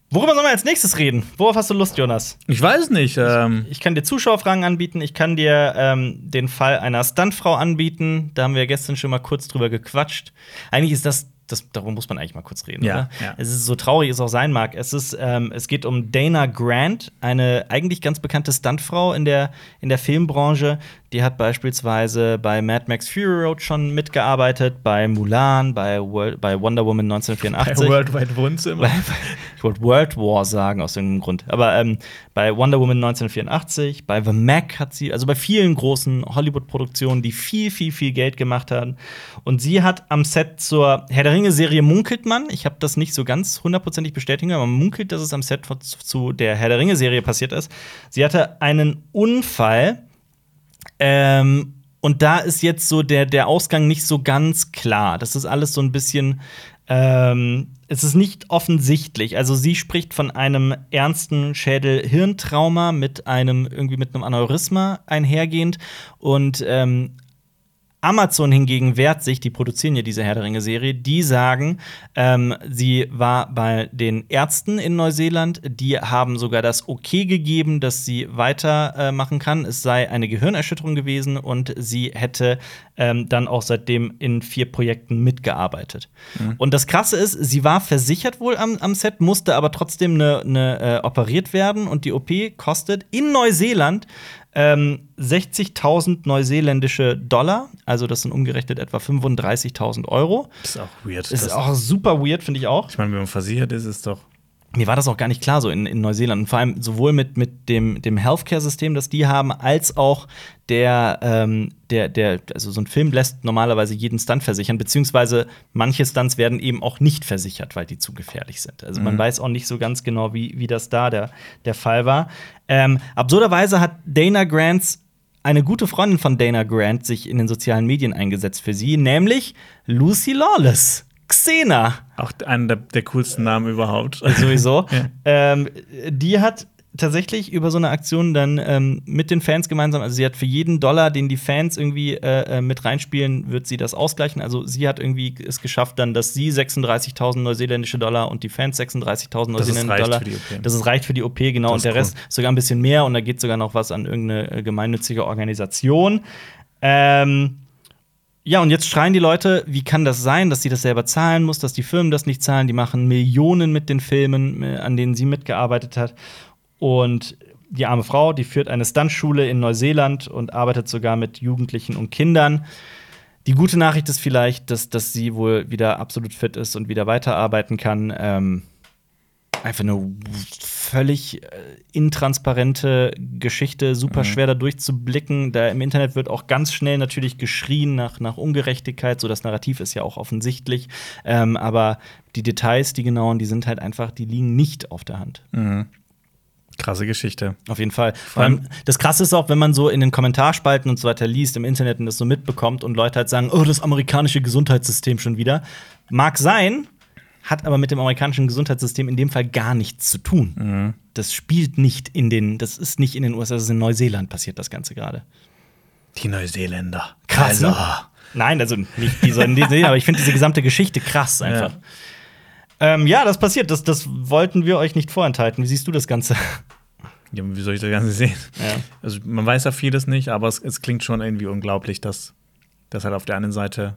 A: Worüber sollen wir als nächstes reden? Worauf hast du Lust, Jonas?
B: Ich weiß nicht. Ähm,
A: Ich kann dir Zuschauerfragen anbieten, ich kann dir ähm, den Fall einer Stuntfrau anbieten. Da haben wir gestern schon mal kurz drüber gequatscht. Eigentlich ist das, das darüber muss man eigentlich mal kurz reden,
B: Ja,
A: oder?
B: ja.
A: Es ist so traurig es auch sein mag. Es, ist, ähm, es geht um Dana Grant, eine eigentlich ganz bekannte Stuntfrau in der, in der Filmbranche. Die hat beispielsweise bei Mad Max Fury Road schon mitgearbeitet, bei Mulan, bei, World, bei Wonder Woman 1984.
B: Wide Wohnzimmer.
A: Bei- (laughs) ich wollte World War sagen aus irgendeinem Grund. Aber ähm, bei Wonder Woman 1984, bei The Mac hat sie, also bei vielen großen Hollywood-Produktionen, die viel, viel, viel Geld gemacht haben. Und sie hat am Set zur Herr der Ringe-Serie munkelt man, ich habe das nicht so ganz hundertprozentig bestätigen, können, aber man munkelt, dass es am Set von- zu der Herr der Ringe-Serie passiert ist. Sie hatte einen Unfall ähm, und da ist jetzt so der, der Ausgang nicht so ganz klar. Das ist alles so ein bisschen. Ähm, es ist nicht offensichtlich. Also sie spricht von einem ernsten Schädel-Hirntrauma mit einem irgendwie mit einem Aneurysma einhergehend und ähm, Amazon hingegen wehrt sich, die produzieren ja diese Herr der Ringe-Serie, die sagen, ähm, sie war bei den Ärzten in Neuseeland, die haben sogar das Okay gegeben, dass sie weitermachen äh, machen kann. Es sei eine Gehirnerschütterung gewesen und sie hätte ähm, dann auch seitdem in vier Projekten mitgearbeitet. Und das Krasse ist, sie war versichert wohl am, am Set, musste aber trotzdem eine, eine, äh, operiert werden und die OP kostet in Neuseeland ähm, 60.000 neuseeländische Dollar, also das sind umgerechnet etwa 35.000 Euro.
B: Das ist auch weird.
A: Das
B: Das-
A: ist auch super weird, finde ich auch.
B: ich meine, wenn man versichert ist, ist doch.
A: Mir war das auch gar nicht klar so in, in Neuseeland. Und vor allem sowohl mit, mit dem, dem Healthcare-System, das die haben, als auch der, ähm, der, der, also so ein Film lässt normalerweise jeden Stunt versichern, beziehungsweise manche Stunts werden eben auch nicht versichert, weil die zu gefährlich sind. Also man weiß auch nicht so ganz genau, wie, wie das da der, der Fall war. Ähm, absurderweise hat Dana Grants eine gute Freundin von Dana Grant sich in den sozialen Medien eingesetzt für sie, nämlich Lucy Lawless. Xena
B: Auch einer der, der coolsten Namen überhaupt.
A: sowieso.
B: (laughs) Ja.
A: ähm, die hat tatsächlich über so eine Aktion dann ähm, mit den Fans gemeinsam, also sie hat für jeden Dollar, den die Fans irgendwie äh, äh, mit reinspielen, wird sie das ausgleichen. Also sie hat irgendwie es geschafft dann, dass sie 36.000 neuseeländische Dollar und die Fans 36.000
B: Dass es
A: neuseeländische
B: reicht
A: Dollar.
B: für die OP.
A: Das ist reicht für die OP, genau.
B: Das
A: Und
B: ist
A: der
B: cool.
A: Rest sogar ein bisschen mehr. Und da geht sogar noch was an irgendeine äh, gemeinnützige Organisation. Ähm, ja, und jetzt schreien die Leute, wie kann das sein, dass sie das selber zahlen muss, dass die Firmen das nicht zahlen? Die machen Millionen mit den Filmen, äh, an denen sie mitgearbeitet hat. Und die arme Frau, die führt eine Stuntschule in Neuseeland und arbeitet sogar mit Jugendlichen und Kindern. Die gute Nachricht ist vielleicht, dass, dass sie wohl wieder absolut fit ist und wieder weiterarbeiten kann. Ähm, einfach eine völlig äh, intransparente Geschichte, super schwer da durchzublicken. Da im Internet wird auch ganz schnell natürlich geschrien nach, nach Ungerechtigkeit. So das Narrativ ist ja auch offensichtlich. Ähm, aber die Details, die genauen, die sind halt einfach, die liegen nicht auf der Hand.
B: Krasse Geschichte.
A: Auf jeden Fall. Vor allem, das Krasse ist auch, wenn man so in den Kommentarspalten und so weiter liest im Internet und das so mitbekommt und Leute halt sagen, oh, das amerikanische Gesundheitssystem schon wieder. Mag sein, hat aber mit dem amerikanischen Gesundheitssystem in dem Fall gar nichts zu tun. Das spielt nicht in den, das ist nicht in den USA, das ist in Neuseeland passiert das Ganze gerade.
B: Die Neuseeländer. ah.
A: Krass, ne? Nein, also nicht die sollen die sehen, aber ich finde diese gesamte Geschichte krass einfach.
B: Ja.
A: Ähm, ja, das passiert, das, das wollten wir euch nicht vorenthalten. Wie siehst du das Ganze?
B: Ja, wie soll ich das Ganze sehen?
A: Ja.
B: Also, man weiß ja vieles nicht, aber es, es klingt schon irgendwie unglaublich, dass, dass halt auf der einen Seite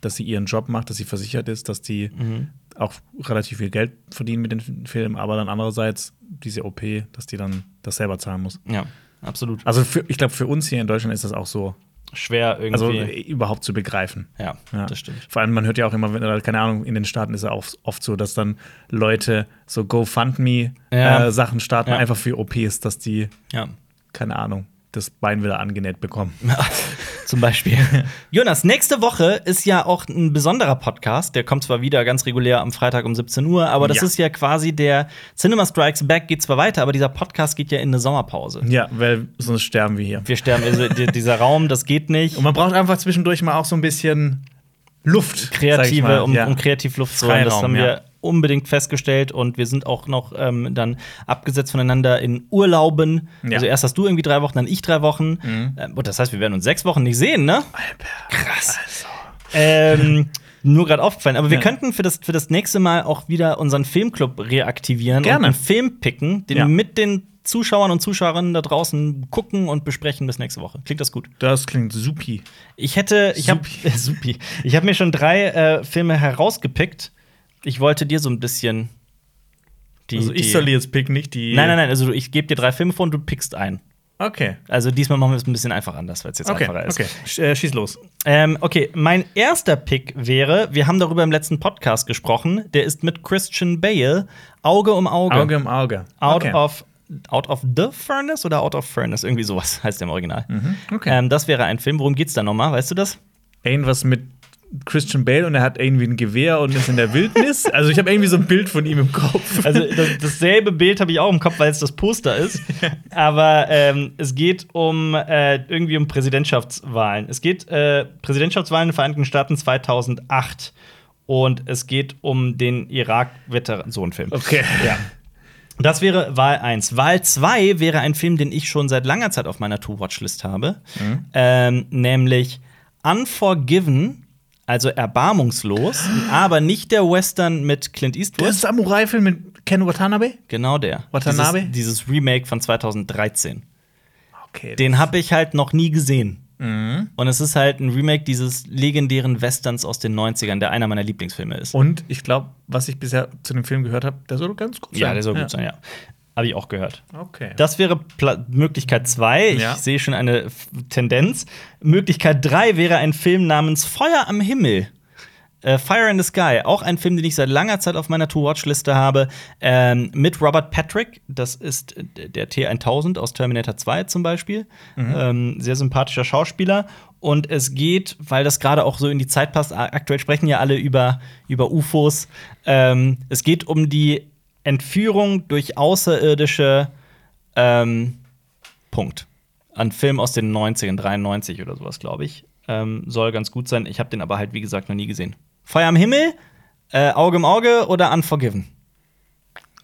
B: dass sie ihren Job macht, dass sie versichert ist, dass die
A: Mhm.
B: auch relativ viel Geld verdienen mit den Filmen, aber dann andererseits diese OP, dass die dann das selber zahlen muss.
A: Ja, absolut.
B: Also für, ich glaube, für uns hier in Deutschland ist das auch so,
A: Schwer irgendwie.
B: also äh, überhaupt zu begreifen.
A: ja,
B: Ja.
A: das stimmt.
B: Vor allem, man hört ja auch immer, wenn, äh, keine Ahnung, in den Staaten ist ja auch oft so, dass dann Leute so
A: Ja.
B: GoFundMe-Sachen starten,
A: Ja.
B: einfach für OPs, dass die,
A: Ja.
B: keine Ahnung, das Bein wieder angenäht bekommen.
A: Zum Beispiel. (laughs) Jonas, nächste Woche ist ja auch ein besonderer Podcast. Der kommt zwar wieder ganz regulär am Freitag um 17 Uhr, aber das
B: Ja.
A: ist ja quasi der Cinema Strikes Back geht zwar weiter, aber dieser Podcast geht ja in eine Sommerpause.
B: Ja, weil sonst sterben wir hier.
A: Wir sterben, also di- dieser Raum, das geht nicht.
B: Und man braucht einfach zwischendurch mal auch so ein bisschen Luft. sag ich
A: kreative,
B: mal.
A: um,
B: ja.
A: um kreativ Luft zu holen. Das
B: Freiraum,
A: haben wir
B: ja.
A: unbedingt festgestellt und wir sind auch noch ähm, dann abgesetzt voneinander in Urlauben.
B: Ja. Mhm.
A: Also erst hast du irgendwie drei Wochen, dann ich drei Wochen. Ähm, und das heißt, wir werden uns sechs Wochen nicht sehen, ne? Krass. Ähm, (laughs) nur gerade aufgefallen. Aber wir
B: also. Ja.
A: könnten für das, für das nächste Mal auch wieder unseren Filmclub reaktivieren und
B: Gerne.
A: einen Film picken, den
B: Ja.
A: mit den Zuschauern und Zuschauerinnen da draußen gucken und besprechen bis nächste Woche. Klingt das gut?
B: Das klingt supi.
A: Ich hätte, ich habe
B: Supi.
A: supi. (laughs) Ich habe mir schon drei äh, Filme herausgepickt. Ich wollte dir so ein bisschen die,
B: Also
A: die
B: ich soll die jetzt picken, nicht die.
A: Nein, nein, nein, also ich gebe dir drei Filme vor und du pickst einen.
B: Okay.
A: Also diesmal machen wir es ein bisschen einfach anders, weil es jetzt
B: Okay,
A: einfacher ist.
B: okay. Sch äh, schieß los.
A: Ähm, okay, mein erster Pick wäre, wir haben darüber im letzten Podcast gesprochen, der ist mit Christian Bale, Auge um Auge.
B: Auge im Auge.
A: Out
B: okay.
A: of Out of the Furnace oder Out of Furnace, irgendwie sowas (laughs) heißt der im Original.
B: Mhm, Okay.
A: Ähm, das wäre ein Film, worum geht's da nochmal, weißt du das?
B: irgendwas mit Christian Bale und er hat irgendwie ein Gewehr und ist in der Wildnis. also ich habe irgendwie so ein Bild von ihm im Kopf.
A: Also das, dasselbe Bild habe ich auch im Kopf, weil es das Poster ist. Aber ähm, es geht um äh, irgendwie um Präsidentschaftswahlen. Es geht äh, Präsidentschaftswahlen in den Vereinigten Staaten 2008 und es geht um den Irak-Veteran. So ein Film.
B: okay.
A: Ja. Das wäre Wahl 1. Wahl 2 wäre ein Film, den ich schon seit langer Zeit auf meiner To-Watch-List habe. Ähm, nämlich Unforgiven, also erbarmungslos, aber nicht der Western mit Clint Eastwood.
B: Der Samurai-Film mit Ken Watanabe?
A: Genau der.
B: Watanabe?
A: Dieses, dieses Remake von 2013.
B: Okay.
A: Den habe ich halt noch nie gesehen. Und es ist halt ein Remake dieses legendären Westerns aus den 90ern, der einer meiner Lieblingsfilme ist.
B: und ich glaube, was ich bisher zu dem Film gehört habe, der soll ganz gut sein.
A: ja, der soll gut sein, ja. Habe ich auch gehört.
B: Okay.
A: Das wäre Pla Möglichkeit 2. Ich
B: Ja.
A: sehe schon eine F Tendenz. Möglichkeit 3 wäre ein Film namens Feuer am Himmel. Äh, Fire in the Sky, auch ein Film, den ich seit langer Zeit auf meiner To-Watch-Liste habe, ähm, mit Robert Patrick. Das ist äh, der T1000 aus Terminator 2 zum Beispiel. Ähm, sehr sympathischer Schauspieler. Und es geht, weil das gerade auch so in die Zeit passt, a- aktuell sprechen ja alle über, über UFOs. Ähm, es geht um die Entführung durch außerirdische ähm, Punkt. Ein Film aus den 90ern, 93 oder sowas, glaube ich. Ähm, soll ganz gut sein. Ich habe den aber halt, wie gesagt, noch nie gesehen. Feuer am Himmel, äh, Auge im Auge oder Unforgiven?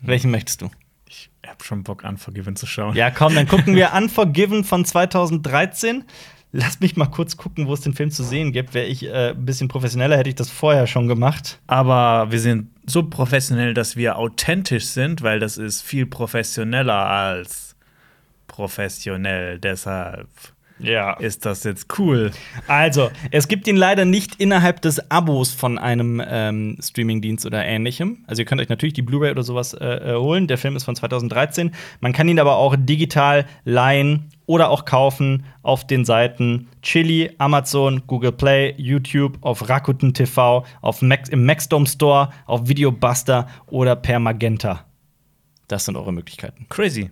A: Welchen möchtest du?
B: ich habe schon Bock, Unforgiven zu schauen.
A: Ja, komm, dann gucken wir Unforgiven von 2013. Lass mich mal kurz gucken, wo es den Film zu sehen gibt. Wäre ich äh, ein bisschen professioneller, hätte ich das vorher schon gemacht.
B: Aber wir sind so professionell, dass wir authentisch sind, weil das ist viel professioneller als professionell. Deshalb
A: Ja.
B: ist das jetzt cool.
A: Also, es gibt ihn leider nicht innerhalb des Abos von einem ähm, Streamingdienst oder ähnlichem. Also, ihr könnt euch natürlich die Blu-ray oder sowas äh, äh, holen. Der Film ist von 2013. Man kann ihn aber auch digital leihen oder auch kaufen auf den Seiten Chili, Amazon, Google Play, YouTube, auf Rakuten TV, auf Max, im Maxdome Store, auf Videobuster oder per Magenta. Das sind eure Möglichkeiten.
B: Crazy.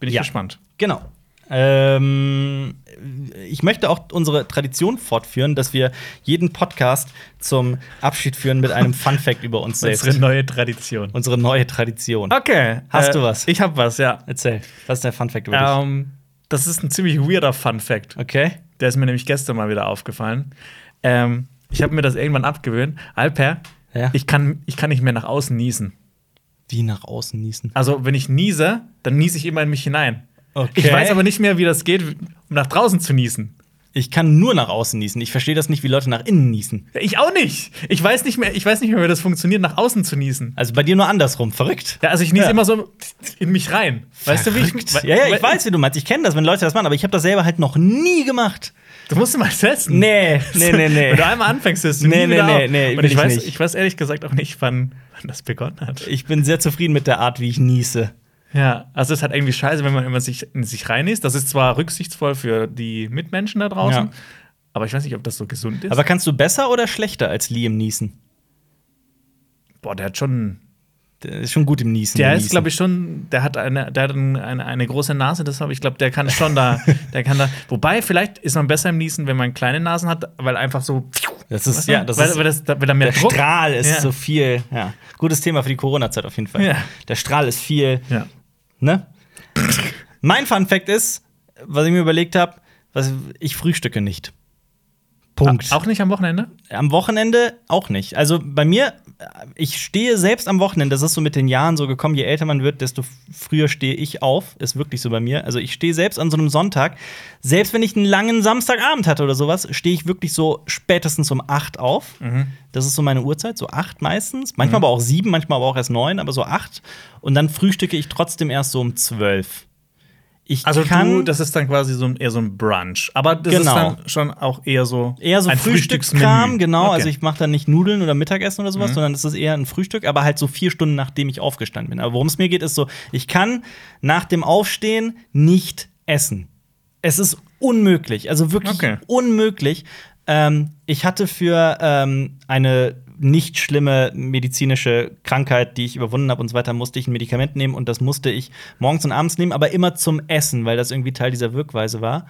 B: Bin ich
A: Ja.
B: gespannt.
A: Genau. Ähm, ich möchte auch unsere Tradition fortführen, dass wir jeden Podcast zum Abschied führen mit einem Fun Fact über uns
B: Unsere
A: selbst.
B: neue Tradition.
A: Unsere neue Tradition.
B: Okay. äh,
A: Hast du was?
B: Ich habe was, ja.
A: Erzähl, was ist der Fun Fact über dich?
B: Ähm, das ist ein ziemlich weirder Fun Fact.
A: Okay.
B: Der ist mir nämlich gestern mal wieder aufgefallen. Ähm, ich habe mir das irgendwann abgewöhnt. Alper,
A: Ja.
B: ich, kann, ich kann nicht mehr nach außen niesen.
A: Wie nach außen niesen.
B: Also, wenn ich niese, dann niese ich immer in mich hinein.
A: Okay.
B: Ich weiß aber nicht mehr, wie das geht, um nach draußen zu niesen.
A: Ich kann nur nach außen niesen. Ich verstehe das nicht, wie Leute nach innen niesen.
B: Ich auch nicht. Ich weiß nicht mehr, ich weiß nicht mehr, wie das funktioniert, nach außen zu niesen.
A: Also bei dir nur andersrum. Verrückt.
B: Ja, also ich niese
A: Ja.
B: immer so in mich rein. Weißt du, wie ich.
A: Verrückt. Ja, ja, ich weiß, wie du meinst. Ich kenne das, wenn Leute das machen, aber ich habe das selber halt noch nie gemacht.
B: Du musst mal testen.
A: Nee,
B: (laughs)
A: nee, nee, nee.
B: Wenn du einmal anfängst, ist
A: Nee, nee, nee,
B: auf.
A: nee,
B: Und
A: will
B: ich
A: ich
B: weiß,
A: nicht.
B: ich weiß ehrlich gesagt auch nicht, wann, wann das begonnen
A: (laughs)
B: hat.
A: Ich bin sehr zufrieden mit der Art, wie ich niese.
B: Ja, also es ist halt irgendwie scheiße, wenn man immer sich in sich reinlässt. Das ist zwar rücksichtsvoll für die Mitmenschen da draußen,
A: Ja.
B: aber ich weiß nicht, ob das so gesund ist.
A: Aber kannst du besser oder schlechter als Liam niesen?
B: boah, der hat schon,
A: Der ist schon gut im Niesen.
B: der
A: im
B: ist
A: Niesen.
B: glaube ich schon, der hat eine, der hat eine, eine große Nase, deshalb ich glaube, der kann
A: (laughs)
B: schon da, der kann da. Wobei vielleicht ist man besser im Niesen, wenn man kleine Nasen hat, weil einfach so.
A: Das ist-
B: weißt du?
A: ja, das
B: weil,
A: ist-
B: weil, das, da- weil da mehr
A: Der
B: Druck.
A: Strahl ist
B: Ja.
A: so viel. Ja. Gutes Thema für die Corona-Zeit auf jeden Fall.
B: Ja.
A: Der Strahl ist viel.
B: Ja.
A: Ne? mein Fun Fact ist, was ich mir überlegt habe, ich frühstücke nicht. Punkt.
B: Auch nicht am Wochenende?
A: Am Wochenende auch nicht. Also bei mir, ich stehe selbst am Wochenende. Das ist so mit den Jahren so gekommen. Je älter man wird, desto früher stehe ich auf. Ist wirklich so bei mir. Also ich stehe selbst an so einem Sonntag. Selbst wenn ich einen langen Samstagabend hatte oder sowas, stehe ich wirklich so spätestens um 8 auf.
B: Mhm.
A: Das ist so meine Uhrzeit, so 8 meistens. Manchmal aber auch 7, manchmal aber auch erst 9, aber so 8. Und dann frühstücke ich trotzdem erst so um 12. Ich
B: Also
A: kann
B: du, das ist dann quasi so ein, eher so ein Brunch. Aber das
A: Genau.
B: ist dann schon auch eher so
A: Eher so
B: ein
A: Frühstückskram,
B: Frühstücksmenü.
A: genau.
B: Okay. Mhm.
A: Also ich mache dann nicht Nudeln oder Mittagessen oder sowas, sondern es ist eher ein Frühstück, aber halt so vier Stunden, nachdem ich aufgestanden bin. Aber worum es mir geht, ist so, ich kann nach dem Aufstehen nicht essen. Es ist unmöglich, also wirklich
B: Okay.
A: unmöglich. Ähm, ich hatte für ähm, eine nicht schlimme medizinische Krankheit, die ich überwunden habe und so weiter, musste ich ein Medikament nehmen und das musste ich morgens und abends nehmen, aber immer zum Essen, weil das irgendwie Teil dieser Wirkweise war.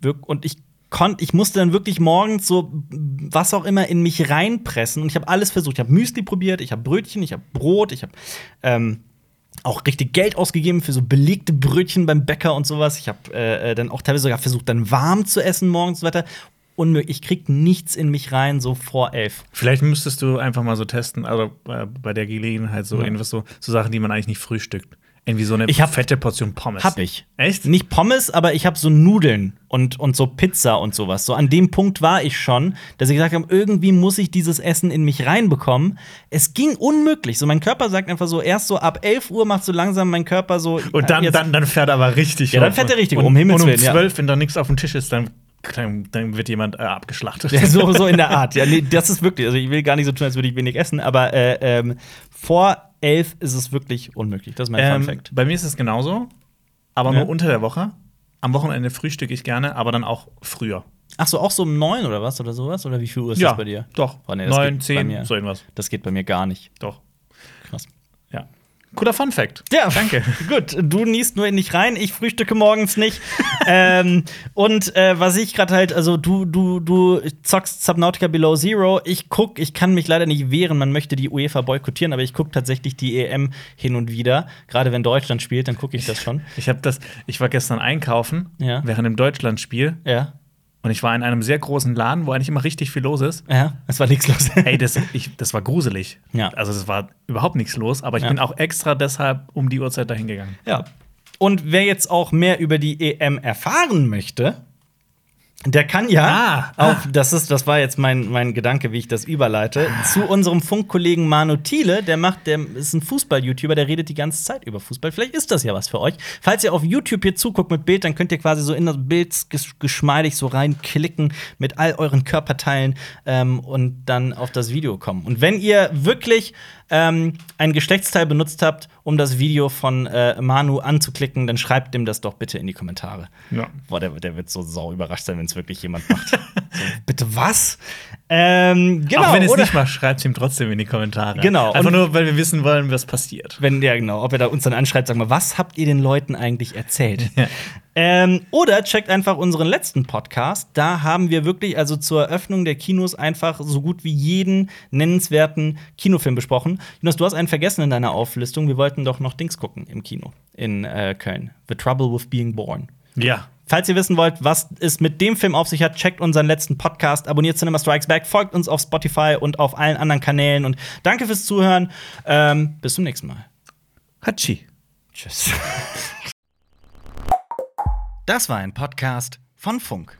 A: Wirk und ich konnte, ich musste dann wirklich morgens so was auch immer in mich reinpressen und ich habe alles versucht. Ich habe Müsli probiert, ich habe Brötchen, ich habe Brot, ich habe ähm, auch richtig Geld ausgegeben für so belegte Brötchen beim Bäcker und sowas. Ich habe äh, äh, dann auch teilweise sogar versucht, dann warm zu essen morgens und so weiter. Unmöglich. Ich krieg nichts in mich rein, so vor elf.
B: Vielleicht müsstest du einfach mal so testen, also äh, bei der Gelegenheit so irgendwas so, so Sachen, die man eigentlich nicht frühstückt. Irgendwie so eine
A: Ich hab-
B: fette Portion Pommes.
A: Hab ich.
B: Echt?
A: Nicht Pommes, aber ich habe so Nudeln und, und so Pizza und sowas. So an dem Punkt war ich schon, dass ich gesagt habe, irgendwie muss ich dieses Essen in mich reinbekommen. Es ging unmöglich. So mein Körper sagt einfach so, erst so ab 11 Uhr macht so langsam mein Körper so.
B: Und dann,
A: Äh, jetzt-
B: dann, dann fährt er aber richtig.
A: Ja, dann
B: hoch.
A: fährt er richtig
B: und,
A: hoch, um Himmels
B: Und um
A: Willen, ja.
B: zwölf, wenn da nichts auf dem Tisch ist, dann, dann, dann wird jemand äh, abgeschlachtet.
A: Ja, (laughs) so,
B: (laughs)
A: so in der Art. Ja, nee, das ist wirklich. Also ich will gar nicht so tun, als würde ich wenig essen, aber äh, ähm, vor elf ist es wirklich unmöglich. Das ist mein Fun
B: Ähm,
A: Fact.
B: bei mir ist es genauso, aber
A: Ja.
B: nur unter der Woche. Am Wochenende frühstücke ich gerne, aber dann auch früher.
A: Ach so, auch so um neun oder was oder sowas? Oder wie viel Uhr ist das bei dir?
B: Doch.
A: Oh, nee, das geht
B: Neun,
A: bei
B: zehn,
A: mir.
B: so irgendwas.
A: Das geht bei mir gar nicht.
B: Doch.
A: Krass.
B: Ja. Cooler Fun Fact.
A: Ja,
B: Danke.
A: (laughs) Gut, du niest nur in dich rein, ich frühstücke morgens
B: (laughs)
A: nicht. ähm, und äh, was ich gerade halt, also du, du, du zockst Subnautica Below Zero, ich guck, ich kann mich leider nicht wehren, man möchte die UEFA boykottieren, aber ich gucke tatsächlich die EM hin und wieder. Gerade wenn Deutschland spielt, dann gucke ich das schon.
B: Ich habe das, ich war gestern einkaufen
A: Ja.
B: während dem Deutschlandspiel
A: Ja.
B: und ich war in einem sehr großen Laden, wo eigentlich immer richtig viel los ist.
A: Ja, es war nichts los.
B: Ey, das, ich, das war gruselig.
A: Ja.
B: Also es war überhaupt nichts los, aber ich
A: Ja.
B: bin auch extra deshalb um die Uhrzeit dahin gegangen.
A: (laughs) Ja. Und wer jetzt auch mehr über die EM erfahren möchte, der kann ja
B: Ah, ah.
A: auf das ist das war jetzt mein mein Gedanke, wie ich das überleite
B: Ah.
A: zu unserem Funkkollegen Manu Thiele, der macht der ist ein Fußball YouTuber, der redet die ganze Zeit über Fußball. Vielleicht ist das ja was für euch. Falls ihr auf YouTube hier zuguckt mit Bild, dann könnt ihr quasi so in das Bild ges- geschmeidig so reinklicken mit all euren Körperteilen ähm, und dann auf das Video kommen. Und wenn ihr wirklich ähm, ein Geschlechtsteil benutzt habt, um das Video von äh, Manu anzuklicken, dann schreibt dem das doch bitte in die Kommentare.
B: Ja.
A: Boah, der, der wird so sau überrascht sein, wenn es wirklich jemand (laughs) macht. so, bitte was? Ähm, genau.
B: auch wenn es
A: oder-
B: nicht mal schreibt, ihm trotzdem in die Kommentare.
A: Genau.
B: Einfach
A: Und-
B: nur, weil wir wissen wollen, was passiert.
A: wenn ja genau, ob er da uns dann anschreibt, sag mal, was habt ihr den Leuten eigentlich erzählt? (laughs) ähm, oder checkt einfach unseren letzten Podcast. Da haben wir wirklich also zur Eröffnung der Kinos einfach so gut wie jeden nennenswerten Kinofilm besprochen. Jonas, du hast einen vergessen in deiner Auflistung. Wir wollten doch noch Dings gucken im Kino in äh, Köln. The Trouble with Being Born.
B: Ja.
A: Falls ihr wissen wollt, was es mit dem Film auf sich hat, checkt unseren letzten Podcast, abonniert Cinema Strikes Back, folgt uns auf Spotify und auf allen anderen Kanälen und danke fürs Zuhören. Ähm, bis zum nächsten Mal.
B: Hatschi.
A: Tschüss. Das war ein Podcast von Funk.